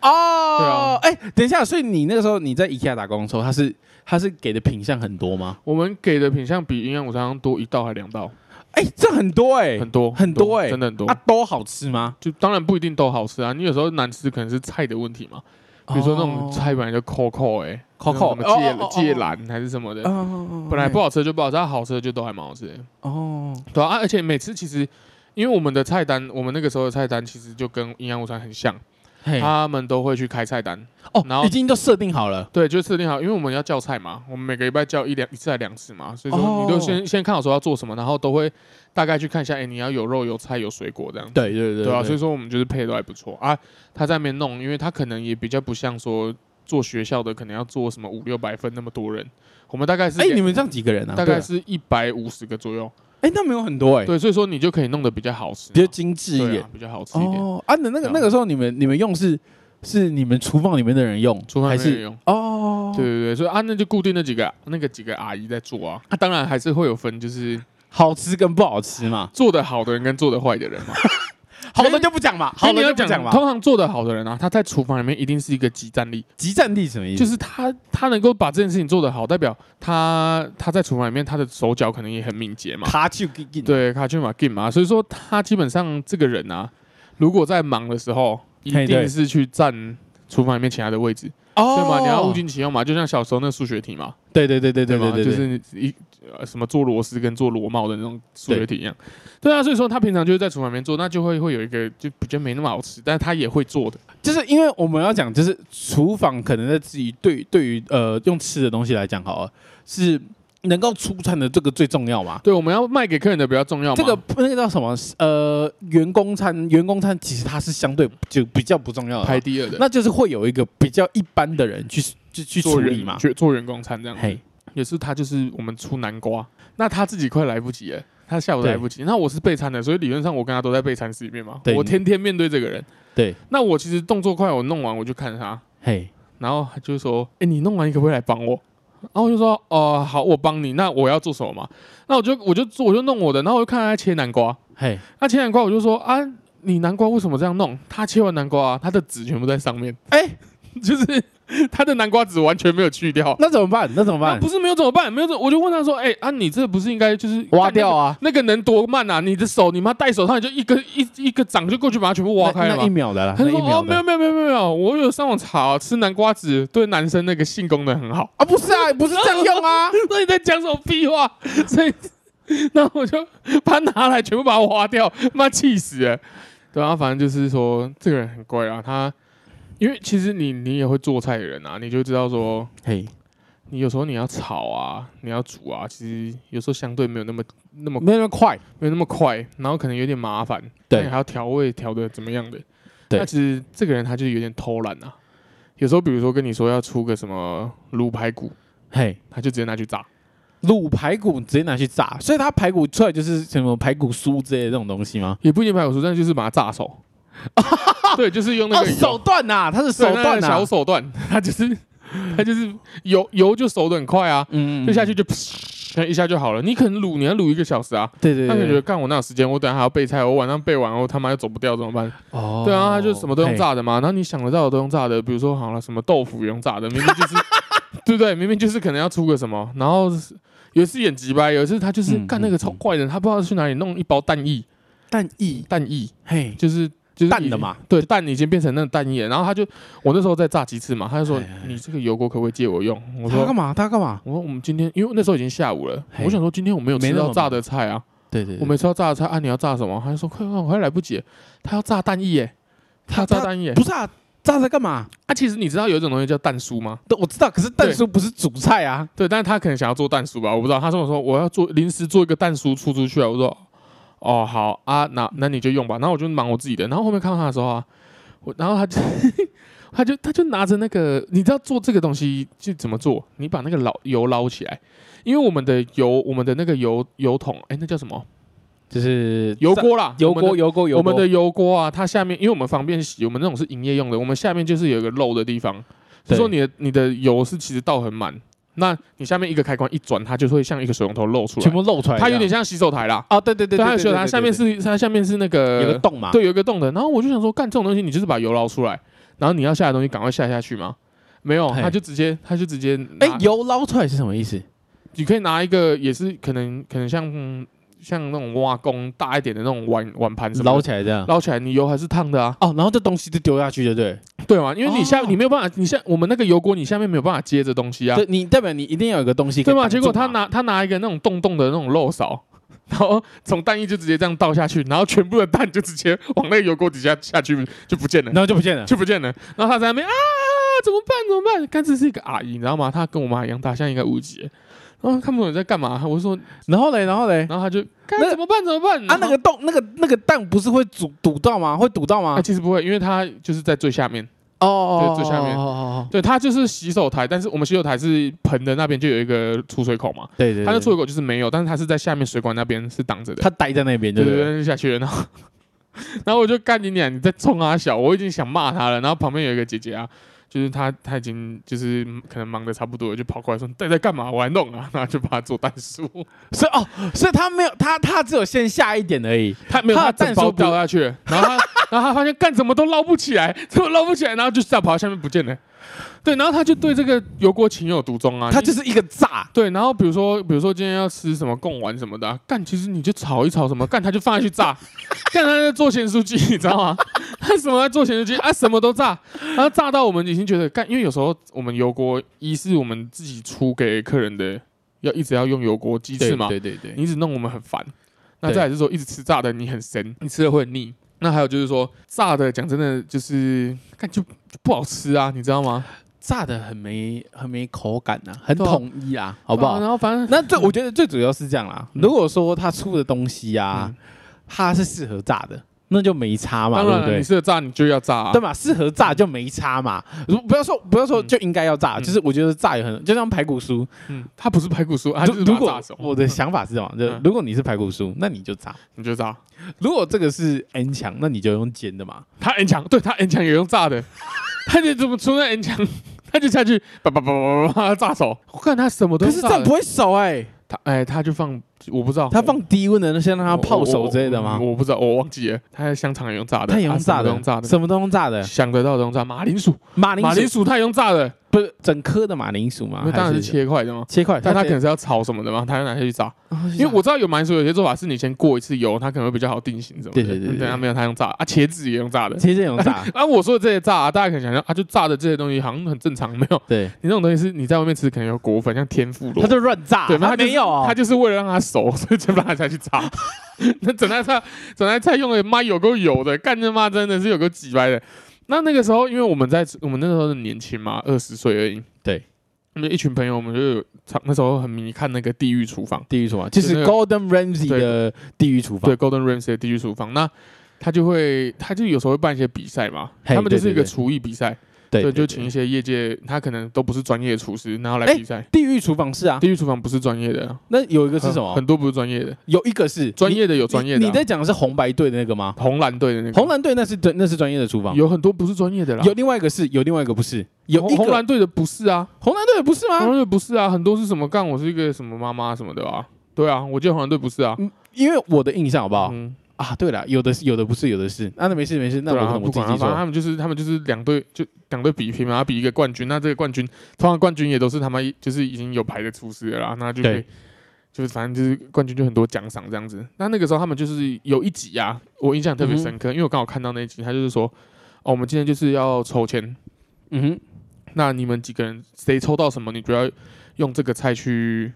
[SPEAKER 1] 哦，哎，等一下，所以你那个时候你在 IKEA 打工的时候，他是他是给的品相很多吗？
[SPEAKER 2] 我们给的品相比营养午餐多一道还两道，
[SPEAKER 1] 哎，这很多哎，
[SPEAKER 2] 很多
[SPEAKER 1] 很多欸
[SPEAKER 2] 真的很多
[SPEAKER 1] 啊。，都好吃吗？
[SPEAKER 2] 就当然不一定都好吃啊，你有时候难吃可能是菜的问题嘛，比如说那
[SPEAKER 1] 哦
[SPEAKER 2] 种菜本来就扣扣哎，
[SPEAKER 1] 扣扣
[SPEAKER 2] 那种
[SPEAKER 1] 哦
[SPEAKER 2] 什
[SPEAKER 1] 哦哦
[SPEAKER 2] 么芥芥兰还是什么的，
[SPEAKER 1] 哦，
[SPEAKER 2] 本来不好吃的就不好吃，它好吃的就都还蛮好吃的。
[SPEAKER 1] 哦，
[SPEAKER 2] 对啊，而且每次其实因为我们的菜单，我们那个时候的菜单其实就跟营养午餐很像，
[SPEAKER 1] 嘿，
[SPEAKER 2] 他们都会去开菜单，然
[SPEAKER 1] 哦，
[SPEAKER 2] 后
[SPEAKER 1] 已经都设定好了。
[SPEAKER 2] 对，就设定好，因为我们要叫菜嘛，我们每个礼拜叫一两一次还两次嘛，所以
[SPEAKER 1] 哦
[SPEAKER 2] 说你都先、先看好说要做什么，然后都会大概去看一下，哎、你要有肉有菜有水果这样。
[SPEAKER 1] 对对对
[SPEAKER 2] 对啊，所以说我们就是配的都还不错啊。他在那边弄，因为他可能也比较不像说做学校的，可能要做什么五六百分那么多人，我们大概是
[SPEAKER 1] 哎，
[SPEAKER 2] 给
[SPEAKER 1] 你们这样几个人啊？
[SPEAKER 2] 大
[SPEAKER 1] 对
[SPEAKER 2] 概是一百五十个左右，
[SPEAKER 1] 哎，那没有很多哎，
[SPEAKER 2] 对，所以说你就可以弄得比较好吃嘛，
[SPEAKER 1] 比较精致一
[SPEAKER 2] 对
[SPEAKER 1] 点
[SPEAKER 2] 啊。，比较好吃一点。
[SPEAKER 1] 哦，啊，那那个
[SPEAKER 2] 对啊
[SPEAKER 1] 那个时候你们你们用是是你们厨房里面的人用，
[SPEAKER 2] 厨房
[SPEAKER 1] 还
[SPEAKER 2] 里面
[SPEAKER 1] 是
[SPEAKER 2] 也用，
[SPEAKER 1] 哦，
[SPEAKER 2] 对，对对，所以啊，那就固定那几个那个几个阿姨在做啊，啊，当然还是会有分，就是
[SPEAKER 1] 好吃跟不好吃嘛，
[SPEAKER 2] 做的好的人跟做的坏的人嘛。
[SPEAKER 1] 好的就不讲嘛，好
[SPEAKER 2] 因
[SPEAKER 1] 的
[SPEAKER 2] 为你要
[SPEAKER 1] 就不
[SPEAKER 2] 讲
[SPEAKER 1] 讲，嘛。
[SPEAKER 2] 通常做的好的人啊，他在厨房里面一定是一个集战力，
[SPEAKER 1] 集战力什么意思？
[SPEAKER 2] 就是他他能够把这件事情做得好，代表他他在厨房里面他的手脚可能也很敏捷嘛，
[SPEAKER 1] 爬去给给，
[SPEAKER 2] 对，卡去马 game 嘛，所以说他基本上这个人啊，如果在忙的时候，一
[SPEAKER 1] 嘿对哦
[SPEAKER 2] 定是去占厨房里面其他的位置。对嘛？你要物尽其用嘛，就像小时候那数学题嘛，
[SPEAKER 1] 对对对对对
[SPEAKER 2] 嘛，
[SPEAKER 1] 对对，
[SPEAKER 2] 就
[SPEAKER 1] 对
[SPEAKER 2] 是一呃什么做螺丝跟做螺帽的那种数学题一样。对啊，所以说他平常就是在厨房里面做，那就会会有一个就比较没那么好吃，但是他也会做的。
[SPEAKER 1] 就是因为我们要讲，就是厨房可能在自己对对于呃用吃的东西来讲好了，是能够出餐的这个最重要嘛。
[SPEAKER 2] 对，我们要卖给客人的比较重要嘛。
[SPEAKER 1] 这个那个叫什么？呃，员工餐，员工餐其实它是相对就比较不重要的嘛，
[SPEAKER 2] 排第二的，
[SPEAKER 1] 那就是会有一个比较一般的人去去去处
[SPEAKER 2] 做
[SPEAKER 1] 理
[SPEAKER 2] 人
[SPEAKER 1] 嘛。
[SPEAKER 2] 去做员工餐这样。
[SPEAKER 1] 嘿，
[SPEAKER 2] 也是他就是我们出南瓜，那他自己快来不及了。他下午来不及，那我是备餐的，所以理论上我跟他都在备餐室里面嘛
[SPEAKER 1] 对。
[SPEAKER 2] 我天天面对这个人，
[SPEAKER 1] 对，
[SPEAKER 2] 那我其实动作快，我弄完我就看他，
[SPEAKER 1] 嘿，
[SPEAKER 2] 然后他就说：“哎、你弄完你可不可以来帮我？”然后我就说：“哦、好，我帮你。那我要做什么嘛？那我就我就做我就弄我的，然后我就看他切南瓜。
[SPEAKER 1] 嘿，
[SPEAKER 2] 他切南瓜，我就说：啊，你南瓜为什么这样弄？他切完南瓜、啊，他的籽全部在上面，哎、 就是他的南瓜籽完全没有去掉。
[SPEAKER 1] 那怎么办？那怎么
[SPEAKER 2] 那
[SPEAKER 1] 办？
[SPEAKER 2] 不是没有怎么办？没有怎么，我就问他说：哎、啊，你这不是应该就是
[SPEAKER 1] 挖掉
[SPEAKER 2] 啊？
[SPEAKER 1] 啊，
[SPEAKER 2] 那个能多慢啊？你的手，你妈戴手上你就一个一一个掌就过去把它全部挖开了
[SPEAKER 1] 那
[SPEAKER 2] 嘛
[SPEAKER 1] 那一。秒的啦，
[SPEAKER 2] 他
[SPEAKER 1] 那
[SPEAKER 2] 就
[SPEAKER 1] 一
[SPEAKER 2] 说：“
[SPEAKER 1] 秒
[SPEAKER 2] 哦，没有
[SPEAKER 1] 的
[SPEAKER 2] 没有没有没有没有，我有上网查、吃南瓜子对男生那个性功能很好。
[SPEAKER 1] 啊，不是啊，不是这样用 啊，
[SPEAKER 2] 那你在讲什么屁话？所以，那我就把它拿来全部把它挖掉，妈气死了。对啊，反正就是说这个人很怪啊，他因为其实你你也会做菜的人啊，你就知道说
[SPEAKER 1] 嘿，
[SPEAKER 2] 你有时候你要炒啊，你要煮啊，其实有时候相对没有那么那么
[SPEAKER 1] 没有那么快，
[SPEAKER 2] 没有那么快，然后可能有点麻烦，
[SPEAKER 1] 对
[SPEAKER 2] 那你还要调味调的怎么样的？
[SPEAKER 1] 对
[SPEAKER 2] 那其实这个人他就是有点偷懒啊。有时候比如说跟你说要出个什么卤排骨，
[SPEAKER 1] 嘿，
[SPEAKER 2] 他就直接拿去炸，
[SPEAKER 1] 卤排骨直接拿去炸，所以它排骨出来就是什么排骨酥之类的这种东西吗？
[SPEAKER 2] 也不一定排骨酥，但就是把它炸熟。 对，就是用那
[SPEAKER 1] 哦，
[SPEAKER 2] 个油
[SPEAKER 1] 手段呐，它是手
[SPEAKER 2] 对那
[SPEAKER 1] 段啊
[SPEAKER 2] 个
[SPEAKER 1] 呐
[SPEAKER 2] 小，手段， 他就是他就是油油就熟的很快啊，
[SPEAKER 1] 嗯
[SPEAKER 2] 就下去，就噗一下就好了。你可能卤，你要卤一个小时啊，
[SPEAKER 1] 对对
[SPEAKER 2] 他可能觉得
[SPEAKER 1] 对，
[SPEAKER 2] 干我哪有时间？我等下还要备菜，我晚上备完我他妈又走不掉怎么办？
[SPEAKER 1] 哦
[SPEAKER 2] 对啊，他就什么都用，炸的嘛。然后你想得到的都用炸的，比如说好了，什么豆腐也用炸的，明明就是， 对不对？明明就是可能要出个什么，然后是有一次演急掰，有一次他就是
[SPEAKER 1] 嗯
[SPEAKER 2] 干那个
[SPEAKER 1] 嗯
[SPEAKER 2] 超
[SPEAKER 1] 嗯
[SPEAKER 2] 怪的，他不知道去哪里弄一包蛋液，
[SPEAKER 1] 蛋液，
[SPEAKER 2] 蛋液
[SPEAKER 1] 嘿，
[SPEAKER 2] 就是就是
[SPEAKER 1] 蛋
[SPEAKER 2] 已
[SPEAKER 1] 的
[SPEAKER 2] 经。
[SPEAKER 1] 嘛，
[SPEAKER 2] 对，蛋已经变成那个蛋液了，然后他就，我那时候在炸鸡翅嘛，他就说
[SPEAKER 1] 哎哎哎
[SPEAKER 2] 你这个油锅可不可以借我用？我
[SPEAKER 1] 他
[SPEAKER 2] 说
[SPEAKER 1] 干嘛？他干嘛？
[SPEAKER 2] 我说我们今天因为那时候已经下午了，
[SPEAKER 1] 嘿
[SPEAKER 2] 我想说今天我没有
[SPEAKER 1] 没
[SPEAKER 2] 吃
[SPEAKER 1] 那
[SPEAKER 2] 到
[SPEAKER 1] 么
[SPEAKER 2] 炸
[SPEAKER 1] 忙
[SPEAKER 2] 的菜啊，
[SPEAKER 1] 对对，
[SPEAKER 2] 我每次要炸的菜啊，你要炸什么？他就说快快快来不及了，他要炸蛋液耶，他要炸蛋液耶，
[SPEAKER 1] 不是啊，炸在干嘛？
[SPEAKER 2] 啊，其实你知道有一种东西叫蛋酥吗？
[SPEAKER 1] 对我知道，可是蛋酥不是主菜啊。
[SPEAKER 2] 对，但是他可能想要做蛋酥吧，我不知道。他跟我说我要做临时做一个蛋酥出出去啊，我说哦好啊，那那你就用吧。然后我就忙我自己的。然后后面看到他的时候啊，我然后他就他就他就拿着那个，你知道做这个东西就怎么做？你把那个捞油捞起来，因为我们的油，我们的那个油油桶，哎、那叫什么？
[SPEAKER 1] 就是
[SPEAKER 2] 油锅啦，
[SPEAKER 1] 油
[SPEAKER 2] 我们的
[SPEAKER 1] 锅、油锅、油锅，
[SPEAKER 2] 我们的油锅啊，它下面因为我们方便洗，我们那种是营业用的，我们下面就是有一个漏的地方，就
[SPEAKER 1] 对
[SPEAKER 2] 说你的你的油是其实倒很满，那你下面一个开关一转，它就会像一个水龙头漏出
[SPEAKER 1] 全
[SPEAKER 2] 来，
[SPEAKER 1] 部露出来这样，
[SPEAKER 2] 它有点像洗手台啦，
[SPEAKER 1] 啊，对对对，
[SPEAKER 2] 它有洗手
[SPEAKER 1] 对
[SPEAKER 2] 台，下面是它下面是那
[SPEAKER 1] 有个
[SPEAKER 2] 个
[SPEAKER 1] 洞啊嘛，
[SPEAKER 2] 对，有一个洞的，然后我就想说，干这种东西你就是把油捞出来，然后你要下的东西赶快下下去吗？没有，
[SPEAKER 1] 嘿
[SPEAKER 2] 它就直接它就直接拿，
[SPEAKER 1] 哎，油捞出来是什么意思？
[SPEAKER 2] 你可以拿一个也是可能可能像像那种挖工大一点的那种碗碗盘什么的
[SPEAKER 1] 捞起来这样。
[SPEAKER 2] 捞起来，你油还是烫的啊。
[SPEAKER 1] 哦，然后这东西就丢下去，对不对？
[SPEAKER 2] 对嘛？因为你下、
[SPEAKER 1] 哦
[SPEAKER 2] 你没有办法，你下我们那个油锅，你下面没有办法接着东西啊，
[SPEAKER 1] 对，你代表你一定要有个东西可以
[SPEAKER 2] 对嘛？
[SPEAKER 1] 挡住
[SPEAKER 2] 结
[SPEAKER 1] 嘛，
[SPEAKER 2] 果他拿他拿一个那种洞洞的那种漏勺， 然后从蛋液就直接这样倒下去，然后全部的蛋就直接往那个油锅底下 下去就不见了
[SPEAKER 1] 然，后就不见了。
[SPEAKER 2] 就不见了。然后他在那边啊，怎么办？怎么办？干这是一个阿姨，你知道吗？她跟我妈一样大，现在应该五级。然后看不懂你在干嘛，我就说，
[SPEAKER 1] 然后嘞，然后嘞，
[SPEAKER 2] 然后她就，
[SPEAKER 1] 哎那
[SPEAKER 2] 干怎么办？怎么办？
[SPEAKER 1] 啊，那
[SPEAKER 2] 然后
[SPEAKER 1] 个洞，那个那个蛋不是会堵堵到吗？会堵到吗
[SPEAKER 2] 啊，？其实不会，因为她就是在最下面。
[SPEAKER 1] 哦哦，
[SPEAKER 2] 对最下面
[SPEAKER 1] 哦哦哦，哦
[SPEAKER 2] 对，它就是洗手台，但是我们洗手台是盆的那边就有一个出水口嘛，
[SPEAKER 1] 对对，
[SPEAKER 2] 它
[SPEAKER 1] 就
[SPEAKER 2] 的出水口就是没有，但是它是在下面水管那边是挡着的。
[SPEAKER 1] 他待在那边，
[SPEAKER 2] 对
[SPEAKER 1] 对不
[SPEAKER 2] 对
[SPEAKER 1] 对？
[SPEAKER 2] 对，就下去了，然后然后我就干你脸，你在冲啊小，我已经想骂他了，然后旁边有一个姐姐啊。就是她，她已经就是可能忙得差不多了，就跑过来说：“你在在干嘛？我还弄啊！”然后就把它做蛋 酥，
[SPEAKER 1] 所以哦，所以他没有他他只有先下一点而已。
[SPEAKER 2] 她没有，
[SPEAKER 1] 她
[SPEAKER 2] 她
[SPEAKER 1] 的
[SPEAKER 2] 蛋
[SPEAKER 1] 蛋
[SPEAKER 2] 包
[SPEAKER 1] 酥不
[SPEAKER 2] 掉下去，然后她，然后她发现干怎么都捞不起来，怎么捞不起来，然后就再跑到下面不见了。对，然后她就对这个油锅情有独钟啊，
[SPEAKER 1] 它就是一个炸，
[SPEAKER 2] 对，然后比如说，比如说今天要吃什么贡丸什么的啊、干其实你就炒一炒什么，干他就放下去炸， 干他在做咸酥鸡，你知道吗？他什么在做咸酥鸡啊，什么都炸，然后炸到我们已经觉得干，因为有时候我们油锅一是我们自己出给客人的，要一直要用油锅鸡翅嘛，
[SPEAKER 1] 对对对，
[SPEAKER 2] 你一直弄我们很烦。那
[SPEAKER 1] 对
[SPEAKER 2] 再来是说一直吃炸的你很神，你吃了会很腻。那还有就是说炸的，讲真的就是干就就不好吃啊，你知道吗？
[SPEAKER 1] 炸的很没很没口感呐、很
[SPEAKER 2] 对啊
[SPEAKER 1] 统一啊，好不
[SPEAKER 2] 对啊
[SPEAKER 1] 好？
[SPEAKER 2] 然后反正
[SPEAKER 1] 那最我觉得最主要是这样啦。
[SPEAKER 2] 嗯
[SPEAKER 1] 如果说他出的东西啊，它是适合炸的，那就没差嘛，
[SPEAKER 2] 当
[SPEAKER 1] 对
[SPEAKER 2] 然
[SPEAKER 1] 不
[SPEAKER 2] 了，
[SPEAKER 1] 对
[SPEAKER 2] 你？吃了炸你就要炸、啊
[SPEAKER 1] 对。嘛，适合炸就没差嘛。如不要说不要说
[SPEAKER 2] 嗯
[SPEAKER 1] 就应该要炸，
[SPEAKER 2] 嗯
[SPEAKER 1] 就是我觉得炸也很就像排骨酥。
[SPEAKER 2] 嗯，他不是排骨酥，他就是
[SPEAKER 1] 如如
[SPEAKER 2] 把它炸
[SPEAKER 1] 果
[SPEAKER 2] 熟，
[SPEAKER 1] 我的想法是这样，就
[SPEAKER 2] 嗯
[SPEAKER 1] 如果你是排骨酥，那你就炸；
[SPEAKER 2] 你就炸。
[SPEAKER 1] 如果这个是 N 强，那你就用煎的嘛。
[SPEAKER 2] 他 N 强，对他 N 强也用炸 的，他就怎么出那 N 强，他就下去叭叭叭叭叭叭炸熟。我看他什么都
[SPEAKER 1] 可
[SPEAKER 2] 用
[SPEAKER 1] 是
[SPEAKER 2] 炸
[SPEAKER 1] 这
[SPEAKER 2] 的
[SPEAKER 1] 样不会熟哎、
[SPEAKER 2] 他哎，他就放我不知道，
[SPEAKER 1] 他放低温的，那先让它
[SPEAKER 2] 我
[SPEAKER 1] 泡熟之类的吗
[SPEAKER 2] 我？我我不知道，我忘记了。他的香肠也用炸的，
[SPEAKER 1] 他也用炸
[SPEAKER 2] 啊什么都
[SPEAKER 1] 的
[SPEAKER 2] 用，炸的，
[SPEAKER 1] 什么都用炸的，
[SPEAKER 2] 想得到的用炸。马铃薯，
[SPEAKER 1] 马铃
[SPEAKER 2] 马铃
[SPEAKER 1] 薯
[SPEAKER 2] 薯他也用炸的，
[SPEAKER 1] 不是整颗的马铃薯吗？
[SPEAKER 2] 那当然
[SPEAKER 1] 还
[SPEAKER 2] 是
[SPEAKER 1] 是
[SPEAKER 2] 切块的嘛。
[SPEAKER 1] 切块，
[SPEAKER 2] 但他
[SPEAKER 1] 它
[SPEAKER 2] 可能是要炒什么的嘛，他要拿下去炸。
[SPEAKER 1] 能
[SPEAKER 2] 因为我知道有马铃薯有些做法是你先过一次油，它可能会比较好定型什么的。
[SPEAKER 1] 对对对对
[SPEAKER 2] 对，他没有他用炸的啊，茄子也用炸的。
[SPEAKER 1] 其实用炸，
[SPEAKER 2] 啊，我说的这些炸、啊，大家可以想象，啊，就炸的这些东西好像很正常，没有。
[SPEAKER 1] 对，
[SPEAKER 2] 你那种东西是你在外面吃，可能有果粉，像天妇罗，
[SPEAKER 1] 他就乱炸，
[SPEAKER 2] 对，
[SPEAKER 1] 他
[SPEAKER 2] 就是
[SPEAKER 1] 没有哦
[SPEAKER 2] 他就是为了让它熟，所以就把它下去炸。 那整台菜，整台菜用的妈有够油的，干他妈真的是有够挤掰的。那那个时候，因为我们在我们那时候是年轻嘛，二十岁而已。
[SPEAKER 1] 对，
[SPEAKER 2] 我们一群朋友，我们就有那时候很迷看那个《地狱厨房》。
[SPEAKER 1] 地狱厨房，就是
[SPEAKER 2] 就那个
[SPEAKER 1] Golden Ramsy
[SPEAKER 2] 对
[SPEAKER 1] 的地狱厨房
[SPEAKER 2] 对，，Golden Ramsay 的地狱厨房，那他就会，他就有时候会办一些比赛嘛，
[SPEAKER 1] 嘿
[SPEAKER 2] 他们就是
[SPEAKER 1] 对
[SPEAKER 2] 一个
[SPEAKER 1] 对对
[SPEAKER 2] 厨艺比赛，
[SPEAKER 1] 对
[SPEAKER 2] 就请一些业界，他可能都不是专业的厨师，然后来
[SPEAKER 1] 哎
[SPEAKER 2] 比赛。
[SPEAKER 1] 地狱厨房是啊，
[SPEAKER 2] 地狱厨房不是专业的啊，
[SPEAKER 1] 那有一个是什
[SPEAKER 2] 很
[SPEAKER 1] 么？
[SPEAKER 2] 很多不是专业的，
[SPEAKER 1] 有一个是
[SPEAKER 2] 专业的有专业
[SPEAKER 1] 你
[SPEAKER 2] 的
[SPEAKER 1] 你
[SPEAKER 2] 啊、
[SPEAKER 1] 你在讲的是红白队的那个吗？
[SPEAKER 2] 红蓝队的那个
[SPEAKER 1] 红蓝队那是专那是专业的厨房，
[SPEAKER 2] 有很多不是专业的啦，
[SPEAKER 1] 嗯有另外一个是有另外一个不是，有一
[SPEAKER 2] 红
[SPEAKER 1] 个
[SPEAKER 2] 红蓝队的不是啊，
[SPEAKER 1] 红蓝队的不是
[SPEAKER 2] 红蓝
[SPEAKER 1] 吗？
[SPEAKER 2] 队不是啊，很多是什么干我是一个什么妈妈什么的啊，对啊，我记得红蓝队不是啊，
[SPEAKER 1] 因为我的印象好不好
[SPEAKER 2] 嗯，
[SPEAKER 1] 啊？对了，有的是有的不是，有的是，啊那没事没事，那
[SPEAKER 2] 对
[SPEAKER 1] 我
[SPEAKER 2] 啊，
[SPEAKER 1] 可能我
[SPEAKER 2] 不
[SPEAKER 1] 自
[SPEAKER 2] 管啊，
[SPEAKER 1] 己
[SPEAKER 2] 反正
[SPEAKER 1] 说，
[SPEAKER 2] 他们就是他们就是两队就两队比拼嘛，比一个冠军，那这个冠军通常冠军也都是他们就是已经有牌的厨师了啦，那就可以
[SPEAKER 1] 对
[SPEAKER 2] 就是反正就是冠军就很多奖赏这样子。那那个时候他们就是有一集啊，我印象特别深
[SPEAKER 1] 嗯
[SPEAKER 2] 刻，因为我刚好看到那一集，他就是说哦，我们今天就是要抽签，
[SPEAKER 1] 嗯哼，
[SPEAKER 2] 那你们几个人谁抽到什么，你就要用这个菜去，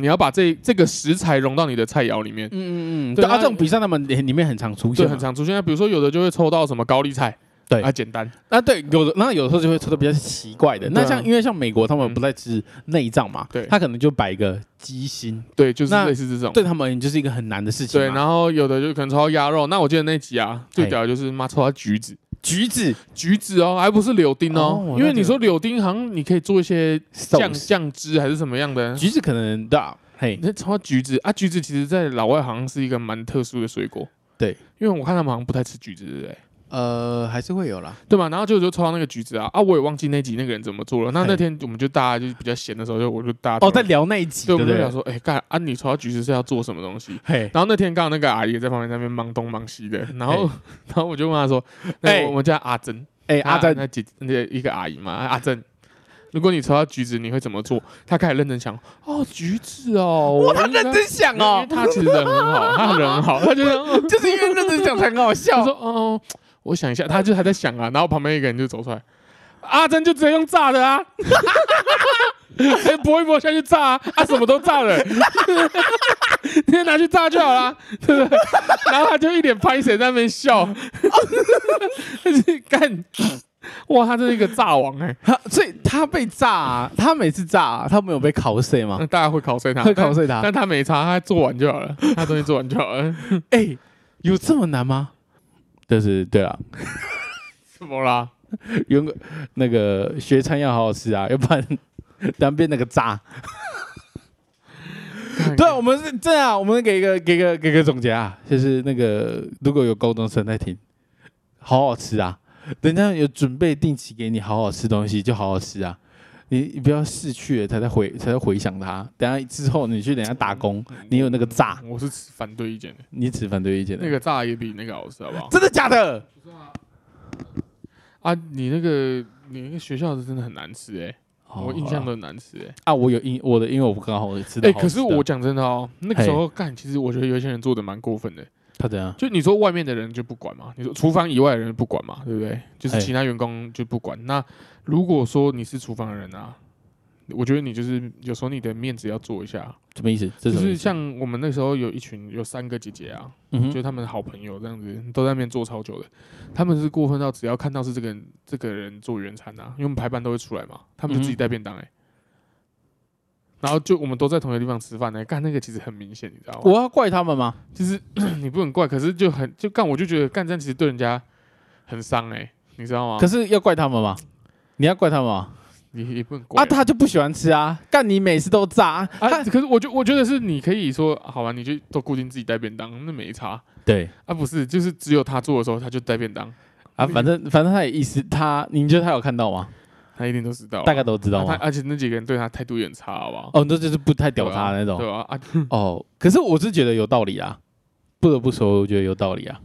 [SPEAKER 2] 你要把这这个食材融到你的菜肴里面。
[SPEAKER 1] 嗯嗯嗯，
[SPEAKER 2] 对
[SPEAKER 1] 对
[SPEAKER 2] 那
[SPEAKER 1] 啊，这种比赛他们里面很常出现
[SPEAKER 2] 对，
[SPEAKER 1] 嘛，
[SPEAKER 2] 很常出现。那比如说，有的就会抽到什么高丽菜，
[SPEAKER 1] 对
[SPEAKER 2] 啊，简单，
[SPEAKER 1] 啊，对，有的，然后有时候就会抽的比较奇怪的。
[SPEAKER 2] 对
[SPEAKER 1] 那
[SPEAKER 2] 啊
[SPEAKER 1] 像因为像美国他
[SPEAKER 2] 嗯
[SPEAKER 1] 们不太吃内脏嘛，
[SPEAKER 2] 对
[SPEAKER 1] 他可能就摆一个鸡心，
[SPEAKER 2] 对，就是
[SPEAKER 1] 那
[SPEAKER 2] 类似这种。
[SPEAKER 1] 对他们就是一个很难的事情
[SPEAKER 2] 对，
[SPEAKER 1] 嘛。
[SPEAKER 2] 然后有的就可能抽到鸭肉，那我记得那集啊，最屌的就是妈抽到橘子，
[SPEAKER 1] 橘子
[SPEAKER 2] 橘子哦，还不是柳丁
[SPEAKER 1] 哦
[SPEAKER 2] 哦，
[SPEAKER 1] 我
[SPEAKER 2] 因为
[SPEAKER 1] 那就
[SPEAKER 2] 你说柳丁好像你可以做一些酱
[SPEAKER 1] sauce
[SPEAKER 2] 酱汁还是什么样的。
[SPEAKER 1] 橘子可能大，嘿，
[SPEAKER 2] 那说到橘子啊，橘子其实在老外好像是一个蛮特殊的水果。
[SPEAKER 1] 对，
[SPEAKER 2] 因为我看他们好像不太吃橘子，对不对？
[SPEAKER 1] 呃，还是会有啦。
[SPEAKER 2] 对嘛，然后就就抽到那个橘子啊啊，我也忘记那集那个人怎么做了。那
[SPEAKER 1] 嘿
[SPEAKER 2] 那天我们就大家就比较闲的时候，就我就大家
[SPEAKER 1] 哦，在聊那一集，
[SPEAKER 2] 对，
[SPEAKER 1] 对
[SPEAKER 2] 我
[SPEAKER 1] 不
[SPEAKER 2] 们就想
[SPEAKER 1] 对？
[SPEAKER 2] 说，哎、干啊，你抽到橘子是要做什么东西？
[SPEAKER 1] 嘿，
[SPEAKER 2] 然后那天刚好那个阿姨也在旁边在那边忙东忙西的，然后 然后我就问她说，
[SPEAKER 1] 哎
[SPEAKER 2] 哎，我们叫阿珍，
[SPEAKER 1] 哎，阿
[SPEAKER 2] 那
[SPEAKER 1] 珍，
[SPEAKER 2] 姐那一个阿姨嘛，啊阿珍。如果你抽到橘子，你会怎么做？她开始认真想，哦，橘子哦，
[SPEAKER 1] 哇，
[SPEAKER 2] 我
[SPEAKER 1] 他
[SPEAKER 2] 应该
[SPEAKER 1] 认真想
[SPEAKER 2] 因为
[SPEAKER 1] 哦，
[SPEAKER 2] 她其实人很好，她人很好，她就这样，哦
[SPEAKER 1] 就是因为认真想才很好
[SPEAKER 2] 她
[SPEAKER 1] 笑
[SPEAKER 2] 说，。哦，我想一下，她就还在想啊，然后旁边一个人就走出来，阿珍就直接用炸的啊， 哎，搏一搏下去炸啊，啊，什么都炸了， 你就拿去炸就好啦，对不对？然后他就一脸拍谁在那边笑，就是干，哇，他真是一个炸王哎、
[SPEAKER 1] 他所以他被炸啊，他每次炸啊，他没有被考碎吗
[SPEAKER 2] 那？大家会考碎他，
[SPEAKER 1] 会考碎他
[SPEAKER 2] 但，但他没差，他做完就好了，他东西做完就好了，
[SPEAKER 1] 哎、有这么难吗？就是对啊，
[SPEAKER 2] 怎么啦？
[SPEAKER 1] 原那个学餐要好好吃啊，要不然 难变那个渣。对啊，我们是这样啊，我们给一个给一个给一个总结啊，就是那个如果有高中生在听，好好吃啊，人家有准备定期给你好好吃东西，就好好吃啊。你你不要逝去了才在回才在回想它，等下之后你去人家打工，你有那个炸，
[SPEAKER 2] 我是持反对意见的，
[SPEAKER 1] 你只反对意见的。
[SPEAKER 2] 那个炸也比那个好吃，好不好？
[SPEAKER 1] 真的假的？
[SPEAKER 2] 啊，你那个你那个学校的真的很难吃哎、我印象
[SPEAKER 1] 的
[SPEAKER 2] 都很难吃哎、
[SPEAKER 1] 啊，我有因我的，因为我不刚好吃的好吃的。
[SPEAKER 2] 哎、可是我讲真的哦，那个时候干，其实我觉得有一些人做的蛮过分的。
[SPEAKER 1] 他怎样？
[SPEAKER 2] 就你说外面的人就不管嘛，你说厨房以外的人不管嘛，对不对？就是
[SPEAKER 1] 哎
[SPEAKER 2] 其他员工就不管。那如果说你是厨房的人啊，我觉得你就是有时候你的面子要做一下，
[SPEAKER 1] 什么意思？这
[SPEAKER 2] 就
[SPEAKER 1] 什么意
[SPEAKER 2] 是
[SPEAKER 1] 思
[SPEAKER 2] 像我们那时候有一群有三个姐姐啊，
[SPEAKER 1] 嗯
[SPEAKER 2] 就
[SPEAKER 1] 哼，
[SPEAKER 2] 是他们好朋友这样子，都在那边做超久的。他们是过分到只要看到是这个人这个人做原餐啊，因为我们排班都会出来嘛，他们就自己带
[SPEAKER 1] 嗯
[SPEAKER 2] 便当哎、然后就我们都在同一个地方吃饭呢、欸干那个其实很明显，你知道吗？
[SPEAKER 1] 我要怪他们吗？
[SPEAKER 2] 其实 你不能怪，可是就很就干，我就觉得干这样其实对人家很伤哎、你知道吗？
[SPEAKER 1] 可
[SPEAKER 2] 是
[SPEAKER 1] 是要怪他们吗？你要怪他们吗
[SPEAKER 2] 你也不能怪
[SPEAKER 1] 啊，他就不喜欢吃啊，干你每次都炸啊，
[SPEAKER 2] 啊，
[SPEAKER 1] 他
[SPEAKER 2] 可是我觉我觉得是你可以说好吧，你就都固定自己带便当，那没差
[SPEAKER 1] 对
[SPEAKER 2] 啊，不是就是只有他做的时候他就带便当，
[SPEAKER 1] 啊，反正反正他也意思，他你觉得他有看到吗？
[SPEAKER 2] 他一定都知道啊、
[SPEAKER 1] 大概都知道
[SPEAKER 2] 啊他
[SPEAKER 1] 吗？
[SPEAKER 2] 而且那几个人对他态度也很差，好不好？
[SPEAKER 1] 哦，那就是不太屌
[SPEAKER 2] 对啊
[SPEAKER 1] 他那种
[SPEAKER 2] 对啊，啊，
[SPEAKER 1] 哦。可是我是觉得有道理啊，不得不说，我觉得有道理啊。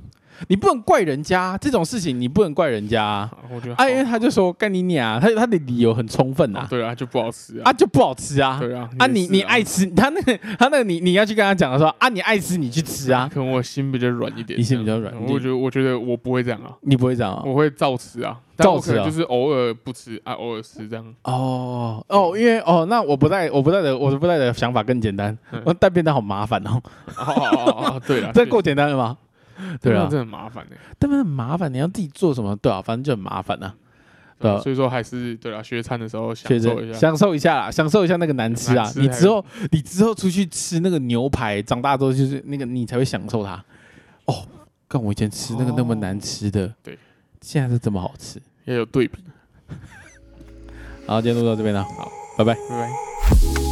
[SPEAKER 1] 你不能怪人家这种事情，你不能怪人家啊，
[SPEAKER 2] 我觉得
[SPEAKER 1] 啊因为他就说干你娘，啊他他的理由很充分
[SPEAKER 2] 好
[SPEAKER 1] 啊，
[SPEAKER 2] 对啊，就不好吃啊
[SPEAKER 1] 啊，就不好吃啊，
[SPEAKER 2] 对啊，
[SPEAKER 1] 啊，
[SPEAKER 2] 也
[SPEAKER 1] 你
[SPEAKER 2] 是
[SPEAKER 1] 你爱吃 他那个他那个你你要去跟他讲的时候啊，你爱吃你去吃啊，
[SPEAKER 2] 可能我心比较软一点，
[SPEAKER 1] 你心比
[SPEAKER 2] 这样
[SPEAKER 1] 较软
[SPEAKER 2] 我觉得我觉得我不会这样啊，
[SPEAKER 1] 你不会讲哦
[SPEAKER 2] 我会照吃啊，但我可能
[SPEAKER 1] 照吃啊
[SPEAKER 2] 就是偶尔不吃啊，偶尔吃这样，
[SPEAKER 1] 哦哦，因为哦，那我不带我不带的我不带的想法更简单
[SPEAKER 2] 嗯，
[SPEAKER 1] 我带便当好麻烦哦，
[SPEAKER 2] 哦哦哦哦，对啊，
[SPEAKER 1] 这够简单了吗？
[SPEAKER 2] 对
[SPEAKER 1] 对
[SPEAKER 2] 啊，
[SPEAKER 1] 啊
[SPEAKER 2] 真，的很麻烦的，
[SPEAKER 1] 但是很麻烦，你要自己做什么？对啊，反正就很麻烦啊。对啊
[SPEAKER 2] 所以说还是对啊，学餐的时候嗯享
[SPEAKER 1] 确
[SPEAKER 2] 受
[SPEAKER 1] 实
[SPEAKER 2] 一下，
[SPEAKER 1] 享受一下啦，享受一下那个难吃啊
[SPEAKER 2] 难！吃
[SPEAKER 1] 你
[SPEAKER 2] 还
[SPEAKER 1] 之后你之后出去吃那个牛排，长大之后就是那个你才会享受它。哦，跟我以前吃那个那么
[SPEAKER 2] 哦
[SPEAKER 1] 难吃的，
[SPEAKER 2] 对，
[SPEAKER 1] 现在是这么好吃。
[SPEAKER 2] 也有对比，
[SPEAKER 1] 好，今天录到这边了，
[SPEAKER 2] 好，
[SPEAKER 1] 拜拜。
[SPEAKER 2] 拜拜。
[SPEAKER 3] Thank